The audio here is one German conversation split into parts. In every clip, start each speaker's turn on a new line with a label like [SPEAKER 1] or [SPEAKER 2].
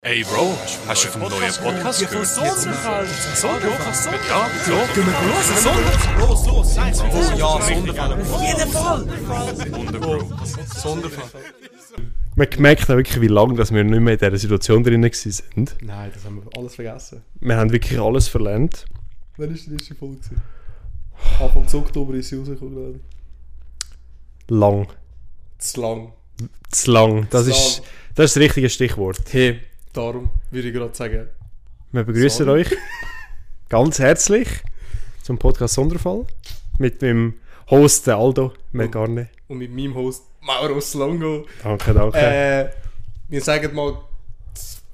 [SPEAKER 1] Ey Bro, hast du vom neuen Podcast gehört?
[SPEAKER 2] Sonderfall! Sonderfall!
[SPEAKER 1] Ja, klar.
[SPEAKER 2] Los, los, seid's Oh ja, Sonderfall.
[SPEAKER 1] Wunderbro.
[SPEAKER 2] Sonderfall.
[SPEAKER 3] Man gemerkt auch wirklich, wie lange dass wir nicht mehr in dieser Situation drin sind.
[SPEAKER 2] Nein, das haben wir alles vergessen.
[SPEAKER 3] Wir haben wirklich alles verlernt.
[SPEAKER 2] Wann ist die erste Folge? gewesen? Anfang des Oktober ist sie rausgekommen, glaube ich.
[SPEAKER 3] Lang.
[SPEAKER 2] Zu lang.
[SPEAKER 3] Zu lang. Das,
[SPEAKER 2] Zu
[SPEAKER 3] Ist,
[SPEAKER 2] lang.
[SPEAKER 3] das ist das richtige Stichwort.
[SPEAKER 2] Hey, darum würde ich gerade sagen,
[SPEAKER 3] Wir begrüßen
[SPEAKER 2] Sorry.
[SPEAKER 3] euch ganz herzlich zum Podcast Sonderfall mit meinem Host der Aldo Melgarne.
[SPEAKER 2] und mit meinem Host Mauro Slongo,
[SPEAKER 3] Danke, danke.
[SPEAKER 2] äh, wir sagen mal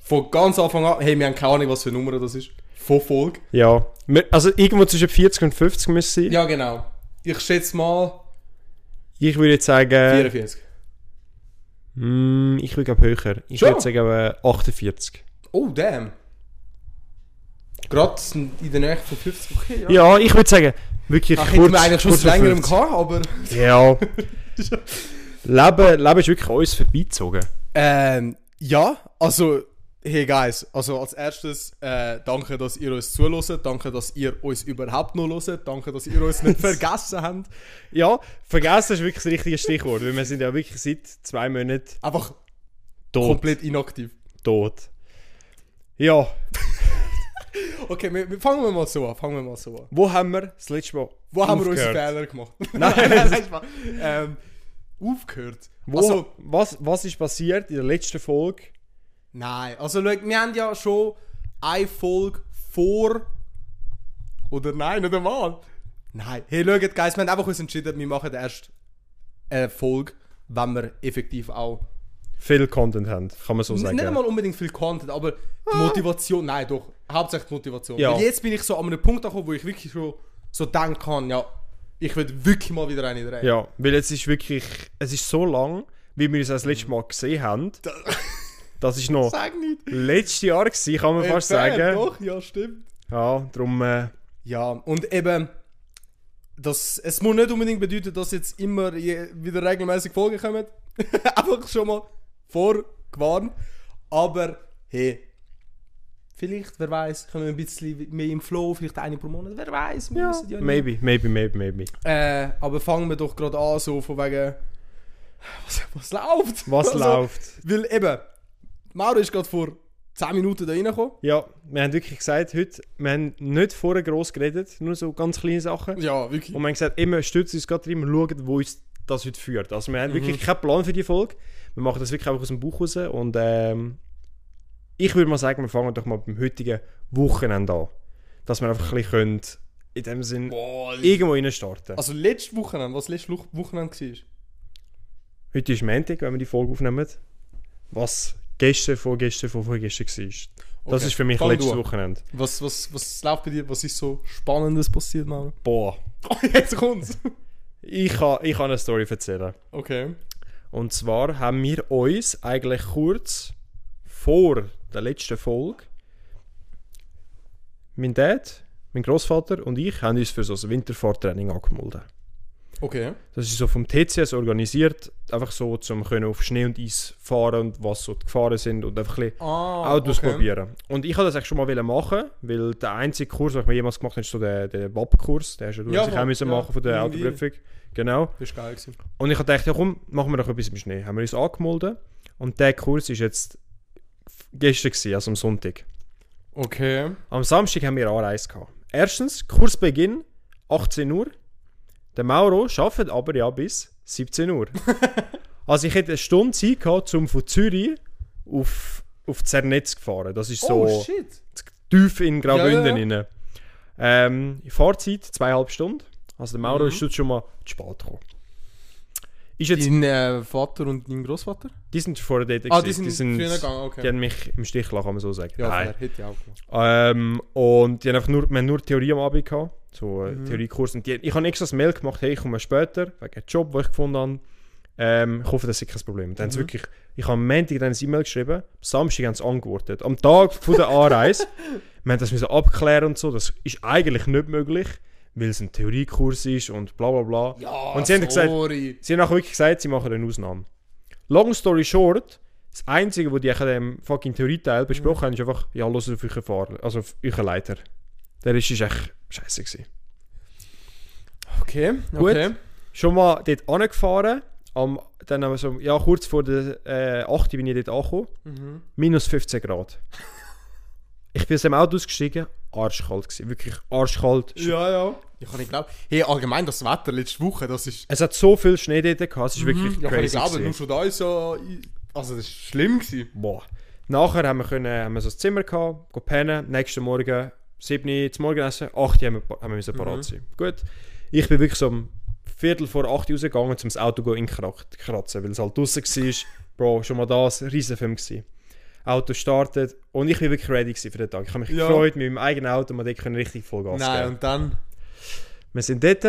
[SPEAKER 2] von ganz Anfang an, hey, wir haben keine Ahnung, was für eine Nummer das ist. Von Folge.
[SPEAKER 3] ja, wir, also irgendwo zwischen 40 und 50 müssen sein.
[SPEAKER 2] Ja, genau. Ich schätze mal
[SPEAKER 3] Ich würde jetzt sagen,
[SPEAKER 2] 44.
[SPEAKER 3] mm, ich würde glaube höher. Ich
[SPEAKER 2] Schon?
[SPEAKER 3] würde sagen äh, 48.
[SPEAKER 2] Oh, damn. Gerade in der Nähe von 50. Okay, ja.
[SPEAKER 3] Ja, ich würde sagen, wirklich
[SPEAKER 2] Ach,
[SPEAKER 3] kurz.
[SPEAKER 2] hätten wir eigentlich schon
[SPEAKER 3] kurz vor
[SPEAKER 2] länger im
[SPEAKER 3] 50.
[SPEAKER 2] K, aber.
[SPEAKER 3] Ja. Leben, Leben ist wirklich an uns vorbeizogen.
[SPEAKER 2] Ähm, ja, also, hey guys, also als erstes, äh, danke, dass ihr uns zuhört, danke, dass ihr uns überhaupt noch hört, danke, dass ihr uns nicht vergessen habt.
[SPEAKER 3] Ja, vergessen ist wirklich das richtige Stichwort, weil wir sind ja wirklich seit zwei Monaten
[SPEAKER 2] Einfach
[SPEAKER 3] tot.
[SPEAKER 2] komplett inaktiv.
[SPEAKER 3] tot. Ja,
[SPEAKER 2] Okay, wir, wir fangen wir mal so an, fangen wir mal so an.
[SPEAKER 3] wo haben wir das letzte Mal
[SPEAKER 2] Wo haben wir unsere
[SPEAKER 3] aufgehört?
[SPEAKER 2] Fehler gemacht?
[SPEAKER 3] Nein,
[SPEAKER 2] nein, Spaß. ähm, aufgehört.
[SPEAKER 3] Wo,
[SPEAKER 2] Also,
[SPEAKER 3] was, was ist passiert in der letzten Folge?
[SPEAKER 2] Nein, also schau, wir haben ja schon eine Folge vor. Oder nein, nicht einmal. Nein. Hey, schaut, Guys, wir haben einfach uns entschieden, wir machen erst eine Folge, wenn wir effektiv auch.
[SPEAKER 3] Viel Content haben, kann man so
[SPEAKER 2] N-
[SPEAKER 3] sagen. Ah.
[SPEAKER 2] Nicht einmal unbedingt viel Content, aber die Motivation, nein, doch. Hauptsächlich die Motivation.
[SPEAKER 3] Ja.
[SPEAKER 2] Weil jetzt bin ich so an einem Punkt angekommen, wo ich wirklich schon so denken kann, ja, ich will wirklich mal wieder eine drehen.
[SPEAKER 3] Ja, weil jetzt ist wirklich, es ist so lang, wie wir es das letzte Mal gesehen haben. Das ist noch
[SPEAKER 2] Sag nicht.
[SPEAKER 3] letztes Jahr gewesen, kann man fast
[SPEAKER 2] Entfernt,
[SPEAKER 3] sagen.
[SPEAKER 2] Doch, ja, stimmt.
[SPEAKER 3] Ja, darum... Äh,
[SPEAKER 2] Ja, und eben, das, es muss nicht unbedingt bedeuten, dass jetzt immer je, wieder regelmäßig Folgen kommen. Einfach schon mal vorgewarnt. Aber hey, vielleicht, wer weiß, kommen wir ein bisschen mehr im Flow, vielleicht eine pro Monat, wer weiß. wir wissen nicht.
[SPEAKER 3] Maybe, maybe, maybe, maybe.
[SPEAKER 2] Äh, aber fangen wir doch gerade an, so von wegen. Was, was läuft?
[SPEAKER 3] Was
[SPEAKER 2] Also,
[SPEAKER 3] läuft?
[SPEAKER 2] Weil eben, Mauro ist gerade vor 10 Minuten da reingekommen.
[SPEAKER 3] Ja, wir haben wirklich gesagt, heute, wir haben nicht vorher gross geredet, nur so ganz kleine Sachen.
[SPEAKER 2] Ja, wirklich.
[SPEAKER 3] Und wir haben gesagt, immer stützen uns gerade drin, wir schauen, wo uns das heute führt. Also wir haben wirklich
[SPEAKER 2] Mhm.
[SPEAKER 3] keinen Plan für die Folge. Wir machen das wirklich einfach aus dem Buch raus. Und ähm, ich würde mal sagen, wir fangen doch mal beim heutigen Wochenende an. Dass wir einfach ein bisschen können, in dem Sinn,
[SPEAKER 2] Boah,
[SPEAKER 3] irgendwo rein starten.
[SPEAKER 2] also letztes Wochenende, was letztes Luch- Wochenende war?
[SPEAKER 3] heute ist Montag, wenn wir die Folge aufnehmen. Was gestern, vorgestern, vorvorgestern war. Das
[SPEAKER 2] Okay,
[SPEAKER 3] ist für mich
[SPEAKER 2] fang
[SPEAKER 3] letztes
[SPEAKER 2] du an.
[SPEAKER 3] Wochenende.
[SPEAKER 2] Was, was, was läuft bei dir? Was ist so Spannendes passiert, Mauro?
[SPEAKER 3] Boah.
[SPEAKER 2] Oh, jetzt kommt's!
[SPEAKER 3] Ich kann, ich kann eine Story erzählen.
[SPEAKER 2] Okay.
[SPEAKER 3] Und zwar haben wir uns eigentlich kurz vor der letzten Folge, mein Dad, mein Großvater und ich haben uns für so ein Winterfahrtraining angemeldet.
[SPEAKER 2] Okay.
[SPEAKER 3] Das ist so vom TCS organisiert, einfach so, um können auf Schnee und Eis fahren und was so die Gefahren sind und einfach ein bisschen
[SPEAKER 2] Ah,
[SPEAKER 3] Autos probieren. Und ich wollte das eigentlich schon mal wollen machen, weil der einzige Kurs, den ich mir jemals gemacht habe, ist so der, der WAP-Kurs. Den hast ja du
[SPEAKER 2] Ja,
[SPEAKER 3] ja, auch
[SPEAKER 2] voll,
[SPEAKER 3] müssen
[SPEAKER 2] ja.
[SPEAKER 3] machen von der
[SPEAKER 2] Irgendwie.
[SPEAKER 3] Autoprüfung. Genau.
[SPEAKER 2] Das ist geil gewesen.
[SPEAKER 3] Und ich habe gedacht, ja komm, machen wir doch etwas im Schnee. Haben wir uns angemeldet. Und der Kurs ist jetzt f- gestern, gewesen, also am Sonntag.
[SPEAKER 2] Okay.
[SPEAKER 3] Am Samstag haben wir Anreise gehabt. Erstens, Kursbeginn, 18 Uhr. Der Mauro arbeitet aber ja bis 17 Uhr. also ich hätte eine Stunde Zeit gehabt, um von Zürich auf, auf Zernetz zu fahren. Das ist so
[SPEAKER 2] Oh, shit!
[SPEAKER 3] tief in Graubünden
[SPEAKER 2] Ja, ja,
[SPEAKER 3] rein. Ähm, Fahrzeit zweieinhalb Stunden. Also der
[SPEAKER 2] Mhm.
[SPEAKER 3] Mauro ist dort schon mal zu spät gekommen. Ist jetzt
[SPEAKER 2] Dein äh, Vater und dein Großvater?
[SPEAKER 3] Die sind vorher dort.
[SPEAKER 2] Ah,
[SPEAKER 3] gewesen.
[SPEAKER 2] die sind früher gegangen, okay.
[SPEAKER 3] Die haben mich im Stich gelassen, kann man so sagen. Nein.
[SPEAKER 2] fair, hätte ich auch gemacht.
[SPEAKER 3] Ähm, und die haben einfach nur, wir haben nur Theorie am Abend gehabt. So äh,
[SPEAKER 2] Mhm.
[SPEAKER 3] Theoriekurs. Und die, ich habe extra das Mail gemacht, hey, ich komme später, wegen dem Job, den ich gefunden habe. Ähm, ich hoffe, das ist kein Problem. Dann haben
[SPEAKER 2] Mhm.
[SPEAKER 3] sie wirklich, ich habe am Montag dann ein E-Mail geschrieben, am Samstag haben sie angewortet. Am Tag von der Anreise. wir haben das müssen abklären und so. Das ist eigentlich nicht möglich, weil es ein Theoriekurs ist und bla bla bla. und sie haben gesagt,
[SPEAKER 2] sorry.
[SPEAKER 3] Sie haben auch wirklich gesagt, sie machen eine Ausnahme. Long story short, Das Einzige, was die an dem fucking Theorieteil besprochen haben, ist einfach, ja, los auf euren Fahrer, also auf euren Leiter. Der ist, ist echt scheiße gewesen.
[SPEAKER 2] Okay,
[SPEAKER 3] Gut.
[SPEAKER 2] okay.
[SPEAKER 3] Schon mal dort angefahren, am, dann haben wir so, ja, kurz vor der äh, 8 Uhr bin ich dort angekommen,
[SPEAKER 2] Mhm.
[SPEAKER 3] minus 15 Grad. ich bin aus dem Auto ausgestiegen, arschkalt gewesen, wirklich arschkalt.
[SPEAKER 2] Ja, ja. Ich kann nicht glauben. Hey, allgemein das Wetter letzte Woche, das ist.
[SPEAKER 3] Es hat so viel Schnee dort gehabt, es ist wirklich
[SPEAKER 2] Mhm. Ja, kann ich
[SPEAKER 3] crazy
[SPEAKER 2] glauben,
[SPEAKER 3] gewesen.
[SPEAKER 2] nur schon da ist so. Also, das ist schlimm gewesen.
[SPEAKER 3] Boah. Nachher haben wir, können, haben wir so ein Zimmer gehabt, gehen pennen, nächsten Morgen 7 Uhr zum Morgenessen, 8 Uhr haben wir, pa- haben wir müssen parat
[SPEAKER 2] Mhm.
[SPEAKER 3] sein. Gut. Ich bin wirklich so um Viertel vor 8 Uhr rausgegangen, um das Auto zu kratzen, weil es halt draußen war. Bro, schon mal das, Riesenfilm gewesen. Auto startet und ich war wirklich ready gewesen für den Tag. Ich habe mich
[SPEAKER 2] Ja.
[SPEAKER 3] gefreut mit meinem eigenen Auto, man dort können richtig Vollgas
[SPEAKER 2] Nein,
[SPEAKER 3] geben.
[SPEAKER 2] und dann.
[SPEAKER 3] Wir sind dort,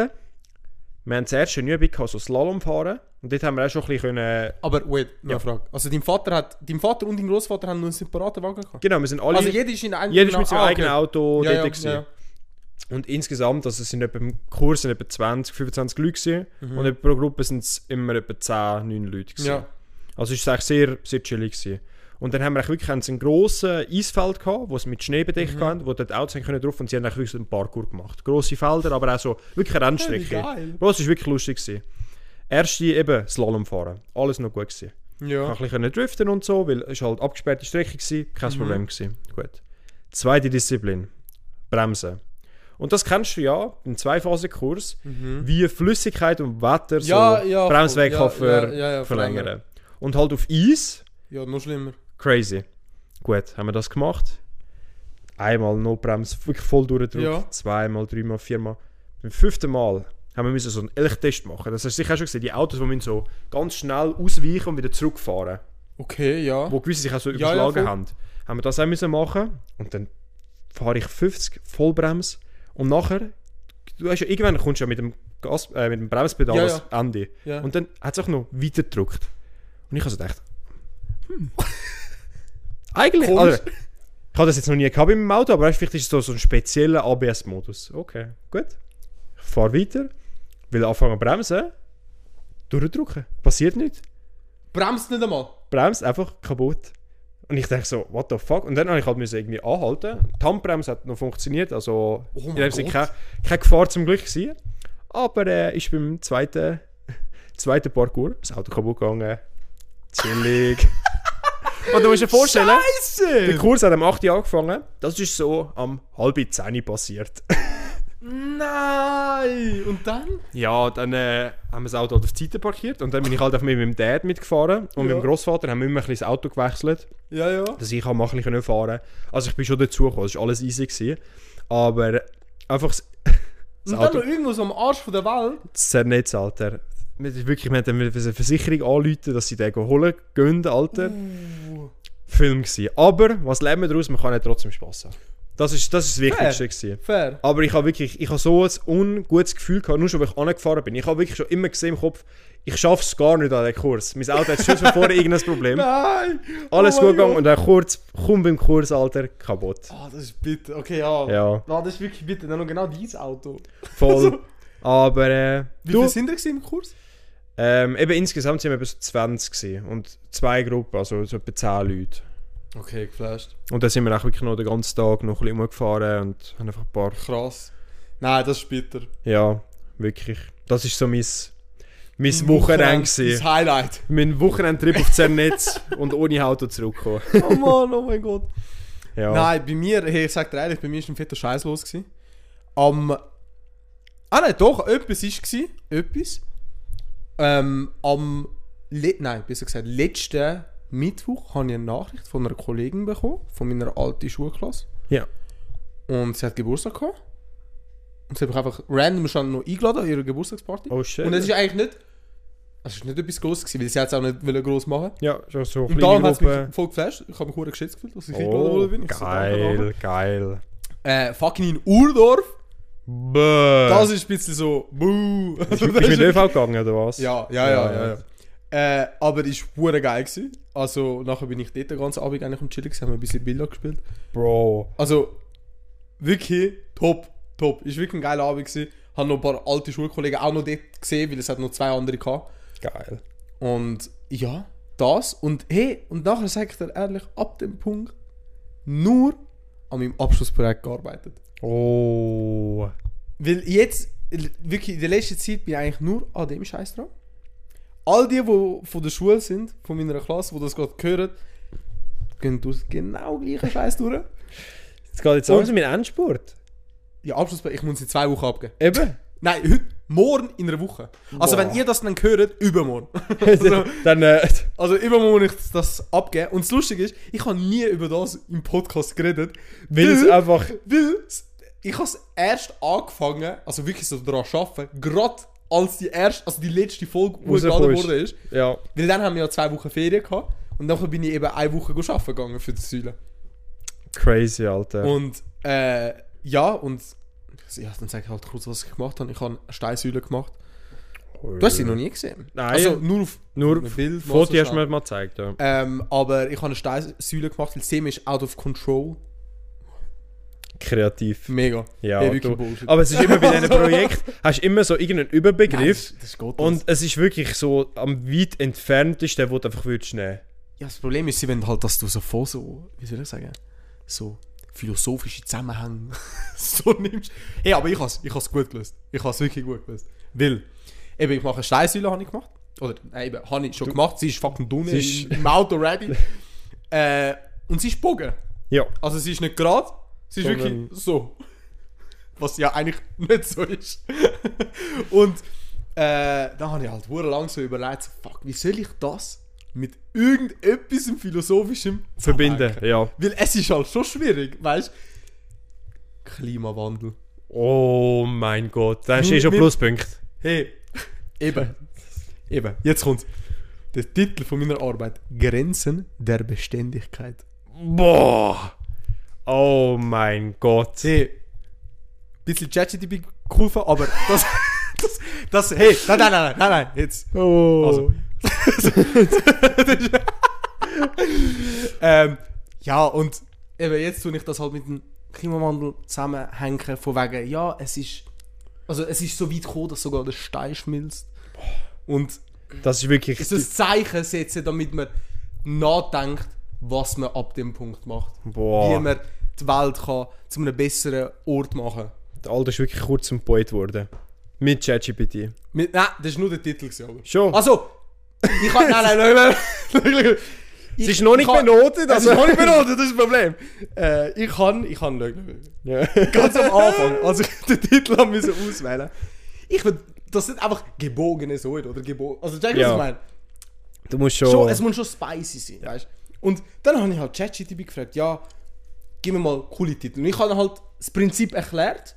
[SPEAKER 3] wir haben zuerst eine Übung gehabt, so Slalom fahren und dort haben wir auch schon ein bisschen können,
[SPEAKER 2] Aber wait, noch
[SPEAKER 3] Ja.
[SPEAKER 2] eine Frage. Also dein Vater hat. Dein Vater und dein Großvater haben nur einen separaten Wagen gehabt.
[SPEAKER 3] genau, wir sind alle,
[SPEAKER 2] Also jeder ist in einem
[SPEAKER 3] jeder ist mit seinem
[SPEAKER 2] Ah,
[SPEAKER 3] eigenen Auto
[SPEAKER 2] Ja,
[SPEAKER 3] dort
[SPEAKER 2] ja,
[SPEAKER 3] gewesen.
[SPEAKER 2] ja, ja.
[SPEAKER 3] Und insgesamt, also es sind etwa im Kurs sind etwa 20, 25 Leute gewesen, und etwa pro Gruppe sind es immer etwa 10, 9 Leute gewesen.
[SPEAKER 2] Mhm. Ja.
[SPEAKER 3] Also es war eigentlich sehr, sehr chillig. Gewesen. Und dann haben wir eigentlich wirklich haben sie ein grosses Eisfeld gehabt, wo es mit Schnee bedeckt
[SPEAKER 2] Mhm.
[SPEAKER 3] war, wo dort Autos haben können drauf und sie haben eigentlich wirklich so einen Parkour gemacht. Grosse Felder, aber auch so wirklich eine Rennstrecke.
[SPEAKER 2] Hey, wie geil.
[SPEAKER 3] Bro, es war wirklich lustig. Gewesen. Erste eben Slalom fahren, alles noch gut gewesen. Ich
[SPEAKER 2] Ja.
[SPEAKER 3] konnte ein bisschen driften und so, weil es war halt abgesperrte Strecke war, kein
[SPEAKER 2] Mhm.
[SPEAKER 3] Problem gewesen. Gut. Zweite Disziplin, Bremsen. Und das kennst du ja im Zweiphasenkurs, wie Flüssigkeit und Wetter
[SPEAKER 2] Mhm. Ja,
[SPEAKER 3] so
[SPEAKER 2] ja, voll.
[SPEAKER 3] Bremsweg
[SPEAKER 2] Ja,
[SPEAKER 3] kann ver
[SPEAKER 2] ja, ja, ja, verlängern.
[SPEAKER 3] verlängern. Und halt auf Eis,
[SPEAKER 2] ja, noch schlimmer.
[SPEAKER 3] crazy. Gut, haben wir das gemacht. Einmal Notbremse, wirklich voll durchgedrückt.
[SPEAKER 2] Ja.
[SPEAKER 3] Zweimal, dreimal, viermal. Beim fünften Mal haben wir müssen so einen Elchtest machen. Das hast du sicher auch schon gesehen, die Autos, die müssen so ganz schnell ausweichen und wieder zurückfahren
[SPEAKER 2] Okay, ja.
[SPEAKER 3] wo gewisse sich auch so
[SPEAKER 2] Ja, ja,
[SPEAKER 3] überschlagen
[SPEAKER 2] voll.
[SPEAKER 3] haben. Haben wir das auch müssen machen und dann fahre ich 50 Vollbremse und nachher, du hast ja irgendwann kommst du ja mit dem, Gas, äh, mit dem Bremspedal
[SPEAKER 2] Ja,
[SPEAKER 3] ans Ende
[SPEAKER 2] Ja.
[SPEAKER 3] und dann hat es auch noch weiter gedrückt. Und ich habe so gedacht, hm. eigentlich,
[SPEAKER 2] Komisch.
[SPEAKER 3] also, ich habe das jetzt noch nie gehabt im Auto, aber vielleicht ist es so, so ein spezieller ABS-Modus. Okay, gut. Ich fahre weiter, will anfangen zu bremsen, durchdrücken, passiert nichts.
[SPEAKER 2] Bremst nicht einmal.
[SPEAKER 3] Bremse einfach kaputt. Und ich dachte so, what the fuck? Und dann habe ich halt müssen irgendwie anhalten. Die Handbremse hat noch funktioniert, also
[SPEAKER 2] Oh mein
[SPEAKER 3] in dem Sinne
[SPEAKER 2] Gott.
[SPEAKER 3] keine, keine Gefahr zum Glück gewesen. Aber äh, ist beim zweiten, zweiten Parkour das Auto kaputt gegangen. Chillig. Und du musst dir vorstellen, der
[SPEAKER 2] Scheiße!
[SPEAKER 3] Kurs hat am 8. Uhr angefangen. Das ist so am halb 10 Uhr passiert.
[SPEAKER 2] Nein! Und dann?
[SPEAKER 3] Ja, dann äh, haben wir das Auto halt auf die Seite parkiert und dann bin ich halt einfach mit meinem Dad mitgefahren und mit
[SPEAKER 2] Ja.
[SPEAKER 3] dem Großvater haben wir immer ein bisschen das Auto gewechselt.
[SPEAKER 2] Ja, ja.
[SPEAKER 3] dass ich auch mal ein bisschen fahren konnte. Also ich bin schon dazugekommen, es war alles easy. Gewesen. Aber einfach das,
[SPEAKER 2] Und
[SPEAKER 3] das
[SPEAKER 2] dann noch
[SPEAKER 3] Auto
[SPEAKER 2] irgendwo so am Arsch von der Welt.
[SPEAKER 3] zernetzt, Alter. Wir sind Wirklich, wir haben eine Versicherung anrufen, dass sie den holen gehen, Alter.
[SPEAKER 2] Mm.
[SPEAKER 3] Film gewesen. Aber, was lernen wir daraus? Man kann ja trotzdem Spass haben. Das ist das, ist das Wichtigste.
[SPEAKER 2] Fair.
[SPEAKER 3] Gewesen.
[SPEAKER 2] Fair.
[SPEAKER 3] Aber ich habe wirklich, ich habe so ein ungutes Gefühl gehabt, nur schon, weil ich angefahren bin. Ich habe wirklich schon immer gesehen im Kopf, ich schaffe es gar nicht an den Kurs. Mein Auto hat schon von vorne irgendein Problem.
[SPEAKER 2] Nein!
[SPEAKER 3] Alles
[SPEAKER 2] Oh
[SPEAKER 3] gut
[SPEAKER 2] mein
[SPEAKER 3] gegangen
[SPEAKER 2] Gott.
[SPEAKER 3] und dann kurz, komm beim Kurs, Alter, kaputt.
[SPEAKER 2] Ah, das ist bitter. Okay, ja.
[SPEAKER 3] Ja.
[SPEAKER 2] Ah, das ist wirklich bitter. Dann noch genau dieses Auto.
[SPEAKER 3] Voll. Aber äh,
[SPEAKER 2] Also, Wie
[SPEAKER 3] du,
[SPEAKER 2] viele sind da gewesen im Kurs?
[SPEAKER 3] ähm, eben insgesamt sind wir etwa so 20 gewesen. und zwei Gruppen, also so etwa 10 Leute.
[SPEAKER 2] Okay, geflasht.
[SPEAKER 3] Und dann sind wir auch wirklich noch den ganzen Tag noch ein bisschen rumgefahren und haben einfach ein paar...
[SPEAKER 2] Krass. Nein, das ist bitter.
[SPEAKER 3] Ja, wirklich. Das ist so mein, mein
[SPEAKER 2] Wochenende,
[SPEAKER 3] Wochenende
[SPEAKER 2] Das
[SPEAKER 3] gewesen.
[SPEAKER 2] Highlight.
[SPEAKER 3] Mein Wochenendtrip auf Zernetz und ohne Auto zurückgekommen.
[SPEAKER 2] Oh Mann, oh mein Gott.
[SPEAKER 3] Ja.
[SPEAKER 2] Nein, bei mir, hey, ich sag dir ehrlich, bei mir ist ein fetter Scheiß los gewesen. Am. Ah nein, doch, etwas ist gewesen. Etwas. Ähm, am. Le nein, besser gesagt, letzten Mittwoch habe ich eine Nachricht von einer Kollegin bekommen, von meiner alten Schulklasse.
[SPEAKER 3] Ja.
[SPEAKER 2] Und sie hat Geburtstag gehabt. Und sie hat mich einfach random schon noch eingeladen an ihre Geburtstagsparty.
[SPEAKER 3] Oh shit.
[SPEAKER 2] Und es ist eigentlich nicht. Es ist nicht etwas Grosses gewesen, weil sie hat es auch nicht wollen gross machen
[SPEAKER 3] ja, schon so
[SPEAKER 2] Und darum hat es mich voll geflasht. Ich habe mich verdammt geschätzt gefühlt, dass ich eingeladen
[SPEAKER 3] Oh,
[SPEAKER 2] worden bin. Ich so, danke, danke.
[SPEAKER 3] geil, geil.
[SPEAKER 2] äh, fucking in Urdorf.
[SPEAKER 3] Bäh.
[SPEAKER 2] Das ist ein bisschen so, buh.
[SPEAKER 3] Bist du mit dem ÖV gegangen, oder was?
[SPEAKER 2] ja, ja, ja,
[SPEAKER 3] Ja,
[SPEAKER 2] ja.
[SPEAKER 3] ja.
[SPEAKER 2] ja. Äh, aber es war hure geil. Gewesen. Also nachher bin ich dort den ganzen Abend eigentlich am Chillen, gewesen, haben wir ein bisschen Bilder gespielt.
[SPEAKER 3] Bro.
[SPEAKER 2] Also wirklich top, top. Ist wirklich ein geiler Abend gewesen. Habe noch ein paar alte Schulkollegen auch noch dort gesehen, weil es hat noch zwei andere gehabt.
[SPEAKER 3] Geil.
[SPEAKER 2] Und ja, das und hey, und nachher sagt er ehrlich, ab dem Punkt nur an meinem Abschlussprojekt gearbeitet.
[SPEAKER 3] Oh.
[SPEAKER 2] Weil jetzt, l- wirklich in der letzten Zeit bin ich eigentlich nur an dem Scheiß dran. All die, die von der Schule sind, von meiner Klasse, die das gerade hören, gehen durch genau gleichen Scheiß durch.
[SPEAKER 3] Jetzt geht jetzt
[SPEAKER 2] Und-
[SPEAKER 3] langsam mit Endspurt.
[SPEAKER 2] Ja, Abschlussprojekt, ich muss in zwei Wochen abgeben.
[SPEAKER 3] Eben.
[SPEAKER 2] Nein, heute, morgen in einer Woche. Also,
[SPEAKER 3] Boah.
[SPEAKER 2] wenn ihr das dann hört, übermorgen.
[SPEAKER 3] Dann, äh,
[SPEAKER 2] Also übermorgen muss ich das abgeben. Und das Lustige ist, ich habe nie über das im Podcast geredet.
[SPEAKER 3] weil es einfach...
[SPEAKER 2] weil es- ich habe es erst angefangen, also wirklich so daran arbeiten, gerade als die erste, also die letzte Folge hochgeladen
[SPEAKER 3] Rausgekommen ist.
[SPEAKER 2] worden ist.
[SPEAKER 3] Ja.
[SPEAKER 2] Weil dann haben wir ja zwei Wochen Ferien gehabt. Und nachher bin ich eben eine Woche arbeiten gegangen für die Säule.
[SPEAKER 3] Crazy, Alter.
[SPEAKER 2] Und äh, ja, und ja, dann sage ich halt kurz, was ich gemacht habe. Ich habe eine Steinsäule gemacht. Du hast sie noch nie gesehen.
[SPEAKER 3] Nein.
[SPEAKER 2] Also nur auf
[SPEAKER 3] Nur
[SPEAKER 2] einem Bild. mal so
[SPEAKER 3] Foto hast du
[SPEAKER 2] schnell.
[SPEAKER 3] mir mal gezeigt, ja.
[SPEAKER 2] Ähm, aber ich habe eine Steinsäule gemacht, weil das Thema ist out of control.
[SPEAKER 3] Kreativ.
[SPEAKER 2] Mega.
[SPEAKER 3] Ja,
[SPEAKER 2] Hey, wirklich
[SPEAKER 3] du.
[SPEAKER 2] Bullshit.
[SPEAKER 3] Aber es ist immer bei diesen Projekten, hast du immer so irgendeinen
[SPEAKER 2] Nein,
[SPEAKER 3] Überbegriff.
[SPEAKER 2] das, das geht
[SPEAKER 3] und
[SPEAKER 2] nicht.
[SPEAKER 3] es ist wirklich so am weit entferntesten, wo du einfach würdest nehmen.
[SPEAKER 2] Ja, das Problem ist, sie wollen halt, dass du so voll so, wie soll ich sagen, so philosophische Zusammenhänge so nimmst. Hey, aber ich habe es ich has gut gelöst. Ich habe es wirklich gut gelöst. Weil, eben, ich mache eine Steinsäule, habe ich gemacht. Oder, nein, eben, habe ich schon gemacht. Sie ist fucking dunne
[SPEAKER 3] Sie ist-
[SPEAKER 2] im, im Auto ready. äh, und sie ist bogen.
[SPEAKER 3] Ja.
[SPEAKER 2] Also sie ist nicht gerade, sie ist
[SPEAKER 3] Sondern-
[SPEAKER 2] wirklich so. Was ja eigentlich nicht so ist. Und äh, da habe ich halt hure lang so überlegt, so, fuck, wie soll ich das mit irgendetwas Philosophischem
[SPEAKER 3] Verbinden,
[SPEAKER 2] zusammenhängen?
[SPEAKER 3] ja.
[SPEAKER 2] Weil es ist halt schon schwierig, weißt du? Klimawandel.
[SPEAKER 3] Oh mein Gott, dann hast du eh
[SPEAKER 2] Mein-
[SPEAKER 3] schon
[SPEAKER 2] mein-
[SPEAKER 3] Pluspunkt.
[SPEAKER 2] Hey, eben. eben, jetzt kommt's. Der Titel von meiner Arbeit, Grenzen der Beständigkeit.
[SPEAKER 3] Boah! Oh mein Gott.
[SPEAKER 2] Hey, bisschen ChatGTP geholfen, aber das, das, das, hey, nein, nein, nein, nein, nein, jetzt.
[SPEAKER 3] Oh.
[SPEAKER 2] Also. Ähm, ja, und eben jetzt tue ich das halt mit dem Klimawandel zusammenhängen, von wegen, ja, es ist, also es ist so weit gekommen, dass sogar der Stein schmilzt. Und
[SPEAKER 3] das ist wirklich.
[SPEAKER 2] es ist ein Zeichen setzen, damit man nachdenkt, was man ab dem Punkt macht. Wie
[SPEAKER 3] boah.
[SPEAKER 2] man die Welt kann zu einem besseren Ort machen
[SPEAKER 3] Der Alter ist wirklich kurz zum Poet geworden. Mit ChatGPT.
[SPEAKER 2] Mit, nein, das ist nur der Titel. Gewesen, aber.
[SPEAKER 3] Schon.
[SPEAKER 2] Also, ich kann. Nein, nein, nein, nein.
[SPEAKER 3] es ist noch nicht benotet,
[SPEAKER 2] Das
[SPEAKER 3] also.
[SPEAKER 2] ist noch nicht benotet, das ist das Problem. Äh, ich kann, ich kann nicht.
[SPEAKER 3] Ja.
[SPEAKER 2] Ganz am Anfang, als ich den Titel haben müssen auswählen Ich würde, das sind einfach gebogene Säulen oder gebogen. Also, check, was
[SPEAKER 3] Ja.
[SPEAKER 2] ich meine.
[SPEAKER 3] Du musst schon.
[SPEAKER 2] Schon, es muss schon spicy sein, weißt du? Und dann habe ich halt ChatGTP gefragt, ja, gib mir mal coole Titel. Und ich habe halt das Prinzip erklärt,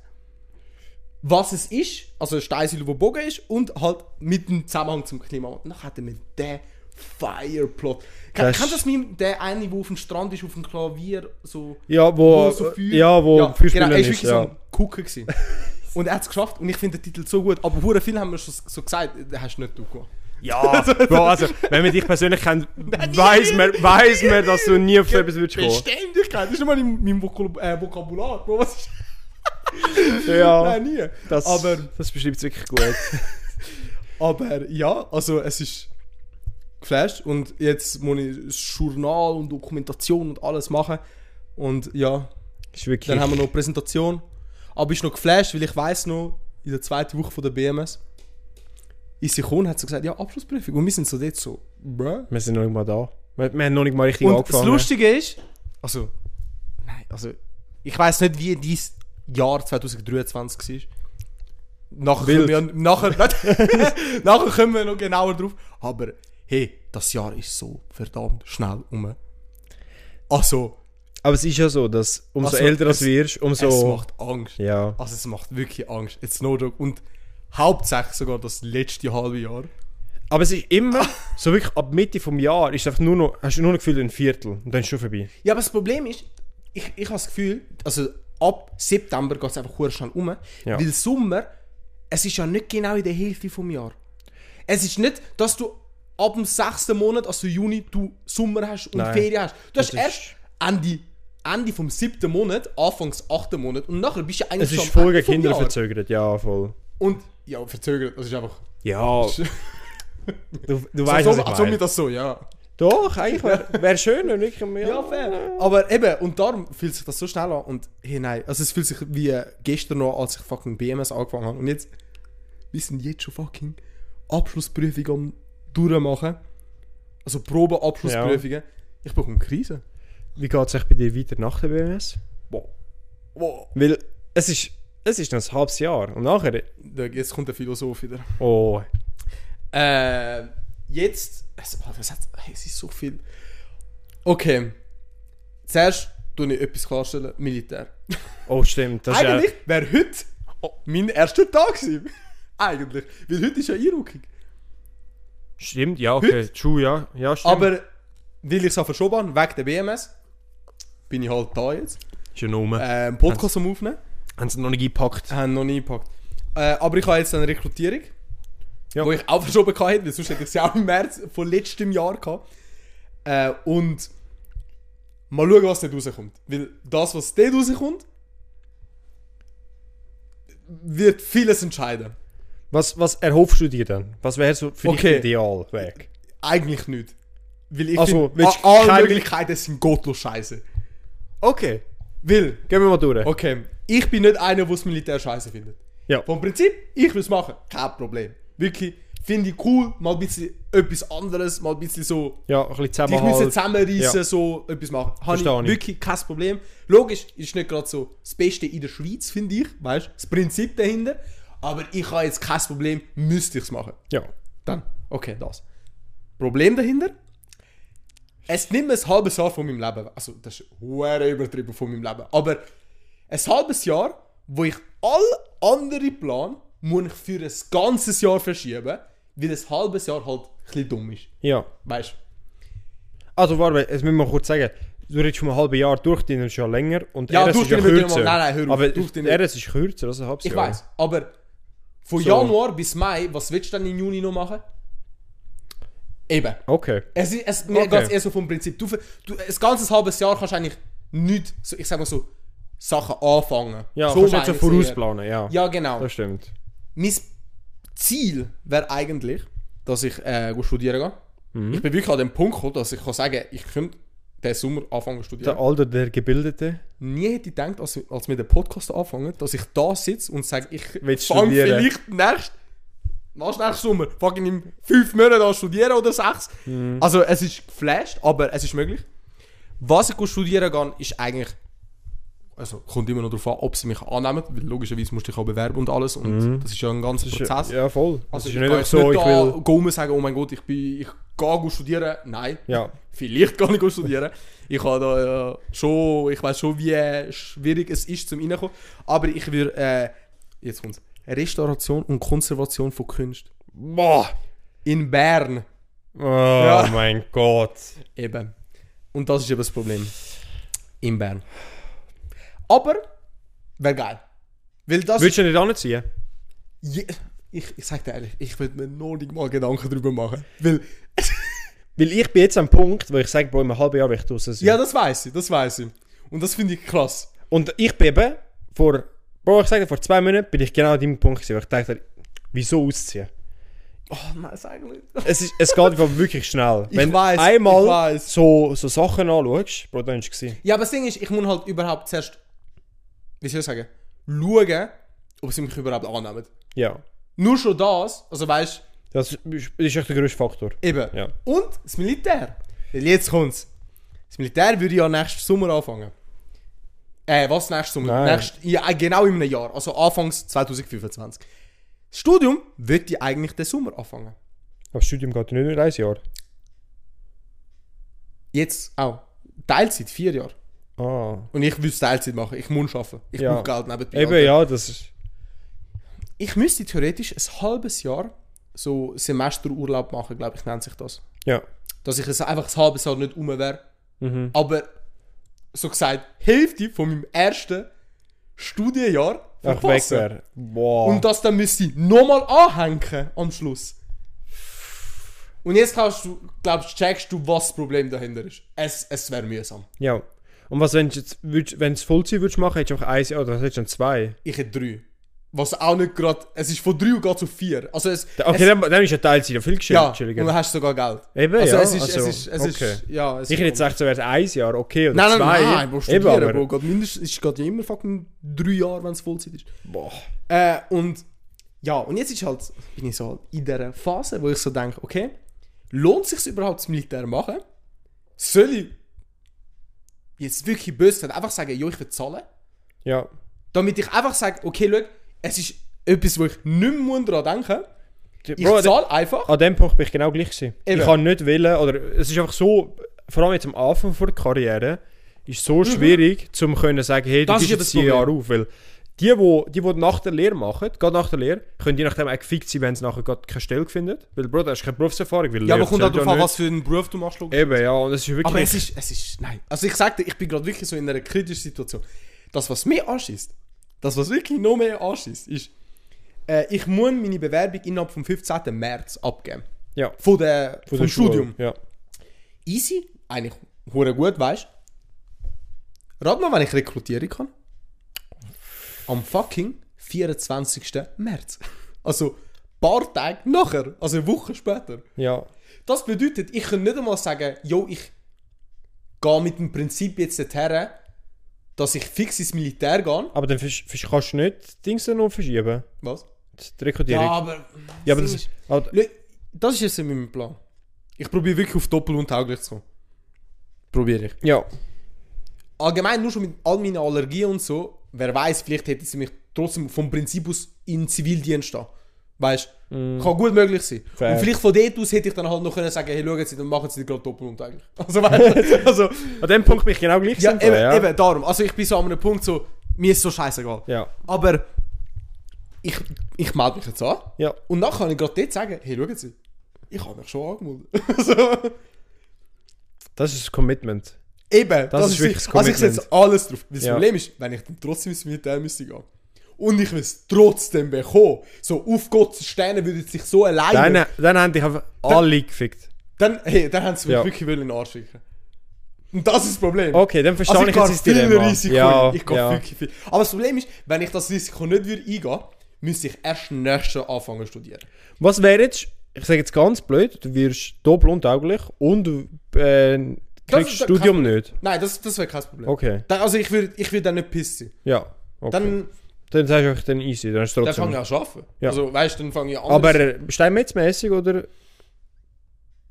[SPEAKER 2] was es ist, also eine Steinsäule, die bogen ist, und halt mit dem Zusammenhang zum Klimawandel. Und dann hat er mir den Fireplot. Kann,
[SPEAKER 3] Das-
[SPEAKER 2] kannst du das mit der eine, der auf dem Strand ist, auf dem Klavier, so...
[SPEAKER 3] ja, wo.
[SPEAKER 2] so Feuer-
[SPEAKER 3] ja, wo. Feuerspielen
[SPEAKER 2] genau, er ist
[SPEAKER 3] ist,
[SPEAKER 2] wirklich
[SPEAKER 3] ja.
[SPEAKER 2] so ein Kucker gewesen. Und er hat es geschafft und ich finde den Titel so gut. Aber hure viel haben wir schon so gesagt, den hast du nicht du gemacht.
[SPEAKER 3] Ja, Bro, also, wenn man dich persönlich kennt,
[SPEAKER 2] nie.
[SPEAKER 3] weiß man, weiß man, dass du nie auf so etwas würdest kommen.
[SPEAKER 2] Beständigkeit, das ist nicht mal in meinem Vokul äh, Vokabular. Bro, was ist
[SPEAKER 3] Ja,
[SPEAKER 2] Nein, nie.
[SPEAKER 3] das,
[SPEAKER 2] aber-
[SPEAKER 3] das beschreibt es wirklich gut.
[SPEAKER 2] Aber ja, also es ist geflasht und jetzt muss ich das Journal und Dokumentation und alles machen. Und ja,
[SPEAKER 3] Ist wirklich,
[SPEAKER 2] dann haben wir noch eine Präsentation. Aber ich bin noch geflasht, weil ich weiß noch, in der zweiten Woche von der BMS ist sie gekommen und hat so gesagt, ja, Abschlussprüfung. Und wir sind so dort so, bruh.
[SPEAKER 3] wir sind noch nicht mal da. Wir, wir haben noch nicht mal richtig
[SPEAKER 2] Und
[SPEAKER 3] angefangen.
[SPEAKER 2] das Lustige ist, also, nein, also, ich weiß nicht, wie dieses Jahr 2023 war. Nachher
[SPEAKER 3] Wild.
[SPEAKER 2] können, wir, nachher, nachher kommen wir noch genauer drauf. Aber hey, das Jahr ist so verdammt schnell um. Also,
[SPEAKER 3] Aber es ist ja so, dass umso
[SPEAKER 2] Also,
[SPEAKER 3] älter
[SPEAKER 2] es-
[SPEAKER 3] du wirst, umso.
[SPEAKER 2] es macht Angst.
[SPEAKER 3] ja.
[SPEAKER 2] Also, es macht wirklich Angst. It's no joke. Und hauptsächlich sogar das letzte halbe Jahr.
[SPEAKER 3] Aber es ist immer, so wirklich ab Mitte vom Jahr, ist einfach nur noch, hast du nur noch gefühlt ein Viertel und dann ist es schon vorbei.
[SPEAKER 2] Ja, aber das Problem ist, ich, ich habe das Gefühl, also ab September geht es einfach sehr schnell um.
[SPEAKER 3] Ja.
[SPEAKER 2] Weil Sommer, es ist ja nicht genau in der Hälfte vom Jahr. Es ist nicht, dass du ab dem sechsten Monat, also Juni, du Sommer hast und
[SPEAKER 3] Nein.
[SPEAKER 2] Ferien hast. Du hast
[SPEAKER 3] ist-
[SPEAKER 2] erst Ende, Ende vom siebten Monat, Anfangs achten Monat und nachher bist du eigentlich
[SPEAKER 3] Es ist
[SPEAKER 2] am
[SPEAKER 3] voll
[SPEAKER 2] Ende
[SPEAKER 3] gegen
[SPEAKER 2] vom
[SPEAKER 3] Kinder
[SPEAKER 2] Jahr.
[SPEAKER 3] verzögert, ja, voll.
[SPEAKER 2] Und, ja, verzögert, das ist einfach...
[SPEAKER 3] Ja. Du, du weißt,
[SPEAKER 2] so,
[SPEAKER 3] was ich
[SPEAKER 2] so, so
[SPEAKER 3] meine.
[SPEAKER 2] mir das so, ja.
[SPEAKER 3] Doch, eigentlich wäre wär schön, wenn wirklich mehr.
[SPEAKER 2] Ja, fair. Aber eben, und darum fühlt sich das so schnell an. Und hey, nein, also es fühlt sich wie äh, gestern noch, als ich fucking BMS angefangen habe. Und jetzt, wir sind jetzt schon fucking Abschlussprüfung am durchmachen. Also Probeabschlussprüfungen. Ich bekomme Krise.
[SPEAKER 3] Wie geht es euch bei dir weiter nach der BMS?
[SPEAKER 2] Wow.
[SPEAKER 3] Weil es ist, es ist noch ein halbes Jahr und nachher.
[SPEAKER 2] Da- Jetzt kommt der Philosoph wieder.
[SPEAKER 3] Oh,
[SPEAKER 2] Äh, jetzt. Also, oh, das hat, hey, es ist so viel. Okay. Zuerst tue ich etwas klarstellen: Militär.
[SPEAKER 3] oh stimmt. Das Oh.
[SPEAKER 2] Eigentlich wäre heute mein erster Tag gewesen. Eigentlich. Weil heute ist ja Einrückung.
[SPEAKER 3] Ist ja, stimmt, ja, okay. True, ja. ja stimmt.
[SPEAKER 2] Aber weil ich es auch verschoben habe, wegen der BMS, bin ich halt da jetzt.
[SPEAKER 3] ist ja nur.
[SPEAKER 2] Äh, einen Podcast am Aufnehmen.
[SPEAKER 3] Haben sie noch nicht gepackt?
[SPEAKER 2] Haben noch nie gepackt. Äh, aber ich habe jetzt eine Rekrutierung,
[SPEAKER 3] Ja.
[SPEAKER 2] wo ich auch verschoben hatte, weil sonst hätte ich sie auch im März von letztem Jahr gehabt. Äh, und mal schauen, was dort rauskommt. Weil das, was dort rauskommt, wird vieles entscheiden.
[SPEAKER 3] Was, was erhoffst du dir denn? Was wäre so für
[SPEAKER 2] Okay.
[SPEAKER 3] dich Idealweg?
[SPEAKER 2] Eigentlich nicht. Weil ich
[SPEAKER 3] Also,
[SPEAKER 2] finde,
[SPEAKER 3] willst du
[SPEAKER 2] alle
[SPEAKER 3] keine-
[SPEAKER 2] Möglichkeiten sind gottlos scheiße.
[SPEAKER 3] Okay.
[SPEAKER 2] Weil,
[SPEAKER 3] Gehen wir mal durch.
[SPEAKER 2] okay, ich bin nicht einer, der das Militär scheiße findet.
[SPEAKER 3] Ja.
[SPEAKER 2] Vom Prinzip, ich will es machen, kein Problem. Wirklich, finde ich cool, mal ein bisschen etwas anderes, mal ein bisschen so,
[SPEAKER 3] Ja, ein bisschen
[SPEAKER 2] dich müssen
[SPEAKER 3] zusammenhalten.
[SPEAKER 2] zusammenreißen,
[SPEAKER 3] halt, Ja.
[SPEAKER 2] so etwas machen. Habe ich
[SPEAKER 3] Verstehe ich.
[SPEAKER 2] wirklich kein Problem. Logisch, ist nicht gerade so das Beste in der Schweiz, finde ich, weißt du, das Prinzip dahinter. Aber ich habe jetzt kein Problem, müsste ich es machen.
[SPEAKER 3] Ja.
[SPEAKER 2] Dann, okay, das. Problem dahinter? Es nimmt mir ein halbes Jahr von meinem Leben. Also, das ist hure übertrieben von meinem Leben. Aber ein halbes Jahr, wo ich all andere Plan muss ich für ein ganzes Jahr verschieben, weil ein halbes Jahr halt ein bisschen dumm ist.
[SPEAKER 3] Ja.
[SPEAKER 2] Weißt
[SPEAKER 3] Also, warte, jetzt müssen wir kurz sagen. Du redest schon ein halbes Jahr durch, den ist ja länger und
[SPEAKER 2] Ja,
[SPEAKER 3] RS ist ja
[SPEAKER 2] durchdienen wir
[SPEAKER 3] kürzer.
[SPEAKER 2] mal- nein, nein, hör auf,
[SPEAKER 3] Aber
[SPEAKER 2] durchdienen-
[SPEAKER 3] RS ist kürzer als ein halbes
[SPEAKER 2] Ich
[SPEAKER 3] Jahr.
[SPEAKER 2] weiß, aber von
[SPEAKER 3] So.
[SPEAKER 2] Januar bis Mai, was willst du dann im Juni noch machen? Eben.
[SPEAKER 3] Okay.
[SPEAKER 2] Es, ist- es, mir
[SPEAKER 3] Okay.
[SPEAKER 2] geht's eher so vom Prinzip. Du, ver- du, ein ganzes halbes Jahr kannst du eigentlich nicht, so, ich sag mal so, Sachen anfangen.
[SPEAKER 3] Ja,
[SPEAKER 2] so
[SPEAKER 3] kannst du
[SPEAKER 2] meine
[SPEAKER 3] jetzt so
[SPEAKER 2] ich's eher.
[SPEAKER 3] vorausplanen, ja.
[SPEAKER 2] Ja, genau.
[SPEAKER 3] Das stimmt.
[SPEAKER 2] Mein Ziel wäre eigentlich, dass ich äh, gut studieren gehe.
[SPEAKER 3] Mhm.
[SPEAKER 2] Ich bin wirklich an dem Punkt gekommen, dass ich kann sagen ich könnte den Sommer anfangen zu
[SPEAKER 3] Der
[SPEAKER 2] studieren.
[SPEAKER 3] Alter, der Gebildete.
[SPEAKER 2] Nie hätte ich gedacht, als, als wir den Podcast anfangen, dass ich da sitze und sage, ich
[SPEAKER 3] Willst
[SPEAKER 2] fange
[SPEAKER 3] studieren?
[SPEAKER 2] vielleicht nächst, was nächstes Sommer, fucking in fünf Monaten an studieren oder sechs. Also es ist geflasht, aber es ist möglich. Was ich gut studieren kann, ist eigentlich, also kommt immer noch darauf an, ob sie mich annehmen, weil logischerweise musst du dich auch bewerben und alles und Mhm. das ist ja ein ganzer Prozess.
[SPEAKER 3] Ja, voll.
[SPEAKER 2] Also
[SPEAKER 3] das
[SPEAKER 2] ich
[SPEAKER 3] ist ja
[SPEAKER 2] kann
[SPEAKER 3] nicht einfach
[SPEAKER 2] jetzt
[SPEAKER 3] so,
[SPEAKER 2] nicht
[SPEAKER 3] ich
[SPEAKER 2] da
[SPEAKER 3] will.
[SPEAKER 2] gehen und sagen, oh mein Gott, ich, bin, ich gehe gut studieren. Nein.
[SPEAKER 3] Ja.
[SPEAKER 2] Vielleicht kann ich gut studieren. Ich habe da äh, schon, ich weiß schon, wie äh, schwierig es ist zum reinkommen. Aber ich würde, äh, jetzt kommt's, Restauration und Konservation von Kunst.
[SPEAKER 3] Boah!
[SPEAKER 2] In Bern.
[SPEAKER 3] Oh mein Gott.
[SPEAKER 2] Also Eben. Und das ist eben das Problem. In Bern. Aber, wäre geil. Weil das
[SPEAKER 3] Willst du nicht anziehen?
[SPEAKER 2] Je- ich, ich sag dir ehrlich, ich würde mir noch nicht mal Gedanken darüber machen. Weil
[SPEAKER 3] Weil ich bin jetzt am Punkt, wo ich sage, boah, in einem halben Jahr will ich draußen sein.
[SPEAKER 2] Ja, das weiß ich, das weiß ich. Und das finde ich krass.
[SPEAKER 3] Und ich bin eben vor, boah, ich sage dir, vor zwei Monaten bin ich genau an deinem Punkt gewesen, wo ich dachte, wieso ausziehen?
[SPEAKER 2] Oh nein, sag nicht.
[SPEAKER 3] Es, ist, es geht einfach wirklich schnell.
[SPEAKER 2] Ich
[SPEAKER 3] Wenn
[SPEAKER 2] weiss,
[SPEAKER 3] du einmal
[SPEAKER 2] ich weiss.
[SPEAKER 3] so, so Sachen anschaust, Bro, dann ist es gewesen.
[SPEAKER 2] Ja, aber das Ding ist, ich muss halt überhaupt zuerst, wie soll ich sagen, schauen, ob sie mich überhaupt annehmen.
[SPEAKER 3] Ja.
[SPEAKER 2] Nur schon das, also weißt
[SPEAKER 3] Das ist, ist echt der grösste Faktor.
[SPEAKER 2] du, eben.
[SPEAKER 3] Ja.
[SPEAKER 2] Und das Militär. Weil jetzt kommt's. Das Militär würde ja nächsten Sommer anfangen. Äh, was nächsten Sommer?
[SPEAKER 3] Nein.
[SPEAKER 2] Nächst, ja, genau in einem Jahr, also Anfangs 2025. Das Studium würde ich eigentlich den Sommer anfangen.
[SPEAKER 3] Aber das Studium geht ja nicht nur ein Jahr.
[SPEAKER 2] Jetzt auch. Teilzeit, vier Jahre.
[SPEAKER 3] Ah.
[SPEAKER 2] Und ich will Teilzeit machen. Ich muss arbeiten. Ich
[SPEAKER 3] Ja.
[SPEAKER 2] brauche Geld nebenbei.
[SPEAKER 3] Eben,
[SPEAKER 2] Alter.
[SPEAKER 3] ja, das ist...
[SPEAKER 2] Ich müsste theoretisch ein halbes Jahr so Semesterurlaub machen, glaube ich, nennt sich das.
[SPEAKER 3] Ja.
[SPEAKER 2] Dass ich es einfach ein halbes Jahr nicht rum wäre.
[SPEAKER 3] Mhm.
[SPEAKER 2] Aber so gesagt, Hälfte von meinem ersten Studienjahr
[SPEAKER 3] Einfach weg Ah.
[SPEAKER 2] verpassen.
[SPEAKER 3] wäre. Wow.
[SPEAKER 2] Und das dann müsste ich nochmal anhängen am Schluss. Und jetzt kannst du, glaubst, checkst du, was das Problem dahinter ist. Es, es wäre mühsam.
[SPEAKER 3] Ja. Und was, wenn du jetzt, würdest- wenn du es Vollzeit würdest machen, hättest du einfach ein Jahr, oder was hättest du dann zwei?
[SPEAKER 2] Ich hätte drei. Was auch nicht gerade. Es ist von 3 und geht auf 4. Also es.
[SPEAKER 3] Okay,
[SPEAKER 2] es
[SPEAKER 3] dann, dann ist ein Teilzeit ja viel
[SPEAKER 2] ja,
[SPEAKER 3] geschickt.
[SPEAKER 2] und dann hast du sogar Geld.
[SPEAKER 3] Eben,
[SPEAKER 2] Also
[SPEAKER 3] ja.
[SPEAKER 2] es ist.
[SPEAKER 3] also,
[SPEAKER 2] es ist, es
[SPEAKER 3] okay.
[SPEAKER 2] ist ja, es
[SPEAKER 3] ich hätte jetzt gesagt, so wäre es ein Jahr, okay, oder
[SPEAKER 2] Nein, nein,
[SPEAKER 3] zwei.
[SPEAKER 2] nein, nein, musst
[SPEAKER 3] Eben,
[SPEAKER 2] studieren,
[SPEAKER 3] aber-
[SPEAKER 2] Bro. Geht mindestens, ist geht ja immer fucking drei Jahre, wenn es Vollzeit ist.
[SPEAKER 3] Boah.
[SPEAKER 2] Äh, und ja, und jetzt ist halt, bin ich so halt in dieser Phase, wo ich so denke, okay, lohnt sich überhaupt das Militär machen? Soll ich jetzt wirklich böse sein, einfach sagen, jo, ich will zahlen?
[SPEAKER 3] Ja.
[SPEAKER 2] Damit ich einfach sage, okay, schau, es ist etwas, wo ich nicht mehr daran denken muss. Ich
[SPEAKER 3] Bro, Ah,
[SPEAKER 2] zahle einfach.
[SPEAKER 3] An dem Punkt bin ich genau gleich gewesen.
[SPEAKER 2] Eben.
[SPEAKER 3] Ich kann nicht willen, oder es ist einfach so, vor allem jetzt am Anfang vor der Karriere, ist
[SPEAKER 2] Mhm.
[SPEAKER 3] so schwierig, zum können sagen, hey, du
[SPEAKER 2] Das ist
[SPEAKER 3] gibst
[SPEAKER 2] ja das
[SPEAKER 3] jetzt ein Jahr auf, weil die, wo, die, wo nach der Lehre machen, gerade nach der Lehre, können die nachdem auch gefickt sein, wenn sie nachher gerade keine Stelle finden, weil Bro, da hast du keine Berufserfahrung, weil
[SPEAKER 2] Ja,
[SPEAKER 3] Lehre
[SPEAKER 2] aber kommt auch
[SPEAKER 3] zählt ja
[SPEAKER 2] darauf an,
[SPEAKER 3] nicht.
[SPEAKER 2] was Ah, für einen Beruf du machst. logisch.
[SPEAKER 3] Eben, ja, und es ist wirklich...
[SPEAKER 2] Aber es ist, es ist, nein. Also ich sagte, ich bin gerade wirklich so in einer kritischen Situation. Das, was mich anschießt, das, was wirklich noch mehr anschießt, ist, äh, ich muss meine Bewerbung innerhalb vom 15. März abgeben.
[SPEAKER 3] ja,
[SPEAKER 2] Von der, vom
[SPEAKER 3] von der Schule,
[SPEAKER 2] Studium.
[SPEAKER 3] Ja.
[SPEAKER 2] Easy, eigentlich hure gut, weißt du? Rat mal, wenn ich rekrutieren kann. Am fucking 24. März. Also ein paar Tage nachher, also eine Woche später.
[SPEAKER 3] ja.
[SPEAKER 2] Das bedeutet, ich kann nicht einmal sagen, jo, ich gehe mit dem Prinzip jetzt dorthin, dass ich fix ins Militär gehe.
[SPEAKER 3] Aber dann versch- versch- kannst du nicht Dings dann noch verschieben,
[SPEAKER 2] Was?
[SPEAKER 3] die Rekrutierung. Ja,
[SPEAKER 2] aber...
[SPEAKER 3] aber das ist... Also,
[SPEAKER 2] Schau, Das ist jetzt nicht mein Plan. Ich probiere wirklich auf doppel und tauglich zu kommen. Probiere ich.
[SPEAKER 3] ja,
[SPEAKER 2] Allgemein, nur schon mit all meinen Allergien und so, wer weiß, vielleicht hätte sie mich trotzdem vom Prinzip aus in den Zivildienst da. Weißt du? Kann gut möglich sein.
[SPEAKER 3] Fair.
[SPEAKER 2] Und vielleicht von dort aus hätte ich dann halt noch können sagen, hey, schauen Sie, dann machen Sie gerade doppel und tauglich. Also, weißt du? also,
[SPEAKER 3] an dem Punkt bin ich genau gleich
[SPEAKER 2] Ja,
[SPEAKER 3] gewesen,
[SPEAKER 2] eben,
[SPEAKER 3] ja.
[SPEAKER 2] eben, darum. Also ich bin so an einem Punkt so, mir ist so scheißegal.
[SPEAKER 3] Ja.
[SPEAKER 2] Aber ich, ich melde mich jetzt an
[SPEAKER 3] Ja.
[SPEAKER 2] und dann kann ich gerade dort sagen, hey, schauen Sie, ich habe mich schon angemeldet. so.
[SPEAKER 3] Das ist das Commitment.
[SPEAKER 2] Eben,
[SPEAKER 3] ist wirklich das
[SPEAKER 2] Also ich
[SPEAKER 3] Commitment.
[SPEAKER 2] setze alles drauf. Weil Das
[SPEAKER 3] Ja.
[SPEAKER 2] Problem ist, wenn ich dann trotzdem ins Militär müsste gehen und ich will es trotzdem bekommen, so auf Gottes Steine würde es sich so alleine...
[SPEAKER 3] Dann, dann haben dich einfach alle gefickt.
[SPEAKER 2] Dann, hey, dann haben sie mich
[SPEAKER 3] Ja.
[SPEAKER 2] wirklich wollen in den Arsch schicken. Und das ist das Problem.
[SPEAKER 3] Okay, dann verstehe ich jetzt das
[SPEAKER 2] Also gehe viel
[SPEAKER 3] Dilemma.
[SPEAKER 2] Risiko.
[SPEAKER 3] Ja,
[SPEAKER 2] ein. ich gehe
[SPEAKER 3] ja.
[SPEAKER 2] wirklich viel. Aber das Problem ist, wenn ich das Risiko nicht würde eingehen, müsste ich erst nächsten anfangen zu studieren.
[SPEAKER 3] Was wäre jetzt, ich sage jetzt ganz blöd, du wirst doppelt untauglich und du
[SPEAKER 2] Das
[SPEAKER 3] äh, kriegst
[SPEAKER 2] ist-
[SPEAKER 3] das Studium nicht.
[SPEAKER 2] Nein, das, das wäre kein Problem.
[SPEAKER 3] Okay,
[SPEAKER 2] Dann, also ich würde ich würd dann nicht pissen.
[SPEAKER 3] ja. Okay. Dann,
[SPEAKER 2] Dann,
[SPEAKER 3] sagst du einfach dann easy, dann ist es
[SPEAKER 2] dann fange
[SPEAKER 3] trotzdem.
[SPEAKER 2] ich an zu arbeiten.
[SPEAKER 3] Ja.
[SPEAKER 2] Also weißt du, dann fange ich an.
[SPEAKER 3] Aber äh, steinmetzmäßig oder?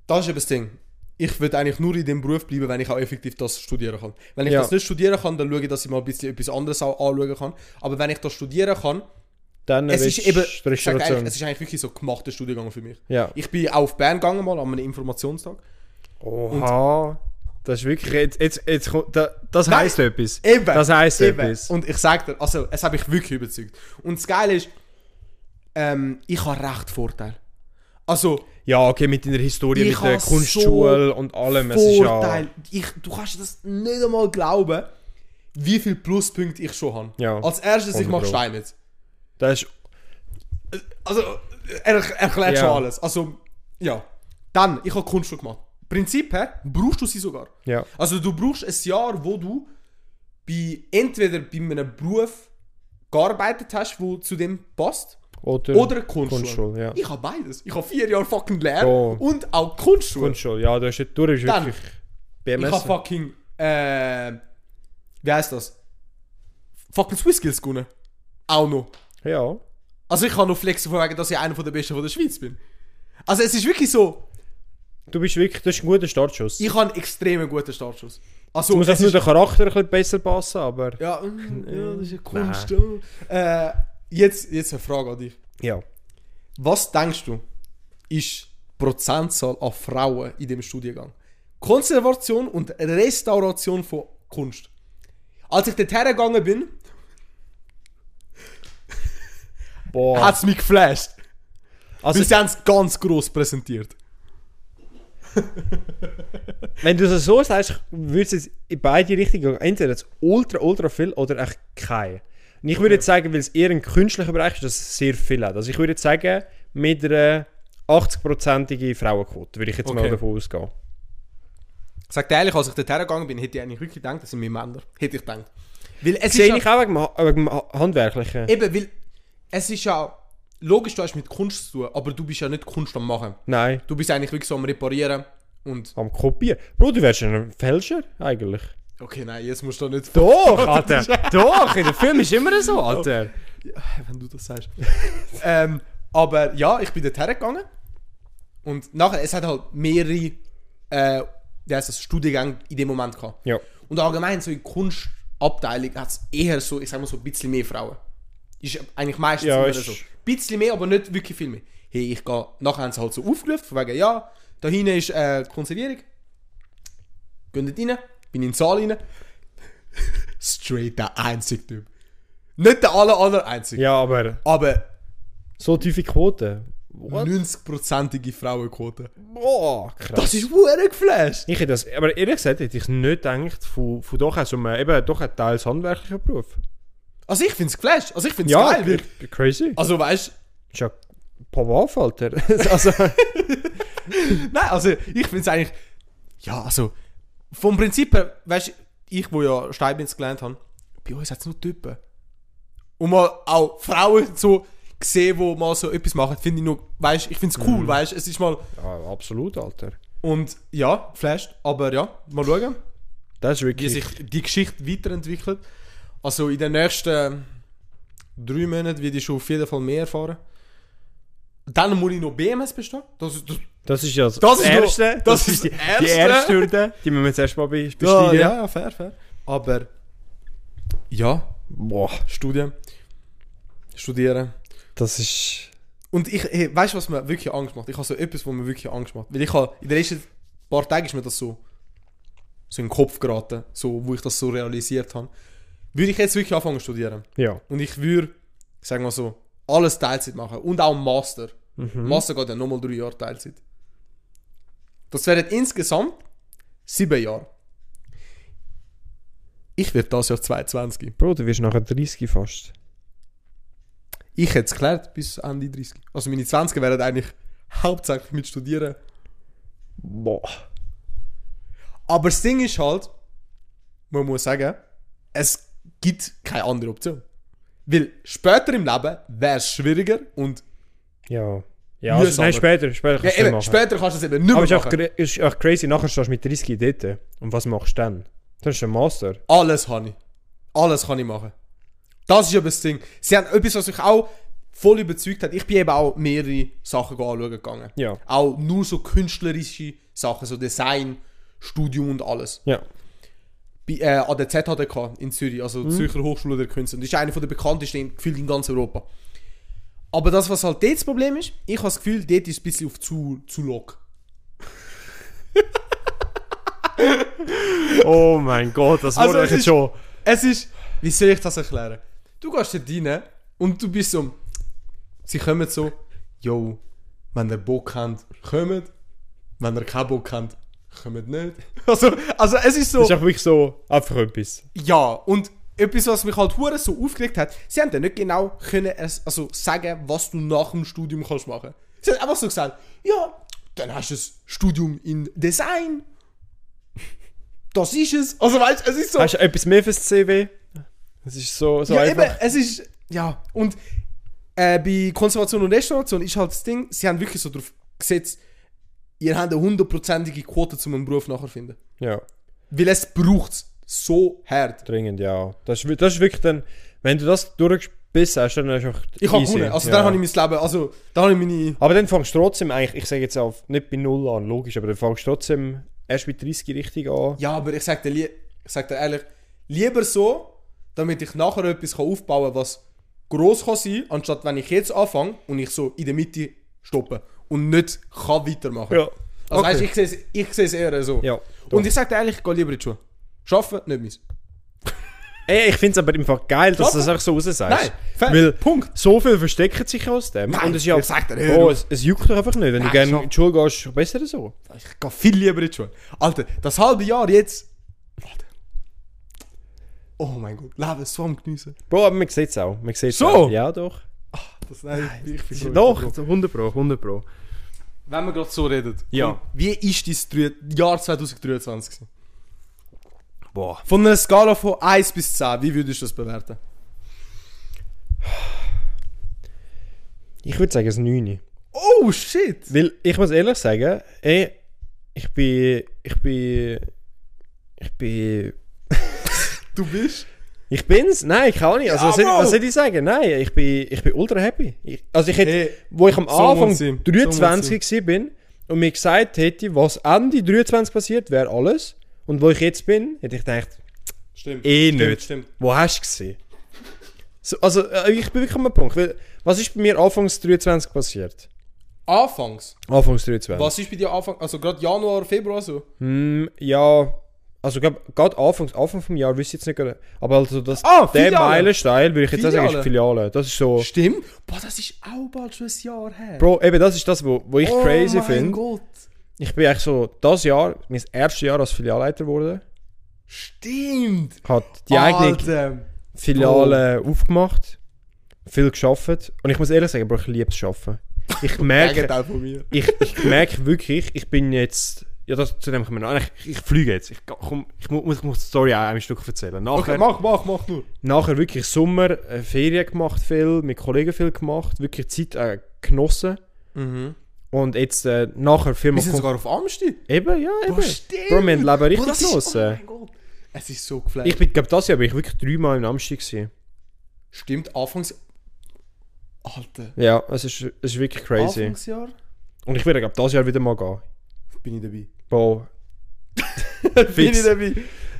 [SPEAKER 2] Das ist eben das Ding. Ich würde eigentlich nur in dem Beruf bleiben, wenn ich auch effektiv das studieren kann. Wenn ich
[SPEAKER 3] Ja.
[SPEAKER 2] das nicht studieren kann, dann schaue ich, dass ich mal ein bisschen etwas anderes auch anschauen kann. Aber wenn ich das studieren kann,
[SPEAKER 3] Dann
[SPEAKER 2] es
[SPEAKER 3] willst
[SPEAKER 2] ist eben,
[SPEAKER 3] du
[SPEAKER 2] ich sag
[SPEAKER 3] Restauration.
[SPEAKER 2] ehrlich, es ist eigentlich wirklich so ein gemachter Studiengang für mich.
[SPEAKER 3] Ja.
[SPEAKER 2] Ich bin auch auf Bern gegangen mal an einem Informationstag.
[SPEAKER 3] Oha. Das ist wirklich, jetzt, jetzt, jetzt kommt, da, das
[SPEAKER 2] Nein,
[SPEAKER 3] heisst etwas.
[SPEAKER 2] Eben.
[SPEAKER 3] Das heisst
[SPEAKER 2] eben.
[SPEAKER 3] etwas.
[SPEAKER 2] Und ich sag dir, also es hat mich wirklich überzeugt. Und das Geile ist, ähm, ich habe recht Vorteil. Also
[SPEAKER 3] Ja, okay, mit deiner Historie,
[SPEAKER 2] Ich
[SPEAKER 3] mit der
[SPEAKER 2] habe
[SPEAKER 3] Kunstschule und allem. Es ist ja,
[SPEAKER 2] Vorteil. Ich, du kannst das nicht einmal glauben, wie viele Pluspunkte ich schon habe.
[SPEAKER 3] Ja.
[SPEAKER 2] Als erstes, ich
[SPEAKER 3] 100
[SPEAKER 2] mache
[SPEAKER 3] Pro.
[SPEAKER 2] Steinmetz.
[SPEAKER 3] das ist
[SPEAKER 2] Also, er erklärt
[SPEAKER 3] Ja.
[SPEAKER 2] schon alles. Also, ja. Dann, ich habe Kunststück gemacht. Prinzip, hä? Brauchst du sie sogar?
[SPEAKER 3] Ja.
[SPEAKER 2] Also, du brauchst ein Jahr, wo du bei, entweder bei einem Beruf gearbeitet hast, wo zu dem passt,
[SPEAKER 3] Oder,
[SPEAKER 2] oder eine Kunstschule.
[SPEAKER 3] Kunstschule, ja.
[SPEAKER 2] Ich habe beides. Ich habe vier Jahre fucking Lehre
[SPEAKER 3] Oh.
[SPEAKER 2] und auch Kunstschule.
[SPEAKER 3] Kunstschule, ja, du hast, du bist
[SPEAKER 2] Dann- ich habe
[SPEAKER 3] wirklich BMS.
[SPEAKER 2] fucking, äh, wie heißt das? Fucking Swiss Skills gewonnen. Auch noch.
[SPEAKER 3] Ja.
[SPEAKER 2] Also ich kann noch flexen von wegen, dass ich einer von der Besten von der Schweiz bin. Also es ist wirklich so,
[SPEAKER 3] Du bist wirklich, das ist ein guter Startschuss.
[SPEAKER 2] ich habe einen extrem guten Startschuss. Also,
[SPEAKER 3] Du musst
[SPEAKER 2] es
[SPEAKER 3] auch nur
[SPEAKER 2] ist,
[SPEAKER 3] den Charakter ein bisschen besser passen, aber...
[SPEAKER 2] ja, mm, ja, das ist eine Kunst. ja. Äh, jetzt, jetzt eine Frage an dich.
[SPEAKER 3] Ja.
[SPEAKER 2] Was denkst du, ist die Prozentzahl an Frauen in dem Studiengang? Konservation und Restauration von Kunst. Als ich dort hergegangen bin,
[SPEAKER 3] Boah.
[SPEAKER 2] hat es mich geflasht.
[SPEAKER 3] Oh. also,
[SPEAKER 2] Weil sie haben es ganz gross präsentiert.
[SPEAKER 3] wenn du es so sagst, würde es jetzt in beide Richtungen gehen. Entweder jetzt ultra, ultra viel oder echt kein. Und ich würde jetzt sagen, weil es eher ein künstlicher Bereich ist, dass es sehr viel hat. Also ich würde jetzt sagen, mit einer 80%igen Frauenquote, würde ich jetzt mal
[SPEAKER 2] Okay.
[SPEAKER 3] davon ausgehen.
[SPEAKER 2] Sagt ehrlich, als ich dort hergegangen bin, hätte ich eigentlich wirklich gedacht, das sind mehr Männer. Hätte ich gedacht. Weil es
[SPEAKER 3] Sehe
[SPEAKER 2] ist
[SPEAKER 3] ich auch wegen, dem Ha- wegen dem Ha- Handwerklichen.
[SPEAKER 2] ja, eben, weil es ist ja logisch, du hast mit Kunst zu tun, aber du bist ja nicht Kunst am Machen.
[SPEAKER 3] Nein,
[SPEAKER 2] Du bist eigentlich wirklich so am Reparieren und.
[SPEAKER 3] am Kopieren. Bro, du wärst ein Fälscher eigentlich.
[SPEAKER 2] Okay, nein, jetzt musst du da nicht.
[SPEAKER 3] Doch, Alter. Doch, in dem Film ist immer so, Alter.
[SPEAKER 2] wenn du das sagst. ähm, aber ja, ich bin dort hergegangen. Und nachher, es hat halt mehrere äh, wie heisst das, Studiengänge in dem Moment gehabt.
[SPEAKER 3] Ja.
[SPEAKER 2] Und allgemein, so in der Kunstabteilung hat es eher so, ich sag mal so, ein bisschen mehr Frauen. Ist eigentlich meistens
[SPEAKER 3] Ja,
[SPEAKER 2] immer
[SPEAKER 3] ist-
[SPEAKER 2] so. Ein bisschen mehr, aber nicht wirklich viel mehr. Hey, ich gehe, nachher haben sie halt so aufgerufen, von wegen, ja, da hinten ist äh, die Konservierung. Gehen dort rein, bin in den Saal rein. Straight der einzige Typ. Nicht der aller, aller einzige.
[SPEAKER 3] Ja, aber
[SPEAKER 2] Aber
[SPEAKER 3] so tiefe Quote. What?
[SPEAKER 2] 90%ige Frauenquote.
[SPEAKER 3] Boah, krass.
[SPEAKER 2] Das ist hure geflasht.
[SPEAKER 3] Ich hätte das, aber ehrlich gesagt hätte ich es nicht gedacht, von, von doch so einem, eben doch ein teils handwerklichen Beruf.
[SPEAKER 2] Also ich find's geflasht. Also ich find's geil. Weil,
[SPEAKER 3] g- crazy.
[SPEAKER 2] also weißt
[SPEAKER 3] Ist ja Pavov, Alter. also,
[SPEAKER 2] nein, also ich find's eigentlich. Ja, also vom Prinzip her, weißt ich, wo ja Steinbins gelernt habe, bei uns hat's nur Typen. Und mal auch Frauen so gesehen, die mal so etwas machen, finde ich nur, weißt ich find's cool, weißt es ist mal.
[SPEAKER 3] ja, absolut, Alter.
[SPEAKER 2] Und ja, geflasht, aber ja, mal schauen.
[SPEAKER 3] Das ist
[SPEAKER 2] wie
[SPEAKER 3] wirklich.
[SPEAKER 2] sich die Geschichte weiterentwickelt. Also in den nächsten drei Monaten werde ich schon auf jeden Fall mehr erfahren. Dann muss ich noch BMS bestehen. Das, das,
[SPEAKER 3] das ist ja das,
[SPEAKER 2] Das ist noch-
[SPEAKER 3] Erste.
[SPEAKER 2] das ist
[SPEAKER 3] die,
[SPEAKER 2] das Erste.
[SPEAKER 3] die erste Hürde, die müssen wir zuerst mal be- besteigen.
[SPEAKER 2] ja, ja, fair, fair. Aber ja,
[SPEAKER 3] Boah,
[SPEAKER 2] Studien. Studieren.
[SPEAKER 3] das ist.
[SPEAKER 2] Und ich, hey, weißt du, was mir wirklich Angst macht? Ich habe so etwas, was mir wirklich Angst macht. Weil ich habe, in den letzten paar Tagen ist mir das so, so in den Kopf geraten, so, wo ich das so realisiert habe. Würde ich jetzt wirklich anfangen zu studieren?
[SPEAKER 3] Ja.
[SPEAKER 2] Und ich würde, sagen wir so, alles Teilzeit machen. Und auch Master.
[SPEAKER 3] Mhm.
[SPEAKER 2] Master geht ja nochmal drei Jahre Teilzeit. Das wären insgesamt sieben Jahre. Ich werde das Jahr 22.
[SPEAKER 3] Bro, du wirst nachher 30 fast.
[SPEAKER 2] Ich hätte es geklärt bis Ende 30. Also meine 20 wären eigentlich hauptsächlich mit Studieren.
[SPEAKER 3] Boah.
[SPEAKER 2] Aber das Ding ist halt, man muss sagen, es gibt keine andere Option. Weil später im Leben wäre es schwieriger und
[SPEAKER 3] Ja. Ja,
[SPEAKER 2] Mühsam.
[SPEAKER 3] also, nein, später. Später
[SPEAKER 2] ja,
[SPEAKER 3] kannst du
[SPEAKER 2] eben,
[SPEAKER 3] machen.
[SPEAKER 2] später kannst du es eben nicht mehr
[SPEAKER 3] Aber es ist auch,
[SPEAKER 2] machen.
[SPEAKER 3] gra- ist auch crazy, nachher stehst du mit 30 dort. Und was machst du dann? Dann hast du einen Master.
[SPEAKER 2] Alles habe ich. Alles kann ich machen. Das ist eben das Ding. Sie haben etwas, was mich auch voll überzeugt hat. Ich bin eben auch mehrere Sachen anschauen gegangen.
[SPEAKER 3] Ja.
[SPEAKER 2] Auch nur so künstlerische Sachen, so Design, Studium und alles.
[SPEAKER 3] Ja.
[SPEAKER 2] Bei, äh, an der ZHDK in Zürich, also Zürcher Hochschule der Künste. Und das ist eine von der bekanntesten in- gefühlt in ganz Europa. Aber das, was halt dort das Problem ist, ich habe das Gefühl, dort ist es ein bisschen auf zu, zu lock.
[SPEAKER 3] Oh mein Gott, das
[SPEAKER 2] Also,
[SPEAKER 3] wurde
[SPEAKER 2] es
[SPEAKER 3] ich jetzt
[SPEAKER 2] ist-
[SPEAKER 3] schon.
[SPEAKER 2] Es ist, wie soll ich das erklären? Du gehst dort rein und du bist so, sie kommen so, yo, wenn ihr Bock habt, kommt, wenn ihr keinen Bock habt, kommt nicht. Also, also es ist so,
[SPEAKER 3] Das ist auch wirklich so einfach etwas.
[SPEAKER 2] ja, und etwas, was mich halt hure so aufgeregt hat, sie haben dann nicht genau können, es- also sagen, was du nach dem Studium kannst machen. Sie haben einfach so gesagt, ja, dann hast du ein Studium in Design, das ist es. Also weißt, es ist so...
[SPEAKER 3] Hast du etwas mehr fürs CW? Das ist so, so
[SPEAKER 2] ja,
[SPEAKER 3] einfach.
[SPEAKER 2] eben, es ist. Ja, und äh, bei Konservation und Restauration ist halt das Ding, sie haben wirklich so drauf gesetzt, ihr habt eine hundertprozentige Quote, um einen Beruf nachher zu finden.
[SPEAKER 3] Ja,
[SPEAKER 2] Weil es braucht es so hart.
[SPEAKER 3] dringend, ja. Das ist, wi- das ist wirklich dann, wenn du das durchgebissen hast, dann ist es einfach
[SPEAKER 2] Ich habe
[SPEAKER 3] easy.
[SPEAKER 2] gewonnen. Also,
[SPEAKER 3] ja.
[SPEAKER 2] dann habe ich mein Leben. Also, dann habe ich meine.
[SPEAKER 3] Aber dann fängst du trotzdem eigentlich, ich sage jetzt auch nicht bei Null an, logisch, aber dann fängst du trotzdem erst mit 30 richtig an.
[SPEAKER 2] Ja, aber ich sag dir, lie- ich sag dir ehrlich, lieber so, damit ich nachher etwas kann aufbauen kann, was gross kann sein kann, anstatt wenn ich jetzt anfange und ich so in der Mitte stoppe und nicht kann weitermachen
[SPEAKER 3] Ja.
[SPEAKER 2] Also
[SPEAKER 3] Okay.
[SPEAKER 2] weißt, ich sehe es ich seh's eher so.
[SPEAKER 3] Ja,
[SPEAKER 2] und ich sag dir ehrlich, ich gehe lieber in die Schule. Schaffen, nicht meins.
[SPEAKER 3] Ey, ich finde es aber einfach geil, dass du das einfach so raus sagst.
[SPEAKER 2] Nein, fair.
[SPEAKER 3] Weil
[SPEAKER 2] Punkt.
[SPEAKER 3] so viel versteckt sich aus dem.
[SPEAKER 2] Nein,
[SPEAKER 3] und es ist ja,
[SPEAKER 2] ich sag dir, hör
[SPEAKER 3] oh,
[SPEAKER 2] auf.
[SPEAKER 3] es, es juckt doch einfach nicht. Wenn du
[SPEAKER 2] Nein,
[SPEAKER 3] gerne
[SPEAKER 2] schon.
[SPEAKER 3] in die Schule gehst, besser so.
[SPEAKER 2] Ich gehe viel lieber in die Schule. Alter, das halbe Jahr jetzt. Alter. Oh mein Gott, Leben so am Geniessen.
[SPEAKER 3] Bro, aber man sieht es auch. Man sieht's
[SPEAKER 2] So?
[SPEAKER 3] auch. Ja, doch.
[SPEAKER 2] Das, nein, ich bin froh, ich
[SPEAKER 3] Doch,
[SPEAKER 2] bin froh.
[SPEAKER 3] 100 Pro, 100 Pro.
[SPEAKER 2] Wenn wir gerade so reden.
[SPEAKER 3] Ja.
[SPEAKER 2] komm, Wie ist dein Jahr 2023? gewesen?
[SPEAKER 3] Boah.
[SPEAKER 2] Von einer Skala von 1 bis 10, wie würdest du das bewerten?
[SPEAKER 3] Ich würde sagen, es 9.
[SPEAKER 2] Oh, shit!
[SPEAKER 3] Weil ich muss ehrlich sagen, ey, ich bin. Ich bin. Ich bin.
[SPEAKER 2] Du bist...
[SPEAKER 3] Ich bin's? Nein, ich kann nicht. Also,
[SPEAKER 2] Ja,
[SPEAKER 3] was, soll,
[SPEAKER 2] Bro!
[SPEAKER 3] was soll ich sagen? Nein, ich bin, ich bin ultra happy. Ich, also, ich hätte,
[SPEAKER 2] Hey,
[SPEAKER 3] wo ich am
[SPEAKER 2] so
[SPEAKER 3] Anfang
[SPEAKER 2] muss sein. So
[SPEAKER 3] 23 so bin und mir gesagt hätte, was Ende 23 passiert, wäre alles. Und wo ich jetzt bin, hätte ich gedacht,
[SPEAKER 2] Stimmt.
[SPEAKER 3] eh
[SPEAKER 2] stimmt,
[SPEAKER 3] nicht.
[SPEAKER 2] Stimmt.
[SPEAKER 3] Wo hast du gesehen? So, also, äh, ich bin wirklich am Punkt. Weil, was ist bei mir anfangs 23 passiert?
[SPEAKER 2] Anfangs.
[SPEAKER 3] Anfangs 23.
[SPEAKER 2] Was ist bei dir Anfang... Also gerade Januar, Februar so?
[SPEAKER 3] Hm, ja, also gerade Anfangs, Anfang vom Jahr, wüsste ich jetzt nicht gerade. Aber also das,
[SPEAKER 2] Ah,
[SPEAKER 3] der
[SPEAKER 2] Filiale.
[SPEAKER 3] Meilenstein, würde ich jetzt auch sagen, ist
[SPEAKER 2] Filiale.
[SPEAKER 3] Filiale. Das ist so...
[SPEAKER 2] Stimmt. Boah, das ist auch bald schon ein Jahr her.
[SPEAKER 3] Bro, eben das ist das, wo, wo ich
[SPEAKER 2] oh
[SPEAKER 3] crazy
[SPEAKER 2] mein
[SPEAKER 3] finde.
[SPEAKER 2] Gott.
[SPEAKER 3] Ich bin eigentlich so, das Jahr, mein erstes Jahr als Filialleiter wurde,
[SPEAKER 2] Stimmt.
[SPEAKER 3] hat die
[SPEAKER 2] Ah,
[SPEAKER 3] eigene
[SPEAKER 2] Alter.
[SPEAKER 3] Filiale aufgemacht, viel geschafft. Und ich muss ehrlich sagen, Bro, ich liebe es arbeiten. Ich merke,
[SPEAKER 2] Gegenteil von mir.
[SPEAKER 3] ich, ich merke wirklich, ich bin jetzt, ja das, zu dem kommen wir noch, ich, ich fliege jetzt, ich, komm, ich, mu- muss, ich muss die Story auch ein Stück erzählen. Nachher,
[SPEAKER 2] Okay, mach, mach, mach nur.
[SPEAKER 3] nachher wirklich Sommer, äh, Ferien gemacht viel, mit Kollegen viel gemacht, wirklich Zeit äh, genossen.
[SPEAKER 2] Mhm.
[SPEAKER 3] Und jetzt äh, nachher Firma
[SPEAKER 2] Wir sind sogar auf Amsti.
[SPEAKER 3] Eben, ja, eben.
[SPEAKER 2] Bro, stimmt.
[SPEAKER 3] Bro, wir haben Leben
[SPEAKER 2] Bro,
[SPEAKER 3] richtig
[SPEAKER 2] das ist- Oh
[SPEAKER 3] genossen.
[SPEAKER 2] mein Gott. Es ist so geflasht.
[SPEAKER 3] ich bin, glaube das Jahr bin ich wirklich dreimal in Amsterdam gewesen.
[SPEAKER 2] Stimmt, Anfangs... Alter.
[SPEAKER 3] Ja, es ist, es ist wirklich crazy.
[SPEAKER 2] Anfangsjahr
[SPEAKER 3] Und ich werde, glaube das Jahr wieder mal gehen.
[SPEAKER 2] bin ich dabei.
[SPEAKER 3] Boah.
[SPEAKER 2] bin
[SPEAKER 3] Fix.
[SPEAKER 2] ich dabei.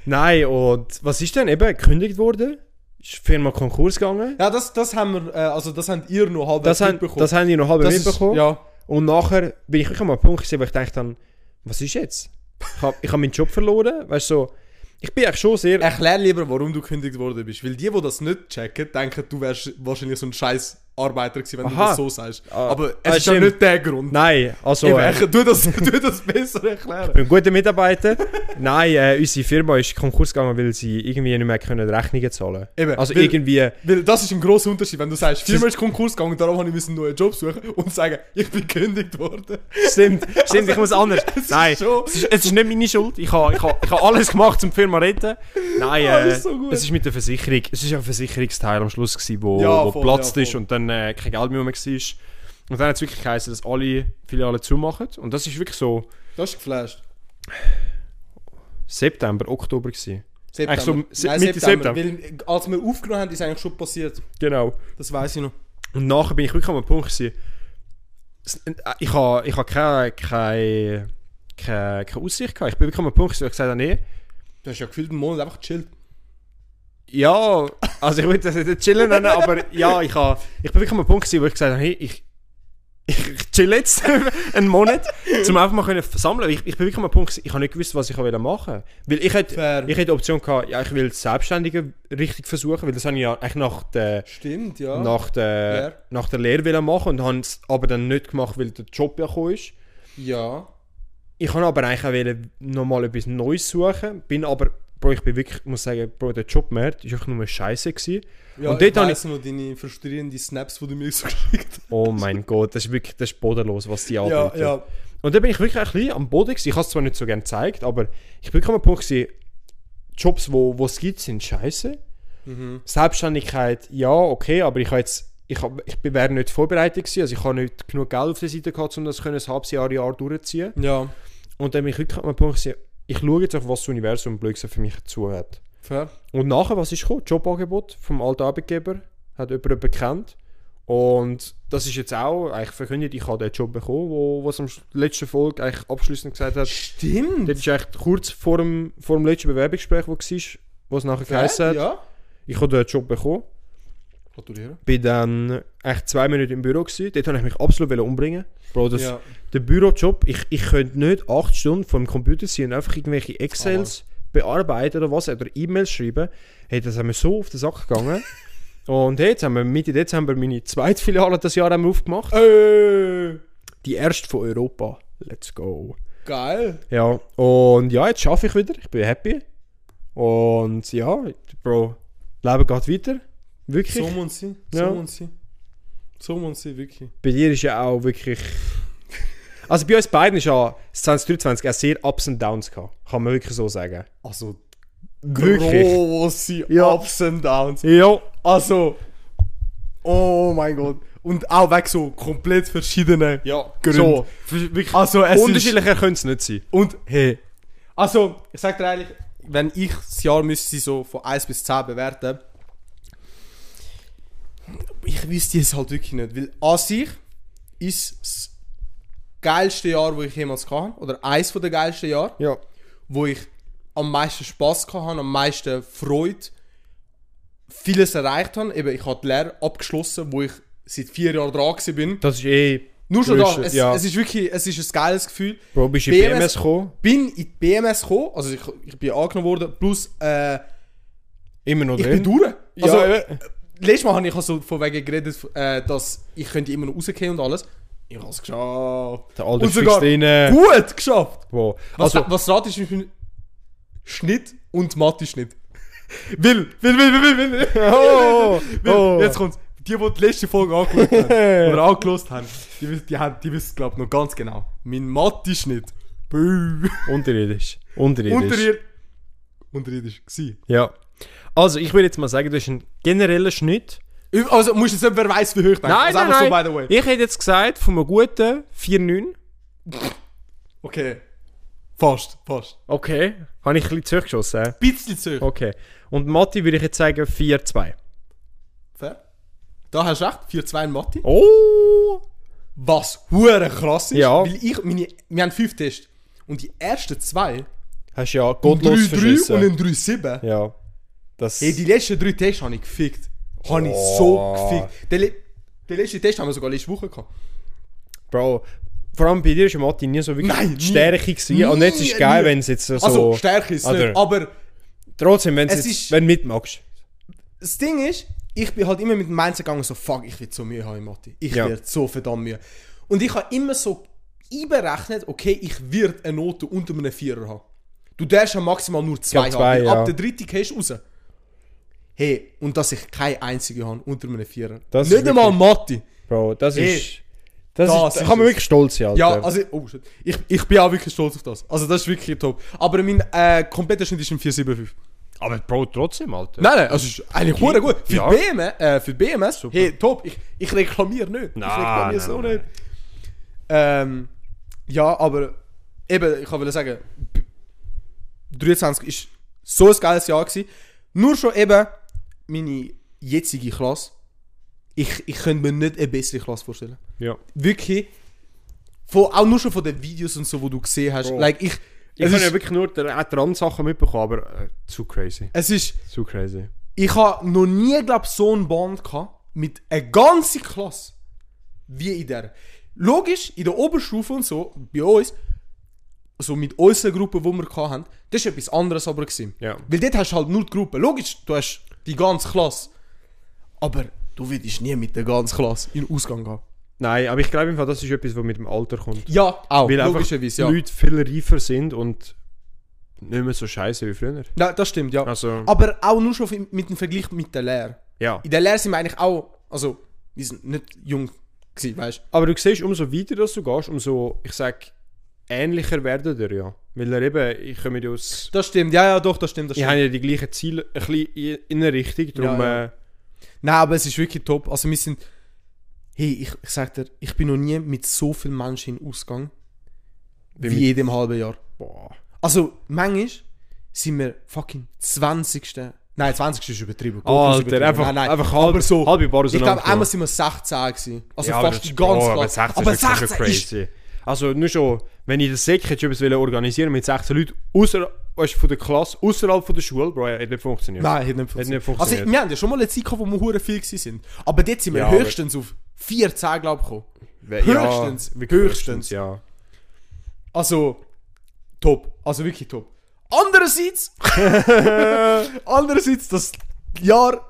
[SPEAKER 3] Nein, und was ist denn eben gekündigt worden? Ist die Firma Konkurs gegangen?
[SPEAKER 2] Ja, das, das haben wir... Äh, also das habt ihr noch halb
[SPEAKER 3] Das, haben, das haben die noch halb
[SPEAKER 2] das ist-
[SPEAKER 3] mitbekommen.
[SPEAKER 2] Ja.
[SPEAKER 3] Und nachher bin ich wirklich an einem Punkt gesehen, wo ich dachte dann, was ist jetzt? Ich habe ich hab meinen Job verloren, weißt du, so. Ich bin eigentlich schon sehr...
[SPEAKER 2] Erklär lieber, warum du gekündigt worden bist. Weil die, die das nicht checken, denken, du wärst wahrscheinlich so ein scheiß Arbeiter gewesen, wenn
[SPEAKER 3] Aha.
[SPEAKER 2] du das so sagst.
[SPEAKER 3] Ah,
[SPEAKER 2] Aber
[SPEAKER 3] ah,
[SPEAKER 2] es ist ja
[SPEAKER 3] stimmt.
[SPEAKER 2] nicht der Grund.
[SPEAKER 3] Nein, also...
[SPEAKER 2] Eben,
[SPEAKER 3] äh,
[SPEAKER 2] ich- tu, das, tu das besser erklären.
[SPEAKER 3] bin ein guter Mitarbeiter. Nein, äh, unsere Firma ist Konkurs gegangen, weil sie irgendwie nicht mehr können Rechnungen zahlen
[SPEAKER 2] Eben,
[SPEAKER 3] Also
[SPEAKER 2] weil-
[SPEAKER 3] irgendwie,
[SPEAKER 2] Weil das ist ein grosser Unterschied, wenn du sagst,
[SPEAKER 3] ist-
[SPEAKER 2] Firma ist Konkurs gegangen, darum habe ich müssen einen neuen Job suchen und sagen, ich bin gekündigt worden.
[SPEAKER 3] stimmt, stimmt, ich muss anders.
[SPEAKER 2] ist
[SPEAKER 3] Nein,
[SPEAKER 2] schon-
[SPEAKER 3] es, ist, es ist nicht meine Schuld. Ich habe ich ha, ich ha alles gemacht, um die Firma zu retten. Nein,
[SPEAKER 2] Ah,
[SPEAKER 3] äh,
[SPEAKER 2] das ist so gut.
[SPEAKER 3] es ist mit der Versicherung. Es ist ja ein Versicherungsteil am Schluss, gewesen, wo,
[SPEAKER 2] Ja,
[SPEAKER 3] wo
[SPEAKER 2] voll,
[SPEAKER 3] geplatzt
[SPEAKER 2] ja,
[SPEAKER 3] ist
[SPEAKER 2] voll.
[SPEAKER 3] und dann äh, kein Geld mehr, mehr war. Und dann hat es wirklich geheißen, dass alle Filialen zumachen. Und das ist wirklich so
[SPEAKER 2] Das ist geflasht.
[SPEAKER 3] September, Oktober. Gewesen.
[SPEAKER 2] September.
[SPEAKER 3] Eigentlich so
[SPEAKER 2] Nein,
[SPEAKER 3] Mitte
[SPEAKER 2] September. Weil, äh, als wir aufgenommen haben, ist eigentlich schon passiert.
[SPEAKER 3] Genau.
[SPEAKER 2] Das weiß ich noch.
[SPEAKER 3] Und nachher bin ich wirklich an einem Punkt gewesen, es- äh, ich habe ich ha keine, keine, keine, keine Aussicht gehabt. Ich bin wirklich an einem Punkt gewesen, wo ich gesagt habe, nee,
[SPEAKER 2] Du hast ja gefühlt einen Monat einfach gechillt.
[SPEAKER 3] ja, also ich würde das nicht chillen nennen, aber ja, ich, ha, ich bin wirklich an einem Punkt gewesen, wo ich gesagt habe, hey, ich, ich chill jetzt einen Monat, um einfach mal können sammeln. Ich, ich bin wirklich an einem Punkt gewesen, ich habe nicht gewusst, was ich wollte machen. Weil ich hätte,
[SPEAKER 2] Fair.
[SPEAKER 3] ich hätte die Option gehabt, ja, ich will Selbstständige richtig versuchen, weil das habe ich ja eigentlich nach der
[SPEAKER 2] Stimmt, ja.
[SPEAKER 3] nach der,
[SPEAKER 2] Lehre.
[SPEAKER 3] nach der Lehre wollen machen und habe es aber dann nicht gemacht, weil der Job ja gekommen ist.
[SPEAKER 2] Ja.
[SPEAKER 3] Ich habe aber eigentlich auch wollen, nochmal etwas Neues suchen, bin aber, Bro, ich bin wirklich, muss sagen, Bro, der Jobmarkt ist einfach nur scheiße gewesen.
[SPEAKER 2] Ja,
[SPEAKER 3] und dort
[SPEAKER 2] ich
[SPEAKER 3] habe ich,
[SPEAKER 2] weiss noch deine frustrierenden Snaps, die du mir so geschickt hast.
[SPEAKER 3] oh mein Gott, das ist wirklich, das ist bodenlos, was die
[SPEAKER 2] Ja,
[SPEAKER 3] anbieten.
[SPEAKER 2] ja.
[SPEAKER 3] Und da bin ich wirklich ein bisschen am Boden gewesen. Ich habe es zwar nicht so gerne gezeigt, aber ich bin wirklich am Punkt gewesen, Jobs, wo, wo es gibt, sind scheiße.
[SPEAKER 2] Mhm.
[SPEAKER 3] Selbstständigkeit, ja, okay, aber ich habe jetzt, ich, hab, ich bin- wäre nicht vorbereitet gewesen, also ich habe nicht genug Geld auf der Seite gehabt, um das können, ein halbes Jahr, Jahr durchzuziehen.
[SPEAKER 2] Ja,
[SPEAKER 3] Und dann bin ich wirklich an einem Punkt gewesen, ich schaue jetzt auf, was das Universum Blödsinn für mich zu hat.
[SPEAKER 2] fair.
[SPEAKER 3] Und nachher, was ist gekommen? Jobangebot vom alten Arbeitgeber, hat jemand jemanden gekannt. Und das ist jetzt auch eigentlich verkündet, ich habe den Job bekommen, wo, was am sch- letzten Folge eigentlich abschließend gesagt hat,
[SPEAKER 2] Stimmt.
[SPEAKER 3] das ist eigentlich kurz vor dem, vor dem letzten Bewerbungsgespräch, wo war, wo es nachher geheißen hat,
[SPEAKER 2] Ja.
[SPEAKER 3] ich habe den Job bekommen.
[SPEAKER 2] Gratuliere.
[SPEAKER 3] bin dann echt zwei Minuten im Büro gewesen. Dort wollte ich mich absolut wollen umbringen. Bro, das,
[SPEAKER 2] Ja.
[SPEAKER 3] der Bürojob, ich, ich könnte nicht acht Stunden vor dem Computer sein und einfach irgendwelche Excels bearbeiten oder was, oder E-Mails schreiben. Hey, das haben wir so auf den Sack gegangen. und hey, jetzt haben wir Mitte Dezember meine zweite Filiale das Jahr haben wir aufgemacht.
[SPEAKER 2] Äh,
[SPEAKER 3] Die erste von Europa. Let's go.
[SPEAKER 2] geil.
[SPEAKER 3] Ja, und ja, jetzt schaffe ich wieder. Ich bin happy. Und ja, Bro, Leben geht weiter. Wirklich.
[SPEAKER 2] So muss sie. So
[SPEAKER 3] Ja.
[SPEAKER 2] muss sie. So muss sie, wirklich.
[SPEAKER 3] bei dir ist ja auch wirklich. Also bei uns beiden ist ja das 2023 auch sehr Ups und Downs gehabt. Kann man wirklich so sagen.
[SPEAKER 2] Also,
[SPEAKER 3] Wirklich?
[SPEAKER 2] Oh, grosse
[SPEAKER 3] Ja.
[SPEAKER 2] Ups and Downs.
[SPEAKER 3] Ja.
[SPEAKER 2] Also, oh mein Gott. Und auch wegen so komplett verschiedenen
[SPEAKER 3] Ja,
[SPEAKER 2] Gründe.
[SPEAKER 3] so. Wirklich
[SPEAKER 2] Also es ist...
[SPEAKER 3] unterschiedlicher könnte es nicht sein.
[SPEAKER 2] Und hey. Also, ich sag dir eigentlich, wenn ich das Jahr müsste so von 1 bis 10 bewerten, ich wüsste es halt wirklich nicht. Weil an sich ist das geilste Jahr, wo ich jemals kann oder eins von den geilsten Jahren.
[SPEAKER 3] Ja.
[SPEAKER 2] wo ich am meisten Spaß gehabt habe, am meisten Freude, vieles erreicht habe. Eben, ich habe die Lehre abgeschlossen, wo ich seit vier Jahren dran gewesen bin.
[SPEAKER 3] Das ist eh...
[SPEAKER 2] Nur schon da,
[SPEAKER 3] grösste-
[SPEAKER 2] es,
[SPEAKER 3] ja.
[SPEAKER 2] es ist wirklich, es ist ein geiles Gefühl.
[SPEAKER 3] Bro, bist du in
[SPEAKER 2] BMS
[SPEAKER 3] BMS gekommen?
[SPEAKER 2] Bin in die BMS gekommen, also ich, ich bin angenommen worden, plus äh,
[SPEAKER 3] Immer noch
[SPEAKER 2] ich
[SPEAKER 3] drin?
[SPEAKER 2] bin durch.
[SPEAKER 3] Ja,
[SPEAKER 2] Also,
[SPEAKER 3] eben.
[SPEAKER 2] letztes Mal habe ich also von wegen geredet, äh, dass ich könnte immer noch rausgehen und alles. Ich habe es geschafft.
[SPEAKER 3] Der alte
[SPEAKER 2] Und sogar
[SPEAKER 3] Fixine.
[SPEAKER 2] Gut geschafft.
[SPEAKER 3] Bro.
[SPEAKER 2] Was,
[SPEAKER 3] Also,
[SPEAKER 2] was ratest du für Schnitt und Mathe-Schnitt? will, will, will, will, will, will.
[SPEAKER 3] Oh,
[SPEAKER 2] will.
[SPEAKER 3] oh.
[SPEAKER 2] Jetzt kommt's. Die, die die letzte Folge angeschaut haben, oder angelost haben, die, wiss- die, haben- die wissen, glaube ich, noch ganz genau. Mein Mathe-Schnitt. Bäh.
[SPEAKER 3] unterirdisch. Unterirdisch.
[SPEAKER 2] Unter ihr. Unterirdisch. Gsi.
[SPEAKER 3] Ja. Also, ich würde jetzt mal sagen, du hast einen generellen Schnitt.
[SPEAKER 2] Ü- Also, musst du jetzt nicht, wer weiss, wie hoch denken. also, einfach so, by the way.
[SPEAKER 3] Ich hätte jetzt gesagt, von einem guten 4,9.
[SPEAKER 2] Okay. Fast, fast.
[SPEAKER 3] Okay. Habe ich ein bisschen zu hoch geschossen. hä?
[SPEAKER 2] Bisschen zu hoch.
[SPEAKER 3] Okay. Und Matti würde ich jetzt sagen 4,2.
[SPEAKER 2] Fair. Da hast du recht. 4-2 in Mathe.
[SPEAKER 3] Oh!
[SPEAKER 2] Was hure krass ist,
[SPEAKER 3] Ja.
[SPEAKER 2] weil ich meine, wir haben fünf Tests und die ersten zwei,
[SPEAKER 3] Hast ja
[SPEAKER 2] ein 3-3
[SPEAKER 3] gottlos verschissen.
[SPEAKER 2] und ein 3-7,
[SPEAKER 3] ja. Das...
[SPEAKER 2] hey, die letzten drei Tests habe ich gefickt. Habe ich so
[SPEAKER 3] Oh.
[SPEAKER 2] gefickt. Den, le den letzten Test haben wir sogar letzte Woche gehabt.
[SPEAKER 3] Bro, vor allem bei dir ist Matti nie so wirklich
[SPEAKER 2] Nein, nie.
[SPEAKER 3] die Stärke
[SPEAKER 2] Nie,
[SPEAKER 3] gewesen. Und jetzt ist es geil,
[SPEAKER 2] nie.
[SPEAKER 3] wenn es jetzt so...
[SPEAKER 2] also, Stärke ist es
[SPEAKER 3] Alter.
[SPEAKER 2] nicht, aber
[SPEAKER 3] Trotzdem, wenn es
[SPEAKER 2] Es
[SPEAKER 3] jetzt...
[SPEAKER 2] ist-
[SPEAKER 3] Wenn du mitmachst.
[SPEAKER 2] das Ding ist, ich bin halt immer mit dem Mindset gegangen, so fuck, ich will so Mühe haben, Matti. Ich
[SPEAKER 3] Ja.
[SPEAKER 2] werde so verdammt Mühe. Und ich habe immer so einberechnet, okay, ich werde eine Note unter einem Vierer haben. Du darfst ja maximal nur zwei,
[SPEAKER 3] Ja, zwei,
[SPEAKER 2] haben. weil
[SPEAKER 3] ja.
[SPEAKER 2] Ab der dritten gehst du raus. Hey, und dass ich keine einzige habe unter einem Vierer.
[SPEAKER 3] Das ist
[SPEAKER 2] Nicht einmal
[SPEAKER 3] wirklich-
[SPEAKER 2] Matti.
[SPEAKER 3] Bro, das
[SPEAKER 2] Hey,
[SPEAKER 3] ist... Das,
[SPEAKER 2] das
[SPEAKER 3] ist, da
[SPEAKER 2] ist
[SPEAKER 3] kann man
[SPEAKER 2] es.
[SPEAKER 3] wirklich stolz sein, Alter.
[SPEAKER 2] Ja, also, oh shit. Ich, ich bin auch wirklich stolz auf das. Also, das ist wirklich top. Aber mein äh, kompletter Schnitt ist ein 475.
[SPEAKER 3] aber Bro, trotzdem, Alter.
[SPEAKER 2] Nein, nein, also es ist eigentlich hure gut. Für,
[SPEAKER 3] Ja.
[SPEAKER 2] BMS, äh, für BMS, hey, top, ich, ich reklamiere nicht. ich
[SPEAKER 3] Nein,
[SPEAKER 2] reklamiere
[SPEAKER 3] nein,
[SPEAKER 2] so
[SPEAKER 3] nein,
[SPEAKER 2] nicht. Ähm, ja, aber eben, ich wollte sagen, b- 23 ist so ein geiles Jahr gewesen. Nur schon eben meine jetzige Klasse. Ich, ich könnte mir nicht eine bessere Klasse vorstellen
[SPEAKER 3] Ja.
[SPEAKER 2] wirklich von, auch nur schon von den Videos und so, wo du gesehen hast.
[SPEAKER 3] Bro.
[SPEAKER 2] Like ich,
[SPEAKER 3] Ich
[SPEAKER 2] es,
[SPEAKER 3] habe ja
[SPEAKER 2] ist,
[SPEAKER 3] wirklich nur die Randsachen mitbekommen, aber äh, zu crazy.
[SPEAKER 2] es ist,
[SPEAKER 3] Zu crazy.
[SPEAKER 2] ich habe noch nie glaube so einen Band gehabt mit einer ganzen Klasse wie in der. Logisch in der Oberstufe und so bei uns, so mit unserer Gruppe, wo wir gehabt haben, das ist etwas anderes aber gewesen.
[SPEAKER 3] Ja.
[SPEAKER 2] Weil dort hast du halt nur die Gruppe. Logisch, du hast die ganze Klasse, aber du würdest nie mit der ganzen Klasse in den Ausgang gehen.
[SPEAKER 3] Nein, aber ich glaube einfach, das ist etwas, was mit dem Alter kommt.
[SPEAKER 2] Ja, auch.
[SPEAKER 3] Weil
[SPEAKER 2] Logischerweise, ja.
[SPEAKER 3] einfach Leute viel reifer sind und nicht mehr so scheiße wie früher.
[SPEAKER 2] Nein, das stimmt, ja.
[SPEAKER 3] Also,
[SPEAKER 2] Aber auch nur schon mit dem Vergleich mit der Lehre.
[SPEAKER 3] ja.
[SPEAKER 2] In der Lehre sind wir eigentlich auch, also, wir sind nicht jung gewesen, weißt
[SPEAKER 3] Aber du siehst, umso weiter dass du gehst, umso, ich sag, ähnlicher werden dir ja. Weil er eben, ich komme ja aus...
[SPEAKER 2] du? Das stimmt, ja, ja, doch, das stimmt, das
[SPEAKER 3] Ich
[SPEAKER 2] stimmt.
[SPEAKER 3] habe ja die gleichen Ziele ein bisschen in- in eine Richtung, darum...
[SPEAKER 2] Ja, ja.
[SPEAKER 3] Äh,
[SPEAKER 2] Nein, aber es ist wirklich top. Also, wir sind, hey, ich, ich sag dir, ich bin noch nie mit so vielen Menschen in Ausgang wie,
[SPEAKER 3] mit-
[SPEAKER 2] jedem halben Jahr.
[SPEAKER 3] boah.
[SPEAKER 2] Also, manchmal sind wir fucking 20. Nein, 20. ist übertrieben.
[SPEAKER 3] Oh,
[SPEAKER 2] Gott, ist
[SPEAKER 3] Alter, einfach,
[SPEAKER 2] Nein, nein.
[SPEAKER 3] einfach halb,
[SPEAKER 2] aber so,
[SPEAKER 3] halbe Bar
[SPEAKER 2] ich glaube, einmal
[SPEAKER 3] auseinandergenommen.
[SPEAKER 2] sind wir 16 gewesen. Also,
[SPEAKER 3] aber
[SPEAKER 2] fast
[SPEAKER 3] das-
[SPEAKER 2] die ganze
[SPEAKER 3] oh,
[SPEAKER 2] Klasse.
[SPEAKER 3] Aber 16 ist wirklich crazy. Also nur schon, wenn ich das Sek hätte ich etwas wollen organisieren mit 16 Leuten außer weißt, du, von der Klasse, außerhalb von der Schule, Bro, hätte nicht funktioniert.
[SPEAKER 2] Nein, hat nicht funktioniert.
[SPEAKER 3] nicht funktioniert.
[SPEAKER 2] Also, wir haben ja schon mal eine Zeit gehabt, wo wir hure viel waren. Aber dort sind wir
[SPEAKER 3] Ja, aber-
[SPEAKER 2] höchstens auf 14, glaube ich, gekommen.
[SPEAKER 3] We-
[SPEAKER 2] höchstens,
[SPEAKER 3] wirklich
[SPEAKER 2] höchstens.
[SPEAKER 3] ja.
[SPEAKER 2] Also, top. Also wirklich top. Andererseits, andererseits, das Jahr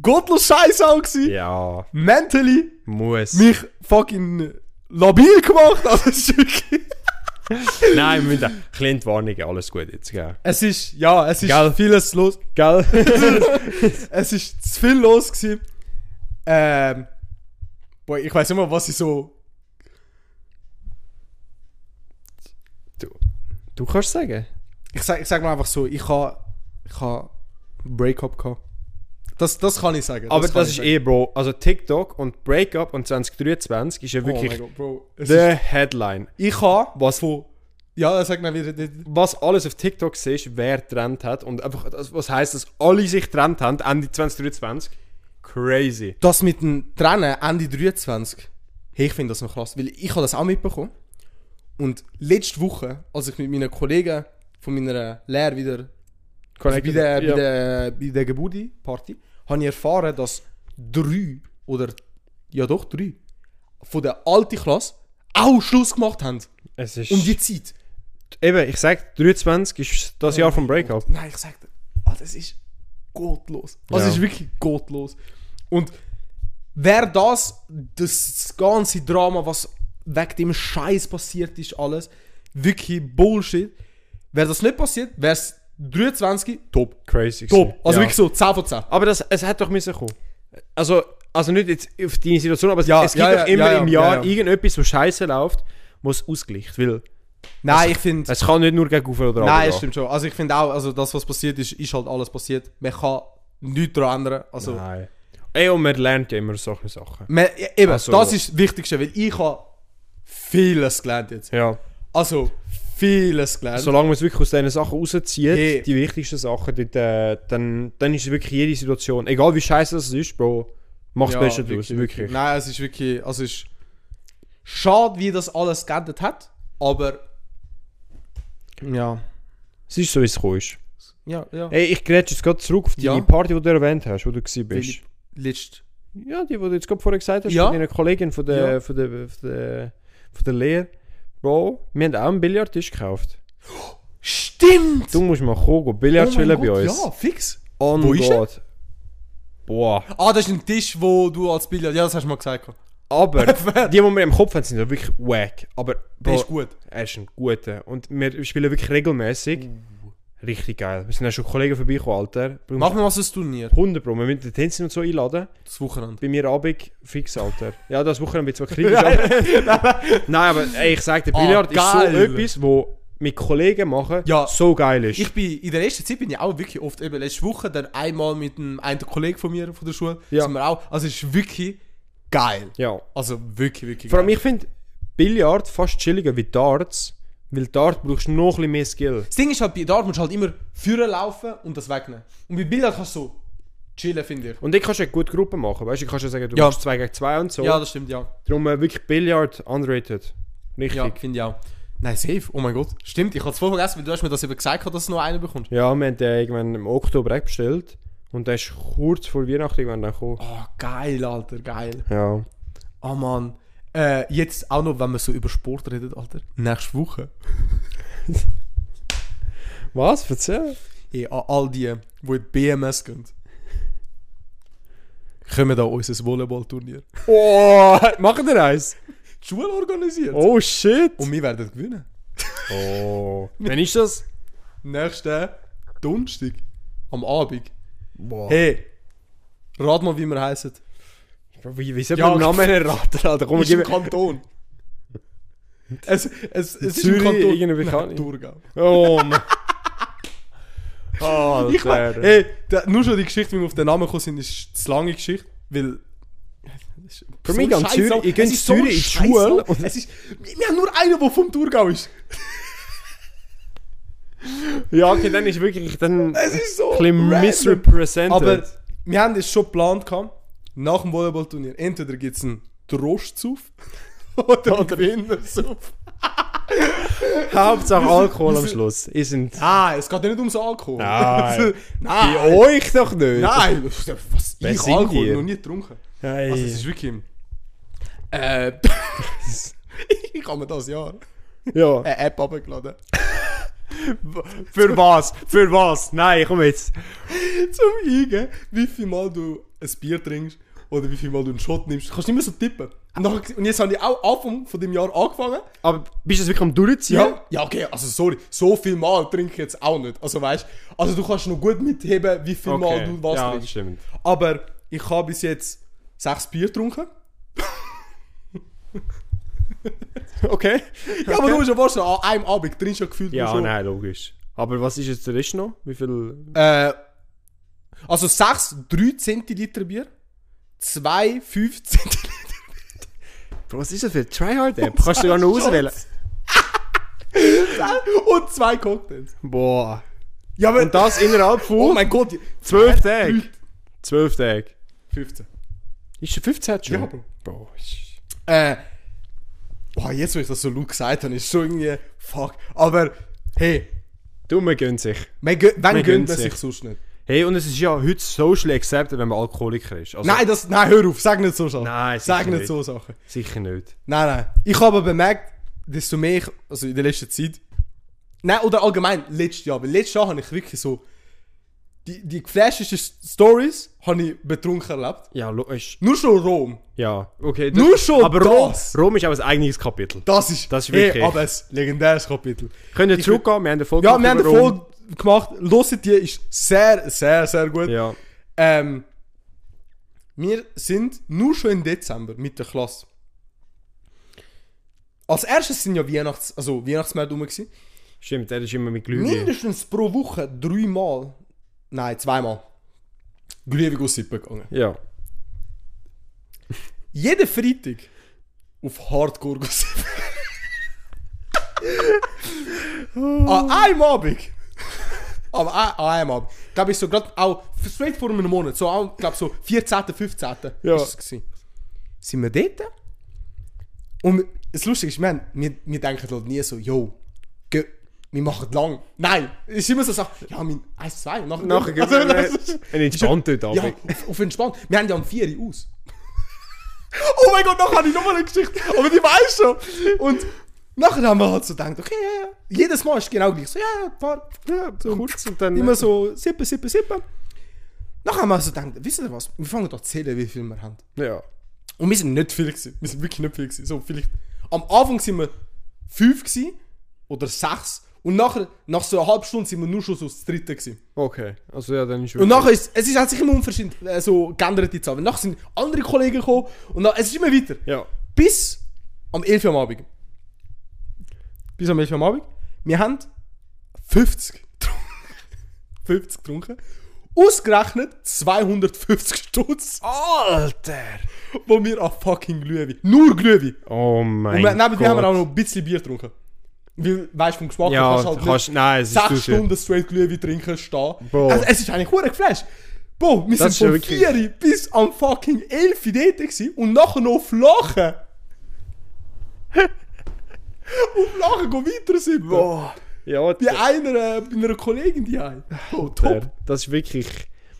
[SPEAKER 2] gottlos scheiße auch gewesen.
[SPEAKER 3] Ja,
[SPEAKER 2] Mentally
[SPEAKER 3] muss.
[SPEAKER 2] mich fucking labil gemacht. Also, es ist wirklich...
[SPEAKER 3] Nein, wir müssen Klient Warnungen, alles gut jetzt, gell.
[SPEAKER 2] Es ist, ja, es ist
[SPEAKER 3] Gell?
[SPEAKER 2] vieles los.
[SPEAKER 3] Gell?
[SPEAKER 2] es ist zu viel los gewesen. Ähm, boah, ich weiß immer, was ich so
[SPEAKER 3] Du kannst sagen.
[SPEAKER 2] ich sag, ich sag mal einfach so, ich ha, ich ha ein Breakup gehabt. Das, das kann ich sagen.
[SPEAKER 3] Aber
[SPEAKER 2] kann
[SPEAKER 3] das
[SPEAKER 2] ich
[SPEAKER 3] ist
[SPEAKER 2] sagen.
[SPEAKER 3] eh, Bro. Also TikTok und Breakup und 2023 ist ja
[SPEAKER 2] Oh mein
[SPEAKER 3] eh wirklich
[SPEAKER 2] Gott, Bro. Es ist,
[SPEAKER 3] the Headline.
[SPEAKER 2] ich habe.
[SPEAKER 3] Was,
[SPEAKER 2] Ja, sag mal wieder. nicht-
[SPEAKER 3] was alles auf TikTok siehst, wer trennt hat. Und einfach, das- was heisst, dass alle sich trennt haben Ende 2023? Crazy.
[SPEAKER 2] Das mit dem Trennen Ende 23. Hey, ich finde das noch krass, weil ich habe das auch mitbekommen. Und letzte Woche, als ich mit meinen Kollegen von meiner Lehre wieder also bei der,
[SPEAKER 3] ja.
[SPEAKER 2] bei der, bei der Geburtstagsparty, habe ich erfahren, dass drei oder ja doch drei von der alten Klasse auch Schluss gemacht haben
[SPEAKER 3] es ist,
[SPEAKER 2] um die Zeit.
[SPEAKER 3] eben, ich sag, 23 ist das Jahr vom Breakup.
[SPEAKER 2] Nein, ich sag dir, ah, das ist gottlos. Das
[SPEAKER 3] Ja.
[SPEAKER 2] ist wirklich gottlos. Und wer das, das ganze Drama, was wegen dem Scheiß passiert ist, alles, wirklich Bullshit. Wäre das nicht passiert, wäre es 23 top.
[SPEAKER 3] Crazy.
[SPEAKER 2] Top.
[SPEAKER 3] gewesen.
[SPEAKER 2] Also
[SPEAKER 3] Ja.
[SPEAKER 2] wirklich so 10 von 10.
[SPEAKER 3] Aber das, es hat doch müssen kommen. Also, also nicht jetzt auf deine Situation, aber es-
[SPEAKER 2] Ja,
[SPEAKER 3] es gibt
[SPEAKER 2] ja,
[SPEAKER 3] doch
[SPEAKER 2] ja,
[SPEAKER 3] immer
[SPEAKER 2] ja,
[SPEAKER 3] im
[SPEAKER 2] ja,
[SPEAKER 3] Jahr
[SPEAKER 2] ja.
[SPEAKER 3] irgendetwas, wo scheiße läuft, muss ausgleicht, weil
[SPEAKER 2] Nein, ich finde.
[SPEAKER 3] es kann nicht nur gegen Ufer oder
[SPEAKER 2] Nein,
[SPEAKER 3] runter
[SPEAKER 2] es stimmt schon. Also ich finde auch, also das, was passiert ist, ist halt alles passiert. Man kann nichts daran ändern. Also,
[SPEAKER 3] gehen. Nein. Ey, und man lernt ja immer solche Sachen.
[SPEAKER 2] man, eben,
[SPEAKER 3] Also-
[SPEAKER 2] das ist das Wichtigste, weil ich habe vieles gelernt jetzt.
[SPEAKER 3] Ja.
[SPEAKER 2] Also, vieles gelernt.
[SPEAKER 3] Solange man es wirklich aus diesen Sachen rauszieht,
[SPEAKER 2] Hey.
[SPEAKER 3] die wichtigsten Sachen, dort, äh, dann, dann ist wirklich jede Situation, egal wie scheiße das ist, Bro, mach das
[SPEAKER 2] Ja,
[SPEAKER 3] Beste draus, wirklich.
[SPEAKER 2] Nein, es ist wirklich, also es ist schade, wie das alles geändert hat, aber ja,
[SPEAKER 3] Es ist so, wie es gekommen ist.
[SPEAKER 2] ja, ja.
[SPEAKER 3] Ey, ich gerät jetzt gerade zurück auf die
[SPEAKER 2] Ja.
[SPEAKER 3] Party, die du erwähnt hast, wo du gewesen bist.
[SPEAKER 2] Weil- Letzt.
[SPEAKER 3] Ja, die, die du jetzt gerade vorher gesagt hast,
[SPEAKER 2] Ja.
[SPEAKER 3] mit deiner Kollegin von der,
[SPEAKER 2] Ja.
[SPEAKER 3] von der, von der, von der Lehre. Bro, wir haben auch einen Billardtisch gekauft.
[SPEAKER 2] Stimmt!
[SPEAKER 3] Du musst mal kommen, gehen Billard
[SPEAKER 2] Oh mein
[SPEAKER 3] spielen bei
[SPEAKER 2] Gott,
[SPEAKER 3] uns.
[SPEAKER 2] Ja, fix.
[SPEAKER 3] Oh
[SPEAKER 2] Wo ist er?
[SPEAKER 3] Boah.
[SPEAKER 2] Ah, das ist ein Tisch, wo du als Billard, ja, das hast du mal gesagt.
[SPEAKER 3] Aber die, die wir im Kopf haben, sind ja wirklich wack. Aber
[SPEAKER 2] Der
[SPEAKER 3] Bro,
[SPEAKER 2] ist gut.
[SPEAKER 3] er ist ein guter. Und wir spielen wirklich regelmäßig.
[SPEAKER 2] Uh.
[SPEAKER 3] Richtig geil. Wir sind auch schon Kollegen vorbeigekommen, Alter. Bro,
[SPEAKER 2] Machen wir mal so ein Turnier.
[SPEAKER 3] 100 Bro. Wir müssen den Tänzer und so einladen.
[SPEAKER 2] Das Wochenende.
[SPEAKER 3] bei mir Abend fix, Alter. Ja, das Wochenende wird zwar kritisch, aber... Nein, aber ey, ich sag dir,
[SPEAKER 2] Ah,
[SPEAKER 3] Billard ist so
[SPEAKER 2] geil.
[SPEAKER 3] etwas, wo mit Kollegen machen
[SPEAKER 2] Ja.
[SPEAKER 3] so geil ist.
[SPEAKER 2] Ich bin, in der ersten Zeit bin ich auch wirklich oft, eben letzte Woche, dann einmal mit einem, einem Kollegen von mir von der Schule,
[SPEAKER 3] Ja.
[SPEAKER 2] sind wir auch, also es ist wirklich geil.
[SPEAKER 3] ja.
[SPEAKER 2] Also wirklich, wirklich
[SPEAKER 3] Vor
[SPEAKER 2] geil.
[SPEAKER 3] allem, ich finde Billard fast chilliger wie Darts, weil Dart brauchst du noch ein bisschen mehr Skill.
[SPEAKER 2] Das Ding ist halt, bei Dart musst du halt immer führen laufen und das wegnehmen. Und bei Billard kannst du so chillen, finde ich.
[SPEAKER 3] Und ich kannst du eine gute Gruppe machen, weißt du? Ich kannst ja sagen, du
[SPEAKER 2] Ja.
[SPEAKER 3] machst 2 gegen 2 und so.
[SPEAKER 2] Ja, das stimmt, ja.
[SPEAKER 3] Darum äh, wirklich Billard underrated. Richtig.
[SPEAKER 2] Ja,
[SPEAKER 3] Ja.
[SPEAKER 2] finde ich auch. Nein, safe. Oh mein Gott. Stimmt, ich habe es vorher vergessen, weil du hast mir das eben gesagt, dass du noch einen bekommst.
[SPEAKER 3] wir haben den irgendwann im Oktober auch bestellt und der ist kurz vor Weihnachten irgendwann dann gekommen.
[SPEAKER 2] Oh, geil, Alter, geil.
[SPEAKER 3] Ja.
[SPEAKER 2] Oh Mann. Äh, jetzt auch noch, wenn wir so über Sport reden, Alter. Nächste Woche.
[SPEAKER 3] Was? Erzähl.
[SPEAKER 2] Hey, an all die, die in die BMS gehen. Kommen da unser Volleyballturnier.
[SPEAKER 3] Oh, machen wir eins.
[SPEAKER 2] Die Schule organisiert.
[SPEAKER 3] Oh shit!
[SPEAKER 2] Und wir werden gewinnen.
[SPEAKER 3] Oh. Wann ist das?
[SPEAKER 2] Nächsten Donnerstag. Am Abend.
[SPEAKER 3] Boah.
[SPEAKER 2] Hey, rat mal, wie wir heißen.
[SPEAKER 3] Wie, wie soll
[SPEAKER 2] Ja,
[SPEAKER 3] man den Namen erraten, Alter? Komm, gib mir.
[SPEAKER 2] Kanton. Es, es, es ist
[SPEAKER 3] Zürich,
[SPEAKER 2] im Kanton.
[SPEAKER 3] irgendwie
[SPEAKER 2] Nein,
[SPEAKER 3] kann ich.
[SPEAKER 2] Thurgau.
[SPEAKER 3] Oh, Mann.
[SPEAKER 2] Ich mein,
[SPEAKER 3] Alter.
[SPEAKER 2] hey, da, nur schon die Geschichte, wie wir auf den Namen gekommen sind, ist eine lange Geschichte, weil... es ist
[SPEAKER 3] Für mich
[SPEAKER 2] ein
[SPEAKER 3] geht
[SPEAKER 2] Scheiß-
[SPEAKER 3] Zürich- ich
[SPEAKER 2] Es
[SPEAKER 3] gehe
[SPEAKER 2] ist
[SPEAKER 3] in
[SPEAKER 2] so ein
[SPEAKER 3] Zürich in die
[SPEAKER 2] Scheiß-
[SPEAKER 3] Schule und-
[SPEAKER 2] Es ist, wir haben nur einen, der vom Thurgau ist.
[SPEAKER 3] Ja, okay, dann ist wirklich dann ein
[SPEAKER 2] Es ist so
[SPEAKER 3] bisschen
[SPEAKER 2] random.
[SPEAKER 3] misrepresented.
[SPEAKER 2] Aber wir haben das schon geplant, gehabt, nach dem Volleyballturnier. Entweder gibt es einen Drostsauf oder einen Gewinnersauf.
[SPEAKER 3] Hauptsache Alkohol am Schluss. Ihr sind...
[SPEAKER 2] Ah, es geht ja nicht ums Alkohol.
[SPEAKER 3] Nein.
[SPEAKER 2] Nein.
[SPEAKER 3] Bei euch doch nicht!
[SPEAKER 2] Nein, was?
[SPEAKER 3] Wer
[SPEAKER 2] ich
[SPEAKER 3] sind
[SPEAKER 2] Alkohol
[SPEAKER 3] ihr?
[SPEAKER 2] noch nie getrunken.
[SPEAKER 3] Hey.
[SPEAKER 2] Also, es ist wirklich. Äh. ich habe mir das Jahr
[SPEAKER 3] ja.
[SPEAKER 2] eine App abgeladen.
[SPEAKER 3] Für was? Für was? Nein, komm jetzt.
[SPEAKER 2] Zum Eingehen, wie viel Mal du ein Bier trinkst oder wie viel Mal du einen Shot nimmst. Du kannst nicht mehr so tippen. Und, nachher, und jetzt habe ich auch Anfang von dem Jahr angefangen.
[SPEAKER 3] Aber bist du das wirklich am durchziehen?
[SPEAKER 2] Ja, ja, okay, also sorry, so viel Mal trinke ich jetzt auch nicht. Also weißt also du kannst noch gut mitheben, wie viel Mal du was
[SPEAKER 3] ja,
[SPEAKER 2] trinkst.
[SPEAKER 3] stimmt.
[SPEAKER 2] Aber ich habe bis jetzt sechs Bier getrunken.
[SPEAKER 3] Okay.
[SPEAKER 2] Ja, aber du musst dir vorstellen, an einem Abend trinkst du ja gefühlt nur
[SPEAKER 3] Ja,
[SPEAKER 2] schon.
[SPEAKER 3] Äh, nein, logisch. Aber was ist jetzt der Rest noch? Wie viel...
[SPEAKER 2] Äh, Also 6 3 Zentiliter Bier, 2 5 Zentiliter.
[SPEAKER 3] Bro, was ist das für ein Tryhard-App? Kannst du gar noch auswählen.
[SPEAKER 2] Und zwei Cocktails.
[SPEAKER 3] Boah.
[SPEAKER 2] Ja, aber.
[SPEAKER 3] Und das innerhalb von
[SPEAKER 2] oh mein Gott. die-
[SPEAKER 3] 12 Tagen. 12 Tage.
[SPEAKER 2] 15.
[SPEAKER 3] Ist schon 15 schon?
[SPEAKER 2] Ja, Bro.
[SPEAKER 3] Bro, ist...
[SPEAKER 2] Äh. Boah, jetzt, wo ich das so laut gesagt habe, ist schon irgendwie. Fuck. Aber, hey,
[SPEAKER 3] Du, man gönnt sich.
[SPEAKER 2] man gö- wenn
[SPEAKER 3] Man
[SPEAKER 2] gönnt
[SPEAKER 3] gönnt
[SPEAKER 2] man sich
[SPEAKER 3] sich.
[SPEAKER 2] sonst nicht.
[SPEAKER 3] Hey, und es ist ja heute socially accepted, wenn man Alkoholiker ist. Also,
[SPEAKER 2] nein, das, nein, hör auf, sag nicht so Sachen.
[SPEAKER 3] Nein,
[SPEAKER 2] sag
[SPEAKER 3] sicher
[SPEAKER 2] nicht
[SPEAKER 3] nicht.
[SPEAKER 2] so Sachen.
[SPEAKER 3] Sicher nicht.
[SPEAKER 2] Nein, nein. Ich habe aber bemerkt, desto mehr ich, also in der letzten Zeit, nein, oder allgemein, letztes Jahr, weil letztes Jahr habe ich wirklich so, die, die geflashesten Stories habe ich betrunken erlebt.
[SPEAKER 3] Ja, lo- ist...
[SPEAKER 2] Nur schon Rom.
[SPEAKER 3] Ja, okay.
[SPEAKER 2] Nur schon
[SPEAKER 3] Aber Rom,
[SPEAKER 2] das.
[SPEAKER 3] Rom ist auch ein eigenes Kapitel.
[SPEAKER 2] Das ist,
[SPEAKER 3] Das ist
[SPEAKER 2] Hey,
[SPEAKER 3] wirklich-
[SPEAKER 2] aber ein legendäres Kapitel.
[SPEAKER 3] Könnt ihr zurückgehen? Wir haben eine Folge
[SPEAKER 2] Ja, wir haben eine
[SPEAKER 3] über Rom.
[SPEAKER 2] Folge gemacht, hört die, ist sehr, sehr, sehr gut.
[SPEAKER 3] Ja.
[SPEAKER 2] Ähm, wir sind nur schon im Dezember mit der Klasse. Als erstes sind ja Weihnachts-, also Weihnachtsmärkte rum. gewesen.
[SPEAKER 3] Stimmt, er ist immer mit Glühwein.
[SPEAKER 2] Mindestens pro Woche dreimal, nein, zweimal, Glühwein aus Sippen gegangen.
[SPEAKER 3] Ja.
[SPEAKER 2] Jeden Freitag auf Hardcore aus Sippen. An einem Abend. Am, an einem Abend. Ich glaube, ich so gerade auch straight vor einem Monat, so, auch, ich glaube so 14., 15.
[SPEAKER 3] Ja.
[SPEAKER 2] ist es gewesen. Sind wir dort? Und das Lustige ist, wir, haben- wir, wir denken halt nie so, yo, geh, wir machen lang. Nein, es ist immer so Sache, ja, mein 1, 2, nachher,
[SPEAKER 3] Nachher gibt
[SPEAKER 2] Also, das
[SPEAKER 3] es
[SPEAKER 2] ist-
[SPEAKER 3] einen entspannten
[SPEAKER 2] ja,
[SPEAKER 3] Abend.
[SPEAKER 2] auf, auf entspannt. Wir haben ja am 4 Uhr aus. oh mein Gott, nachher habe ich nochmal eine Geschichte. Aber die weiß schon. Und nachher haben wir halt so gedacht, okay, ja, ja. Jedes Mal ist genau gleich. So, ja, ja, paar. Ja, so
[SPEAKER 3] Kurz und dann... äh,
[SPEAKER 2] Immer so sippen, sippen, sippen. Nachher haben wir so gedacht, wisst ihr was? Wir fangen an zu zählen, wie viel wir haben.
[SPEAKER 3] Ja.
[SPEAKER 2] Und wir sind nicht viel gewesen. Wir sind wirklich nicht viel gewesen. So, vielleicht, am Anfang sind wir fünf gewesen, oder sechs. Und nachher, nach so einer halben Stunde sind wir nur schon so das dritte gewesen.
[SPEAKER 3] Okay. Also ja, dann ist...
[SPEAKER 2] Und nachher ist, es ist, hat sich immer unverschämt äh, so geändert die Zahl. Weil Nachher sind andere Kollegen gekommen und dann, es ist immer weiter.
[SPEAKER 3] Ja.
[SPEAKER 2] Bis am 11 Uhr am Abend. Bis am 11 Uhr am Abend. Wir haben 50 getrunken. 50 getrunken. Ausgerechnet 250 Stutz,
[SPEAKER 3] Alter!
[SPEAKER 2] wo wir an fucking Glühwein. Nur Glühwein.
[SPEAKER 3] Oh
[SPEAKER 2] Und
[SPEAKER 3] mein
[SPEAKER 2] wir, neben
[SPEAKER 3] Gott.
[SPEAKER 2] dem haben wir auch noch ein bisschen Bier getrunken. Weil, weißt du, vom Geschmack her
[SPEAKER 3] Ja, nou,
[SPEAKER 2] kannst du halt
[SPEAKER 3] kannst...
[SPEAKER 2] nicht-
[SPEAKER 3] Nein, es ist zu
[SPEAKER 2] sechs
[SPEAKER 3] viel.
[SPEAKER 2] Stunden straight Glühwein trinken, stehen.
[SPEAKER 3] Boah.
[SPEAKER 2] Also, es ist eigentlich hure geflasht. Boah, wir
[SPEAKER 3] Das ist
[SPEAKER 2] sind von
[SPEAKER 3] ja wirklich-
[SPEAKER 2] 4 Uhr bis am fucking 11 Uhr dort gewesen und nachher noch auf Lachen. auf Lachen gehen weiter sind.
[SPEAKER 3] Boah. Ja,
[SPEAKER 2] Bei einer, äh, bei einer Kollegin die ein. Oh, top.
[SPEAKER 3] Alter, das ist wirklich...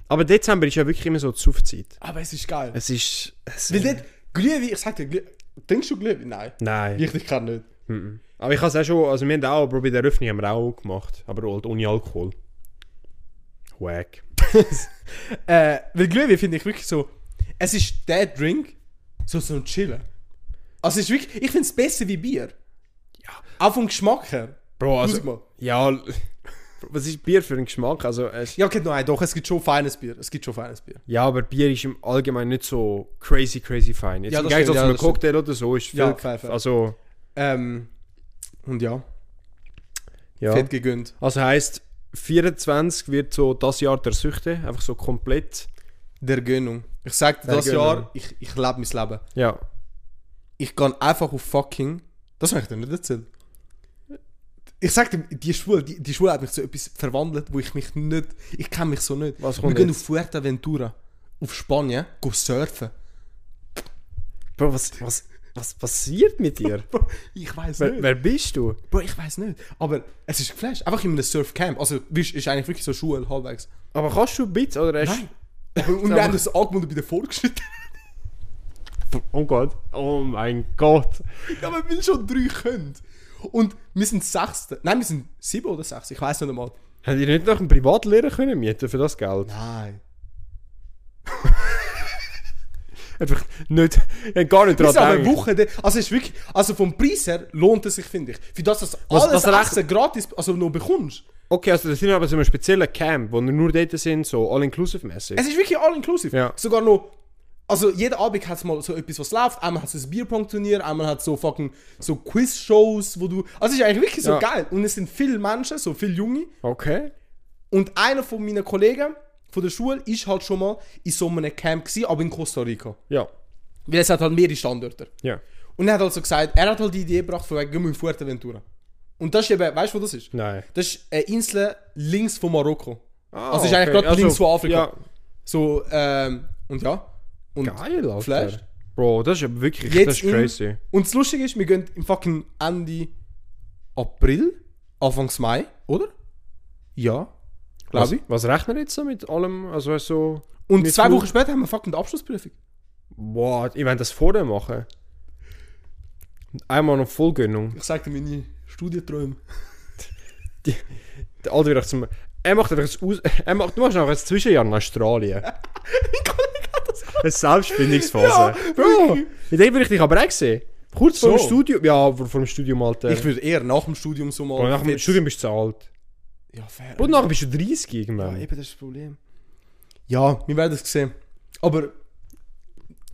[SPEAKER 3] Ah, Aber Dezember ist ja wirklich immer so die Saufzeit.
[SPEAKER 2] Aber es ist geil.
[SPEAKER 3] Es ist... Es
[SPEAKER 2] Weil dort Glühwein, ich sag dir, Glüh- trinkst du Glühwein? Nein.
[SPEAKER 3] Nein.
[SPEAKER 2] Richtig, kann nicht.
[SPEAKER 3] Mhm. Aber ich habe es auch schon... Also wir haben auch... Bro, bei der Eröffnung haben wir auch gemacht. Aber halt ohne Alkohol. Wack.
[SPEAKER 2] Äh, weil Glühwein finde ich wirklich so, es ist der Drink, so zum Chillen. Also es ist wirklich, ich finde es besser wie Bier. Auch vom Geschmack her.
[SPEAKER 3] Bro,
[SPEAKER 2] Tausendmal.
[SPEAKER 3] also... Ja... Was ist Bier für ein Geschmack? Also es...
[SPEAKER 2] Ja, okay, nein, doch, es gibt schon feines Bier. Es gibt schon feines Bier.
[SPEAKER 3] Ja, aber Bier ist im Allgemeinen nicht so crazy, crazy fein. Jetzt
[SPEAKER 2] Ja,
[SPEAKER 3] im
[SPEAKER 2] das stimmt,
[SPEAKER 3] Gegensatz
[SPEAKER 2] ja,
[SPEAKER 3] zu einem
[SPEAKER 2] das stimmt.
[SPEAKER 3] Cocktail oder so ist viel...
[SPEAKER 2] Ja, fair, fair.
[SPEAKER 3] Also,
[SPEAKER 2] Ähm, und ja,
[SPEAKER 3] ja.
[SPEAKER 2] fett gegönnt.
[SPEAKER 3] Also heisst, 24 wird so das Jahr der Süchte. Einfach so komplett...
[SPEAKER 2] Der Gönnung. Ich sag dir,
[SPEAKER 3] Der
[SPEAKER 2] das
[SPEAKER 3] Gönnung.
[SPEAKER 2] Jahr, ich, ich lebe mein Leben.
[SPEAKER 3] Ja.
[SPEAKER 2] Ich gehe einfach auf fucking... Das habe ich dir nicht erzählt. Ich sag dir, die Schule, die, die Schule hat mich zu etwas verwandelt, wo ich mich nicht... Ich kenne mich so nicht.
[SPEAKER 3] Was
[SPEAKER 2] Wir
[SPEAKER 3] kommt
[SPEAKER 2] gehen auf
[SPEAKER 3] jetzt?
[SPEAKER 2] Fuerteventura. Auf Spanien. Gehen surfen.
[SPEAKER 3] Bro, was, was, was passiert mit dir?
[SPEAKER 2] Bro, ich weiß
[SPEAKER 3] wer,
[SPEAKER 2] nicht.
[SPEAKER 3] wer bist du?
[SPEAKER 2] Bro, ich weiß nicht. Aber es ist geflasht. Einfach in einem Surfcamp. Also, weißt, ist eigentlich wirklich so Schule halbwegs.
[SPEAKER 3] Aber kannst du bitte oder hast
[SPEAKER 2] Nein. Aber, und wir haben das angemeldet bei der Vorgeschichte.
[SPEAKER 3] Oh Gott. Oh mein Gott.
[SPEAKER 2] ja, man will schon drei können. Und wir sind Sechste. Nein, wir sind sieben oder sechs. Ich weiß nicht einmal.
[SPEAKER 3] Hättet ihr nicht noch einen Privatlehrer können mieten für das Geld?
[SPEAKER 2] Nein.
[SPEAKER 3] Einfach nicht, ich hab gar nicht
[SPEAKER 2] Wir sind aber
[SPEAKER 3] dran
[SPEAKER 2] eine
[SPEAKER 3] gedacht.
[SPEAKER 2] Woche da. Also, es ist wirklich, also vom Preis her lohnt es sich, finde ich. Für das, dass du
[SPEAKER 3] Was-
[SPEAKER 2] alles
[SPEAKER 3] was er echt-
[SPEAKER 2] Essen gratis also noch bekommst.
[SPEAKER 3] Okay, also das sind aber so ein spezielles Camp, wo wir nur dort sind, so all-inclusive-mäßig.
[SPEAKER 2] Es ist wirklich all-inclusive.
[SPEAKER 3] Ja.
[SPEAKER 2] Sogar noch. Also, jeden Abend hat es mal so etwas, was läuft. Einmal hat es ein Bierpong-Turnier, einmal hat es so fucking so Quiz-Shows, wo du. Also, es ist eigentlich wirklich so
[SPEAKER 3] Ja.
[SPEAKER 2] geil. Und es sind viele Menschen, so viele Junge.
[SPEAKER 3] Okay.
[SPEAKER 2] Und einer von meinen Kollegen von der Schule ist halt schon mal in so einem Camp gewesen, aber in Costa Rica.
[SPEAKER 3] Ja.
[SPEAKER 2] Weil es hat halt mehrere Standorte.
[SPEAKER 3] Ja.
[SPEAKER 2] Und er hat also gesagt, er hat halt die Idee gebracht von wegen, gehen wir in Fuerteventura. Und das ist eben, weißt du, wo das ist?
[SPEAKER 3] Nein.
[SPEAKER 2] Das ist eine Insel links von Marokko.
[SPEAKER 3] Ah,
[SPEAKER 2] also ist eigentlich
[SPEAKER 3] okay.
[SPEAKER 2] gerade links von Afrika.
[SPEAKER 3] Ja.
[SPEAKER 2] So, ähm, und ja. Und
[SPEAKER 3] Geil, Alter.
[SPEAKER 2] Flash.
[SPEAKER 3] Bro, das ist ja wirklich
[SPEAKER 2] Jetzt
[SPEAKER 3] das ist
[SPEAKER 2] im-
[SPEAKER 3] crazy.
[SPEAKER 2] Und das Lustige ist, wir gehen im fucking Ende April, Anfangs Mai, oder? Ja,
[SPEAKER 3] Was,
[SPEAKER 2] glaube ich.
[SPEAKER 3] was rechnet jetzt so mit allem? Also so.
[SPEAKER 2] Und
[SPEAKER 3] mit
[SPEAKER 2] zwei
[SPEAKER 3] Flug-
[SPEAKER 2] Wochen später haben wir fucking die Abschlussprüfung.
[SPEAKER 3] Boah, ich will das vorher machen. Einmal noch Vollgönnung.
[SPEAKER 2] Ich sagte meine Studienträume.
[SPEAKER 3] Der Alter wird zum. Er macht einfach ein Aus. Er macht, du machst einfach ein Zwischenjahr in Australien. Eine Selbstfindungsphase.
[SPEAKER 2] Ja,
[SPEAKER 3] Bro,
[SPEAKER 2] wirklich.
[SPEAKER 3] in dem würde ich dich aber auch sehen. Kurz vor dem
[SPEAKER 2] So.
[SPEAKER 3] Studium. Ja, vor vor dem Studium, Alter.
[SPEAKER 2] Ich würde eher nach dem Studium so mal.
[SPEAKER 3] Bro, nach dem
[SPEAKER 2] jetzt-
[SPEAKER 3] Studium bist du zu alt.
[SPEAKER 2] Ja, fair.
[SPEAKER 3] Und nachher bist du 30 irgendwann.
[SPEAKER 2] ja, eben, das ist das Problem. Ja, wir werden es sehen. Aber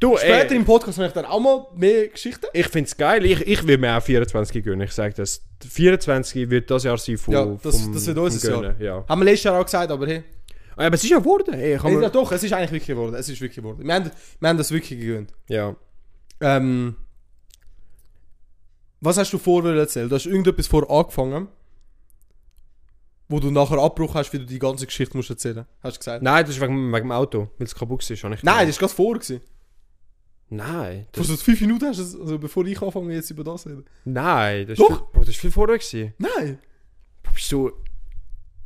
[SPEAKER 3] du,
[SPEAKER 2] später
[SPEAKER 3] ey,
[SPEAKER 2] im Podcast möchte ich dann auch mal mehr Geschichten.
[SPEAKER 3] ich finde es geil. Ich, ich würde mir auch 24 gönnen. Ich sage das. 24 wird das Jahr sein von.
[SPEAKER 2] Ja, das-
[SPEAKER 3] vom,
[SPEAKER 2] das wird
[SPEAKER 3] vom
[SPEAKER 2] unser Jahr.
[SPEAKER 3] Gönnen, Ja.
[SPEAKER 2] Haben wir letztes Jahr auch gesagt, aber hey.
[SPEAKER 3] Aber es ist ja geworden. Ey, kann
[SPEAKER 2] Ey, ja,
[SPEAKER 3] man,
[SPEAKER 2] doch, es ist eigentlich wirklich geworden. Es ist wirklich geworden. Wir haben, wir haben das wirklich gegönnt.
[SPEAKER 3] ja.
[SPEAKER 2] Ähm, was hast du vorher erzählt? Du hast irgendetwas vor angefangen, wo du nachher Abbruch hast, wie du die ganze Geschichte musst erzählen. Hast du gesagt?
[SPEAKER 3] Nein, das ist wegen, wegen dem Auto, weil es kaputt ist. Nein,
[SPEAKER 2] Nein, das war gerade vor. Gewesen.
[SPEAKER 3] Nein,
[SPEAKER 2] Vor
[SPEAKER 3] das,
[SPEAKER 2] so fünf Minuten hast du es, also bevor ich anfange, jetzt über das reden.
[SPEAKER 3] nein, das,
[SPEAKER 2] Doch.
[SPEAKER 3] Ist viel, Bro, das ist viel vorher gewesen.
[SPEAKER 2] Nein!
[SPEAKER 3] Bro, Bist du,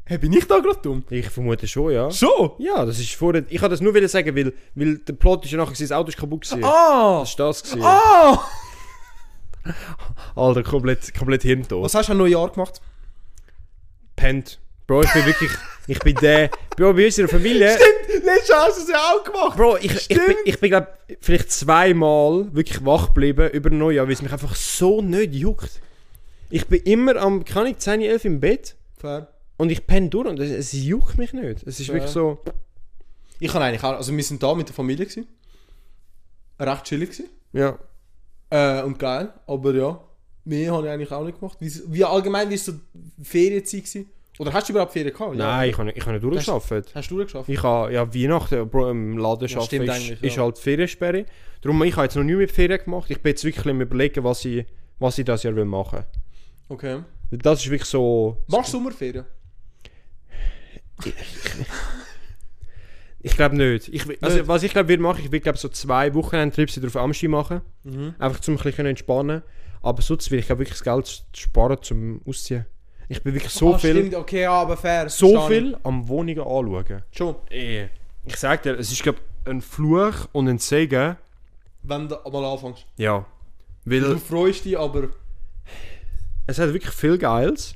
[SPEAKER 2] Hey, bin ich da gerade dumm?
[SPEAKER 3] ich vermute schon, ja.
[SPEAKER 2] Schon?
[SPEAKER 3] Ja, das ist vorher. Ich wollte das nur wieder sagen, weil, weil der Plot ist ja nachher, gewesen, das Auto ist kaputt gewesen.
[SPEAKER 2] Ah!
[SPEAKER 3] Das ist das gewesen.
[SPEAKER 2] Ah!
[SPEAKER 3] Alter, komplett, komplett hirntot.
[SPEAKER 2] Was hast du an Neujahr gemacht?
[SPEAKER 3] Pennt. Bro, ich bin wirklich, ich bin der, Bro, bei unserer Familie.
[SPEAKER 2] Äh, Letztes Jahr hast du es ja auch gemacht!
[SPEAKER 3] Bro, ich, ich
[SPEAKER 2] Stimmt.
[SPEAKER 3] bin, ich bin glaube vielleicht zweimal wirklich wach geblieben über Neujahr, weil es mich einfach so nicht juckt. Ich bin immer am, kann ich 10, 11 im Bett
[SPEAKER 2] Fair.
[SPEAKER 3] und ich penne durch und es, es juckt mich nicht. Es ist
[SPEAKER 2] Ja.
[SPEAKER 3] wirklich so,
[SPEAKER 2] Ich kann eigentlich auch, also wir sind da mit der Familie gewesen. Recht chillig gewesen.
[SPEAKER 3] ja.
[SPEAKER 2] Äh, und geil, aber ja, mehr habe ich eigentlich auch nicht gemacht. Wie, wie allgemein war es so Ferienzeit? Gewesen? Oder hast du überhaupt Ferien gehabt? Ja.
[SPEAKER 3] Nein, ich habe nicht, ich hab nicht durchgeschafft.
[SPEAKER 2] Hast du durchgeschafft?
[SPEAKER 3] Ich habe ja Weihnachten Bro, im Laden
[SPEAKER 2] Ja,
[SPEAKER 3] arbeiten,
[SPEAKER 2] stimmt
[SPEAKER 3] ist,
[SPEAKER 2] eigentlich,
[SPEAKER 3] ist
[SPEAKER 2] ja.
[SPEAKER 3] halt Feriensperre. Darum, ich habe jetzt noch nie mit Ferien gemacht. Ich bin jetzt wirklich am überlegen, was ich, was ich das Jahr will machen
[SPEAKER 2] Okay.
[SPEAKER 3] will. Das ist wirklich so...
[SPEAKER 2] Machst du Sommerferien?
[SPEAKER 3] Ich glaube nicht. Ich, will- also,
[SPEAKER 2] Nicht?
[SPEAKER 3] was ich glaube, würde machen, ich will glaube so zwei Wochenendtrips drauf Amschi machen.
[SPEAKER 2] Mhm.
[SPEAKER 3] Einfach zum ein bisschen entspannen. Aber sonst will ich glaube wirklich das Geld s- sparen zum Ausziehen. Ich bin wirklich so
[SPEAKER 2] Ah,
[SPEAKER 3] viel,
[SPEAKER 2] Stimmt, okay, ja, aber fair.
[SPEAKER 3] so
[SPEAKER 2] verstehe
[SPEAKER 3] viel am Wohnungen anschauen.
[SPEAKER 2] ich. Schon.
[SPEAKER 3] Ey, Eh, ich sag dir, es ist glaube ein Fluch und ein Segen.
[SPEAKER 2] Wenn du mal anfängst.
[SPEAKER 3] Ja.
[SPEAKER 2] Du
[SPEAKER 3] Weil
[SPEAKER 2] freust dich, aber
[SPEAKER 3] es hat wirklich viel Geiles,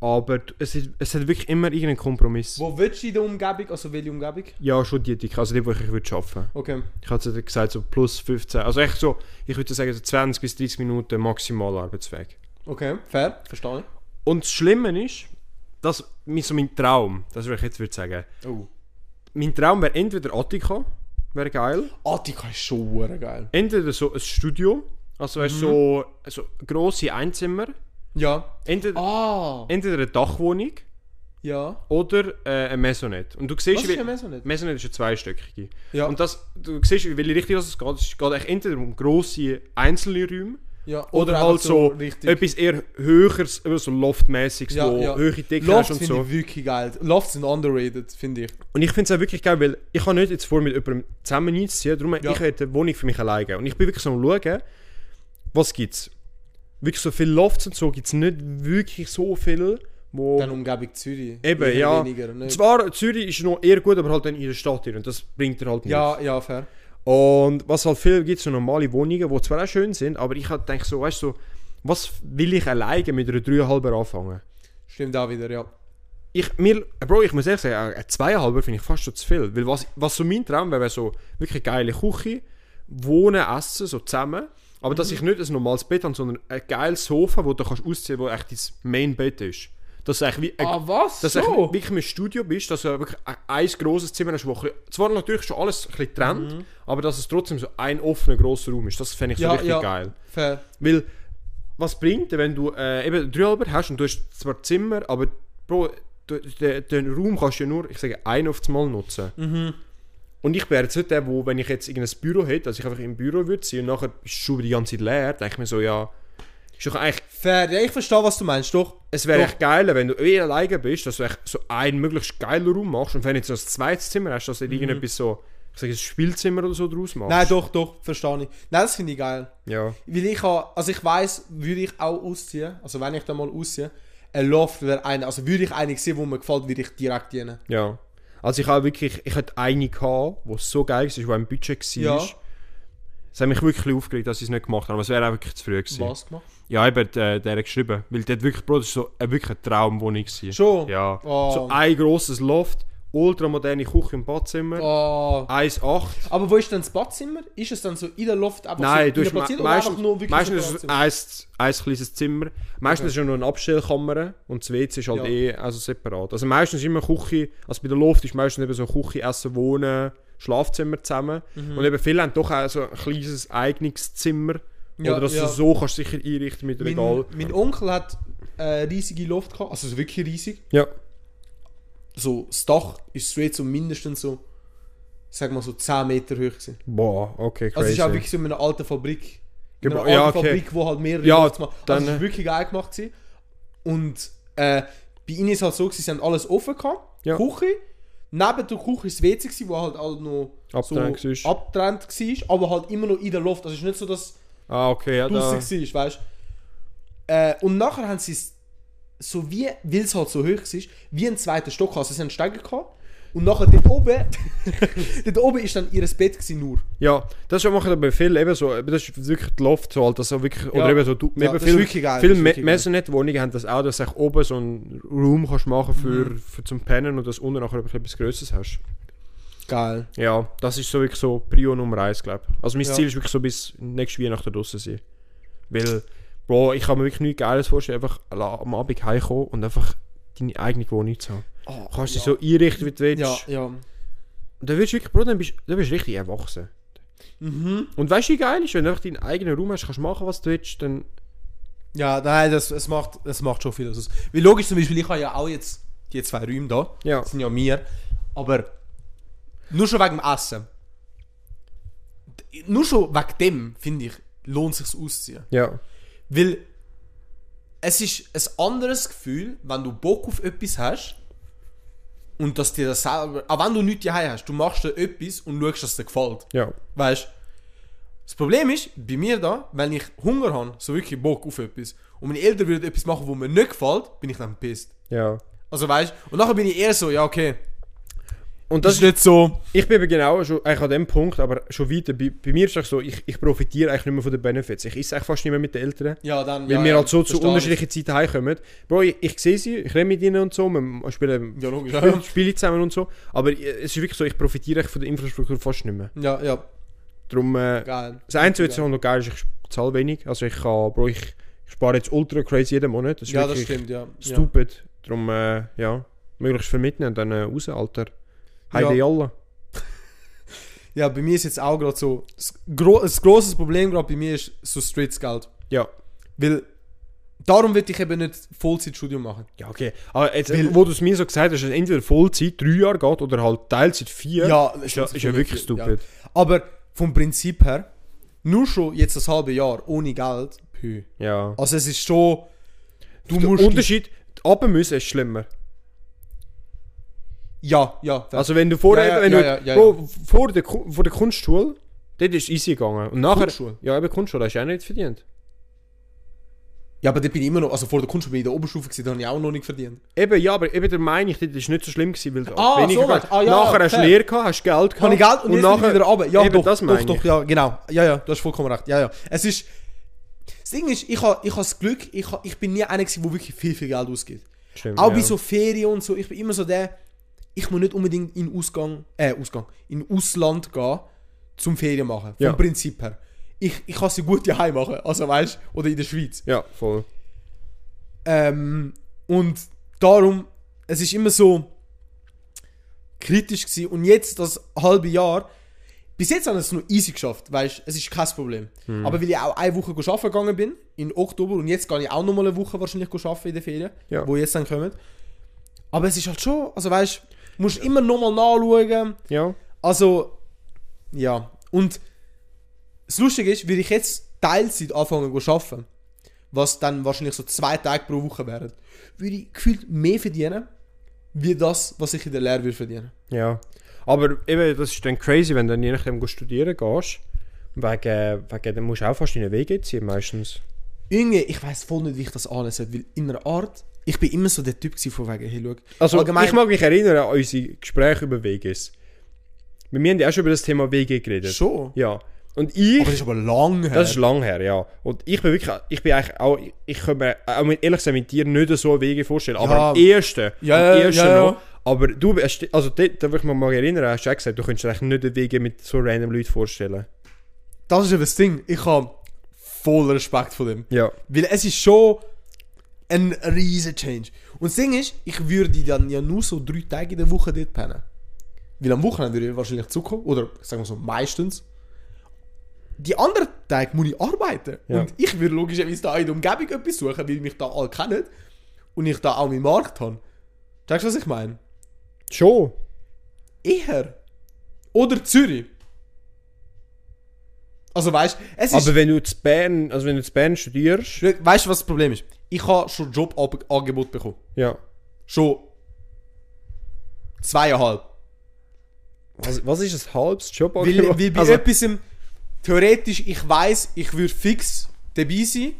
[SPEAKER 3] aber d- es, ist, es hat wirklich immer irgendeinen Kompromiss.
[SPEAKER 2] wo willst du in der Umgebung? Also welche Umgebung?
[SPEAKER 3] Ja, schon die Dicke, also die, wo ich würde arbeiten.
[SPEAKER 2] Okay.
[SPEAKER 3] Ich hatte gesagt, so plus 15. Also echt so, ich würde sagen, so 20 bis 30 Minuten maximal Arbeitsweg.
[SPEAKER 2] Okay, fair. Verstehe ich.
[SPEAKER 3] Und das Schlimme ist, dass mein, so mein Traum, das würde ich jetzt würde sagen,
[SPEAKER 2] Oh.
[SPEAKER 3] mein Traum wäre entweder Attika, wäre geil,
[SPEAKER 2] Attika ist schon hure geil.
[SPEAKER 3] entweder so ein Studio, also weißt, so, so grosse Einzimmer,
[SPEAKER 2] Ja.
[SPEAKER 3] entweder,
[SPEAKER 2] Ah.
[SPEAKER 3] entweder eine Dachwohnung
[SPEAKER 2] Ja.
[SPEAKER 3] oder äh, eine Maisonette. Und du
[SPEAKER 2] Was
[SPEAKER 3] siehst,
[SPEAKER 2] ist denn
[SPEAKER 3] wie...
[SPEAKER 2] mehr so nicht?
[SPEAKER 3] Maisonette ist eine zweistöckige.
[SPEAKER 2] Ja.
[SPEAKER 3] Und das, du siehst, in welche Richtung das geht. Es geht echt entweder um grosse einzelne Räume,
[SPEAKER 2] ja.
[SPEAKER 3] Oder,
[SPEAKER 2] einfach
[SPEAKER 3] halt so
[SPEAKER 2] richtig-
[SPEAKER 3] etwas eher höheres, eben so Loftmäßiges,
[SPEAKER 2] Ja,
[SPEAKER 3] wo
[SPEAKER 2] ja.
[SPEAKER 3] höhere Decken
[SPEAKER 2] Lofts
[SPEAKER 3] hast und
[SPEAKER 2] finde
[SPEAKER 3] so.
[SPEAKER 2] ich wirklich geil. Lofts sind underrated, finde ich.
[SPEAKER 3] Und ich finde es auch wirklich geil, weil ich habe nicht jetzt vor, mit jemandem zusammen einzuziehen, darum ich hätte eine Wohnung für mich alleine. Und ich bin wirklich so am schauen, was gibt es. Wirklich so viele Lofts und so gibt es nicht wirklich so viel, wo...
[SPEAKER 2] Dann Umgebung Zürich.
[SPEAKER 3] Oh. Eben,
[SPEAKER 2] Eher
[SPEAKER 3] ja.
[SPEAKER 2] Weniger, ne?
[SPEAKER 3] Zwar, Zürich ist noch eher gut, aber halt dann in der Stadt hier und das bringt dir halt nichts.
[SPEAKER 2] Ja, ja, fair.
[SPEAKER 3] Und was halt viel gibt, so normale Wohnungen, die zwar auch schön sind, aber ich halt denke so, weißt du, so, was will ich alleine mit einer 3,5 anfangen?
[SPEAKER 2] Stimmt auch wieder, ja.
[SPEAKER 3] ich, mir, Bro, ich muss ehrlich sagen, ein zweieinhalber finde ich fast schon zu viel. Weil was, was so mein Traum wäre, wäre so wirklich eine geile Küche, wohnen, essen, so zusammen. Aber dass ich nicht ein normales Bett habe, sondern ein geiles Sofa, wo du kannst ausziehen kannst, wo echt dein Main-Bett ist. Dass du eigentlich wie, ein,
[SPEAKER 2] Ah, was?
[SPEAKER 3] dass du eigentlich wirklich im Studio bist, dass du wirklich ein, ein grosses Zimmer hast, wo ein bisschen- zwar natürlich schon alles ein bisschen trennt, aber dass es trotzdem so ein offener, grosser Raum ist. Das fände ich so
[SPEAKER 2] Mhm. Ja,
[SPEAKER 3] richtig
[SPEAKER 2] ja.
[SPEAKER 3] geil.
[SPEAKER 2] fair.
[SPEAKER 3] Weil, was bringt dir, wenn du äh, eben dreieinhalb hast und du hast zwar Zimmer, aber Bro, du du- den, den Raum kannst du ja nur, ich sage, ein aufs Mal nutzen.
[SPEAKER 2] Mhm.
[SPEAKER 3] Und ich wäre jetzt nicht der, wo, wenn ich jetzt irgendein Büro hätte, also ich einfach im Büro würde sein und nachher ist die Stube die ganze Zeit leer, denke ich mir so, ja, ist doch eigentlich,
[SPEAKER 2] Fair, ja, ich verstehe, was du meinst, doch.
[SPEAKER 3] es wäre
[SPEAKER 2] Doch.
[SPEAKER 3] echt geiler, wenn du eh alleine bist, dass du echt so einen möglichst geilen Raum machst und wenn du jetzt noch ein zweites Zimmer hast, dass du irgendetwas so, ich sage, ein Spielzimmer oder so draus machst.
[SPEAKER 2] Mhm. Nein, doch, doch, verstehe ich. Nein, das finde ich geil.
[SPEAKER 3] Ja.
[SPEAKER 2] Weil ich habe, also ich weiß, würde ich auch ausziehen, also wenn ich da mal ausziehe, ein Loft wäre einer, also würde ich einen sehen, wo mir gefällt, würde ich direkt dienen.
[SPEAKER 3] Ja. Also ich habe wirklich, ich hatte eine gehabt, die so geil war, die im Budget war.
[SPEAKER 2] Ja.
[SPEAKER 3] Es hat mich wirklich aufgeregt, dass sie es nicht gemacht haben, aber es wäre auch wirklich zu früh gewesen.
[SPEAKER 2] Was gemacht?
[SPEAKER 3] Ja, ich habe äh, der geschrieben, weil dort wirklich, Bro, das ist so äh, wirklich eine Traumwohnung gewesen.
[SPEAKER 2] Schon?
[SPEAKER 3] Ja.
[SPEAKER 2] Oh.
[SPEAKER 3] So ein grosses Loft, ultramoderne Küche und Badzimmer,
[SPEAKER 2] Oh.
[SPEAKER 3] 1,8.
[SPEAKER 2] Aber wo ist denn das Badzimmer? Ist es dann so in der Luft einfach
[SPEAKER 3] Nein,
[SPEAKER 2] so
[SPEAKER 3] du
[SPEAKER 2] in
[SPEAKER 3] hast
[SPEAKER 2] der Platzier-
[SPEAKER 3] me
[SPEAKER 2] oder
[SPEAKER 3] meistens,
[SPEAKER 2] einfach nur wirklich
[SPEAKER 3] meistens
[SPEAKER 2] so
[SPEAKER 3] ist es
[SPEAKER 2] Badzimmer?
[SPEAKER 3] ein, ein kleines Zimmer. Meistens ist es nur eine Abstellkammer und das WC ist halt
[SPEAKER 2] Ja.
[SPEAKER 3] eh also separat. Also meistens ist immer Küche, also bei der Luft ist meistens eben so Küche, Essen, Wohnen, Schlafzimmer zusammen.
[SPEAKER 2] Mhm.
[SPEAKER 3] Und eben viele haben doch auch so ein kleines eigenes Zimmer.
[SPEAKER 2] Ja,
[SPEAKER 3] Oder dass
[SPEAKER 2] ja.
[SPEAKER 3] du so kannst sicher einrichten mit Regal.
[SPEAKER 2] mein, mein Onkel hat äh, riesige Luft gehabt, also so wirklich riesig.
[SPEAKER 3] Ja.
[SPEAKER 2] So, das Dach ist straight so mindestens so, sag mal so 10 Meter hoch gewesen.
[SPEAKER 3] Boah, okay,
[SPEAKER 2] Also es
[SPEAKER 3] crazy.
[SPEAKER 2] ist auch wirklich so in einer alten Fabrik. In einer
[SPEAKER 3] Gebo-
[SPEAKER 2] alten
[SPEAKER 3] ja, okay.
[SPEAKER 2] Fabrik, wo halt mehrere
[SPEAKER 3] Ja,
[SPEAKER 2] Lifts machen.
[SPEAKER 3] dann,
[SPEAKER 2] Also es
[SPEAKER 3] äh,
[SPEAKER 2] war wirklich geil gemacht. Gewesen. Und äh, bei ihnen ist es halt so, gewesen, sie haben alles offen gehabt.
[SPEAKER 3] Ja.
[SPEAKER 2] Küche. Neben der Küche war das WC, gewesen, wo halt, halt noch
[SPEAKER 3] Abgetrennt
[SPEAKER 2] so
[SPEAKER 3] war.
[SPEAKER 2] abgetrennt war, aber halt immer noch in der Luft. Also es ist nicht so, dass
[SPEAKER 3] ah, okay, ja,
[SPEAKER 2] du
[SPEAKER 3] da.
[SPEAKER 2] draussen war, weißt du. Äh, und nachher haben sie es so wie, weil es halt so hoch war, wie einen zweiten Stock gehabt. Also sie haben Steiger gehabt. Und nachher dort oben, dort oben ist dann ihr Bett gewesen, nur.
[SPEAKER 3] Ja, das machen aber viele eben so, eben das ist wirklich die Luft so halt, dass auch wirklich, oder eben so, du,
[SPEAKER 2] Ja,
[SPEAKER 3] eben
[SPEAKER 2] das ist
[SPEAKER 3] viel,
[SPEAKER 2] wirklich geil,
[SPEAKER 3] viele
[SPEAKER 2] das ist
[SPEAKER 3] Me-
[SPEAKER 2] wirklich geil.
[SPEAKER 3] Maisonette-Wohnungen haben das auch, dass du echt oben so einen Raum kannst machen für,
[SPEAKER 2] Mhm.
[SPEAKER 3] für zum Pennen und dass unten nachher wirklich etwas Größeres hast.
[SPEAKER 2] Geil.
[SPEAKER 3] Ja, das ist so wirklich so Prio Nummer eins glaube ich. Also mein
[SPEAKER 2] Ja.
[SPEAKER 3] Ziel ist wirklich so bis nächste Weihnachten draussen sein. Weil, Bro, ich kann mir wirklich nichts Geiles vorstellen, einfach la- am Abend heimkommen und einfach deine eigene Wohnung zu haben.
[SPEAKER 2] Oh,
[SPEAKER 3] Kannst
[SPEAKER 2] ja.
[SPEAKER 3] dich so einrichten, wie du willst.
[SPEAKER 2] Ja, ja.
[SPEAKER 3] Dann wirst du wirklich, Bro, dann bist dann bist du richtig erwachsen.
[SPEAKER 2] Mhm.
[SPEAKER 3] Und weißt du, wie geil ist, wenn du einfach deinen eigenen Raum hast, kannst machen, was du willst, dann.
[SPEAKER 2] Ja, nein, das, es, macht, es macht schon viel aus. Wie logisch zum Beispiel, ich habe ja auch jetzt die zwei Räume da.
[SPEAKER 3] Ja.
[SPEAKER 2] Das sind ja mir. Aber nur schon wegen dem Essen. D- Nur schon wegen dem, finde ich, lohnt es sich ausziehen.
[SPEAKER 3] Ja.
[SPEAKER 2] Weil es ist ein anderes Gefühl, wenn du Bock auf etwas hast und dass dir das selber. Auch wenn du nichts daheim hast, du machst dir etwas und schaust, dass es dir gefällt.
[SPEAKER 3] Ja.
[SPEAKER 2] Weißt Das Problem ist, bei mir da, wenn ich Hunger habe, so wirklich Bock auf etwas, und meine Eltern würden etwas machen, wo mir nicht gefällt, bin ich dann pisst.
[SPEAKER 3] Ja.
[SPEAKER 2] Also weißt Und nachher bin ich eher so, ja, okay.
[SPEAKER 3] Und das
[SPEAKER 2] ist nicht so.
[SPEAKER 3] ich bin eben genau schon eigentlich an dem Punkt, aber schon weiter. Bei, bei mir ist es eigentlich so, ich, ich profitiere eigentlich nicht mehr von den Benefits. Ich esse eigentlich fast nicht mehr mit den Eltern.
[SPEAKER 2] Ja, dann.
[SPEAKER 3] Weil
[SPEAKER 2] ja,
[SPEAKER 3] wir
[SPEAKER 2] ja,
[SPEAKER 3] halt so zu
[SPEAKER 2] verstehe
[SPEAKER 3] unterschiedlichen Zeiten heimkommen. Bro, ich, ich sehe sie, ich rede mit ihnen und so, wir spielen
[SPEAKER 2] ich. Ja, logisch.
[SPEAKER 3] Spiele,
[SPEAKER 2] Ja,
[SPEAKER 3] Spiele zusammen und so. Aber äh, es ist wirklich so, ich profitiere eigentlich von der Infrastruktur fast nicht mehr.
[SPEAKER 2] ja, ja
[SPEAKER 3] Darum, äh,
[SPEAKER 2] geil.
[SPEAKER 3] das Einzige, was noch geil ist, ich zahle wenig. Also ich kann, Bro, ich, ich spare jetzt ultra crazy jeden Monat. Das ist
[SPEAKER 2] Ja, das
[SPEAKER 3] wirklich-
[SPEAKER 2] stimmt, ja. ja.
[SPEAKER 3] Stupid. Darum, äh, ja, möglichst viel mitnehmen und dann äh, raus, Alter. Heide
[SPEAKER 2] Ja.
[SPEAKER 3] Jalla.
[SPEAKER 2] Ja, bei mir ist jetzt auch gerade so. Das, gro das grosses Problem gerade bei mir ist so Streetsgeld.
[SPEAKER 3] Ja.
[SPEAKER 2] Weil. Darum will ich eben nicht Vollzeitstudium machen.
[SPEAKER 3] Ja, okay. Aber jetzt,
[SPEAKER 2] Weil-
[SPEAKER 3] wo du es mir so gesagt hast, dass entweder Vollzeit drei Jahre geht oder halt Teilzeit vier, ist, ja,
[SPEAKER 2] stimmt,
[SPEAKER 3] ist ja wirklich
[SPEAKER 2] ja.
[SPEAKER 3] stupid.
[SPEAKER 2] Aber vom Prinzip her, nur schon jetzt das halbe Jahr ohne Geld, pü.
[SPEAKER 3] Ja.
[SPEAKER 2] Also es ist schon. Du
[SPEAKER 3] Der
[SPEAKER 2] musst.
[SPEAKER 3] Unterschied, runter müssen ist schlimmer.
[SPEAKER 2] ja, ja. fair.
[SPEAKER 3] Also wenn du vorher,
[SPEAKER 2] Ja, ja,
[SPEAKER 3] wenn
[SPEAKER 2] ja,
[SPEAKER 3] du,
[SPEAKER 2] ja, ja,
[SPEAKER 3] Bro, vor der, Ku- vor der Kunstschule, dort ist easy gegangen. Und nachher,
[SPEAKER 2] Kunstschule?
[SPEAKER 3] ja eben Kunstschule, hast du auch nicht verdient.
[SPEAKER 2] ja, aber da bin ich immer noch. Also vor der Kunstschule bin ich in der Oberstufe, gewesen, da habe ich auch noch nicht verdient.
[SPEAKER 3] Eben, ja, aber eben der Meinung, das ist nicht so schlimm gewesen, weil du
[SPEAKER 2] Ah, so
[SPEAKER 3] gehabt-
[SPEAKER 2] weit. Ah, ja,
[SPEAKER 3] Nachher
[SPEAKER 2] ja,
[SPEAKER 3] hast du
[SPEAKER 2] fair.
[SPEAKER 3] Lehre gehabt, hast Geld gehabt.
[SPEAKER 2] Habe ich Geld und, jetzt nachher, wieder runter. Ja,
[SPEAKER 3] eben,
[SPEAKER 2] doch,
[SPEAKER 3] das
[SPEAKER 2] doch,
[SPEAKER 3] meine
[SPEAKER 2] doch,
[SPEAKER 3] ich.
[SPEAKER 2] ja, genau. Ja, ja, du hast vollkommen recht. Ja, ja. Es ist. Das Ding ist, ich habe ich ha das Glück, ich, ha, ich bin nie einer, gewesen, der wirklich viel, viel Geld ausgibt.
[SPEAKER 3] Stimmt,
[SPEAKER 2] Auch
[SPEAKER 3] ja.
[SPEAKER 2] bei so Ferien und so, ich bin immer so der, ich muss nicht unbedingt in Ausgang, äh, Ausgang, in Ausland gehen, zum Ferien machen, vom
[SPEAKER 3] Ja.
[SPEAKER 2] Prinzip her. Ich, ich kann sie gut daheim machen, also weißt oder in der Schweiz.
[SPEAKER 3] Ja, voll.
[SPEAKER 2] Ähm, und darum, es ist immer so kritisch gewesen. Und jetzt, das halbe Jahr, bis jetzt haben wir es nur easy geschafft, weißt es ist kein Problem. Aber weil ich auch eine Woche arbeiten gegangen bin, in Oktober, und jetzt gehe ich auch nochmal eine Woche wahrscheinlich arbeiten in den Ferien,
[SPEAKER 3] Ja.
[SPEAKER 2] wo jetzt dann kommen. Aber es ist halt schon, also weißt du, musst immer nochmal nachschauen.
[SPEAKER 3] Ja.
[SPEAKER 2] Also, ja. Und das Lustige ist, würde ich jetzt Teilzeit anfangen zu arbeiten, was dann wahrscheinlich so zwei Tage pro Woche wären, würde ich gefühlt mehr verdienen, wie das, was ich in der Lehre würde verdienen.
[SPEAKER 3] Ja. Aber eben, das ist dann crazy, wenn du dann je nachdem go studieren gehst. Wegen, wegen, dann musst du auch fast deinen Weg jetzt ziehen, meistens.
[SPEAKER 2] Irgendwie, ich weiß voll nicht, wie ich das annehmen sollte, weil in einer Art, ich bin immer so der Typ gewesen, von wegen, hey, schau.
[SPEAKER 3] Also,
[SPEAKER 2] Allgemein-
[SPEAKER 3] ich mag mich erinnern an unsere Gespräche über WGs. Wir haben ja auch schon über das Thema WG geredet.
[SPEAKER 2] Schon?
[SPEAKER 3] Ja. Und ich.
[SPEAKER 2] Aber das ist aber lang her.
[SPEAKER 3] Das ist lang her, ja. Und ich bin wirklich, ich bin eigentlich auch, ich könnte mir auch mit, ehrlich gesagt mit dir nicht so Wege vorstellen, aber
[SPEAKER 2] Ja.
[SPEAKER 3] am ersten,
[SPEAKER 2] Ja,
[SPEAKER 3] am
[SPEAKER 2] ja,
[SPEAKER 3] ersten
[SPEAKER 2] ja, ja.
[SPEAKER 3] noch. Aber du hast, also dort, da will ich mich mal erinnern, hast du auch gesagt, du könntest dir eigentlich nicht den Wege mit so random Leuten vorstellen.
[SPEAKER 2] das ist eben das Ding. Ich habe voll Respekt vor dem.
[SPEAKER 3] Ja.
[SPEAKER 2] Weil es ist schon ein riesen Change. Und das Ding ist, ich würde dann ja nur so drei Tage in der Woche dort pennen. Weil am Wochenende würde ich wahrscheinlich zukommen, oder sagen wir so, meistens. Die anderen Tage muss ich arbeiten.
[SPEAKER 3] Ja.
[SPEAKER 2] Und ich würde logischerweise da in der Umgebung etwas suchen, weil mich da alle kennen und ich da auch meinen Markt habe. Checkst du, was ich meine?
[SPEAKER 3] Schon.
[SPEAKER 2] Eher. Oder Zürich. Also weißt du, es ist.
[SPEAKER 3] Aber wenn du in Bern, also wenn du in Bern studierst,
[SPEAKER 2] Schau, Weißt du, was das Problem ist? Ich habe schon Jobangebot bekommen.
[SPEAKER 3] ja.
[SPEAKER 2] Schon zweieinhalb.
[SPEAKER 3] Was, was ist ein halbes Job?
[SPEAKER 2] Weil, weil bei
[SPEAKER 3] also,
[SPEAKER 2] etwas theoretisch, ich weiß, ich würde fix dabei sein,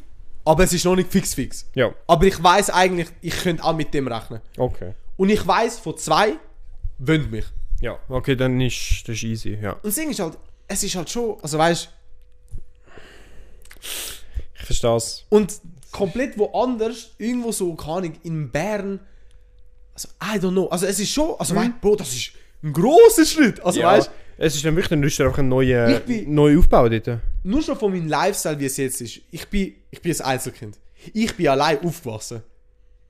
[SPEAKER 2] aber es ist noch nicht fix fix.
[SPEAKER 3] ja,
[SPEAKER 2] Aber ich weiß eigentlich, ich könnte auch mit dem rechnen.
[SPEAKER 3] okay.
[SPEAKER 2] Und ich weiß, von zwei wollen mich.
[SPEAKER 3] Ja, okay, dann ist das ist easy, ja.
[SPEAKER 2] Und das Ding ist halt, es ist halt schon, also weißt
[SPEAKER 3] Ich verstehe es.
[SPEAKER 2] und komplett woanders, irgendwo so, keine Ahnung, in Bern. Also, I don't know. Also, es ist schon, also, weißt, Bro, das ist ein großer Schritt. Also,
[SPEAKER 3] Mhm. Ja.
[SPEAKER 2] weißt
[SPEAKER 3] es ist dann wirklich, dann ist einfach ein neuer,
[SPEAKER 2] Ich bin-
[SPEAKER 3] neuer Aufbau dort.
[SPEAKER 2] nur schon von meinem Lifestyle, wie es jetzt ist, ich bin, ich bin ein Einzelkind. Ich bin allein aufgewachsen.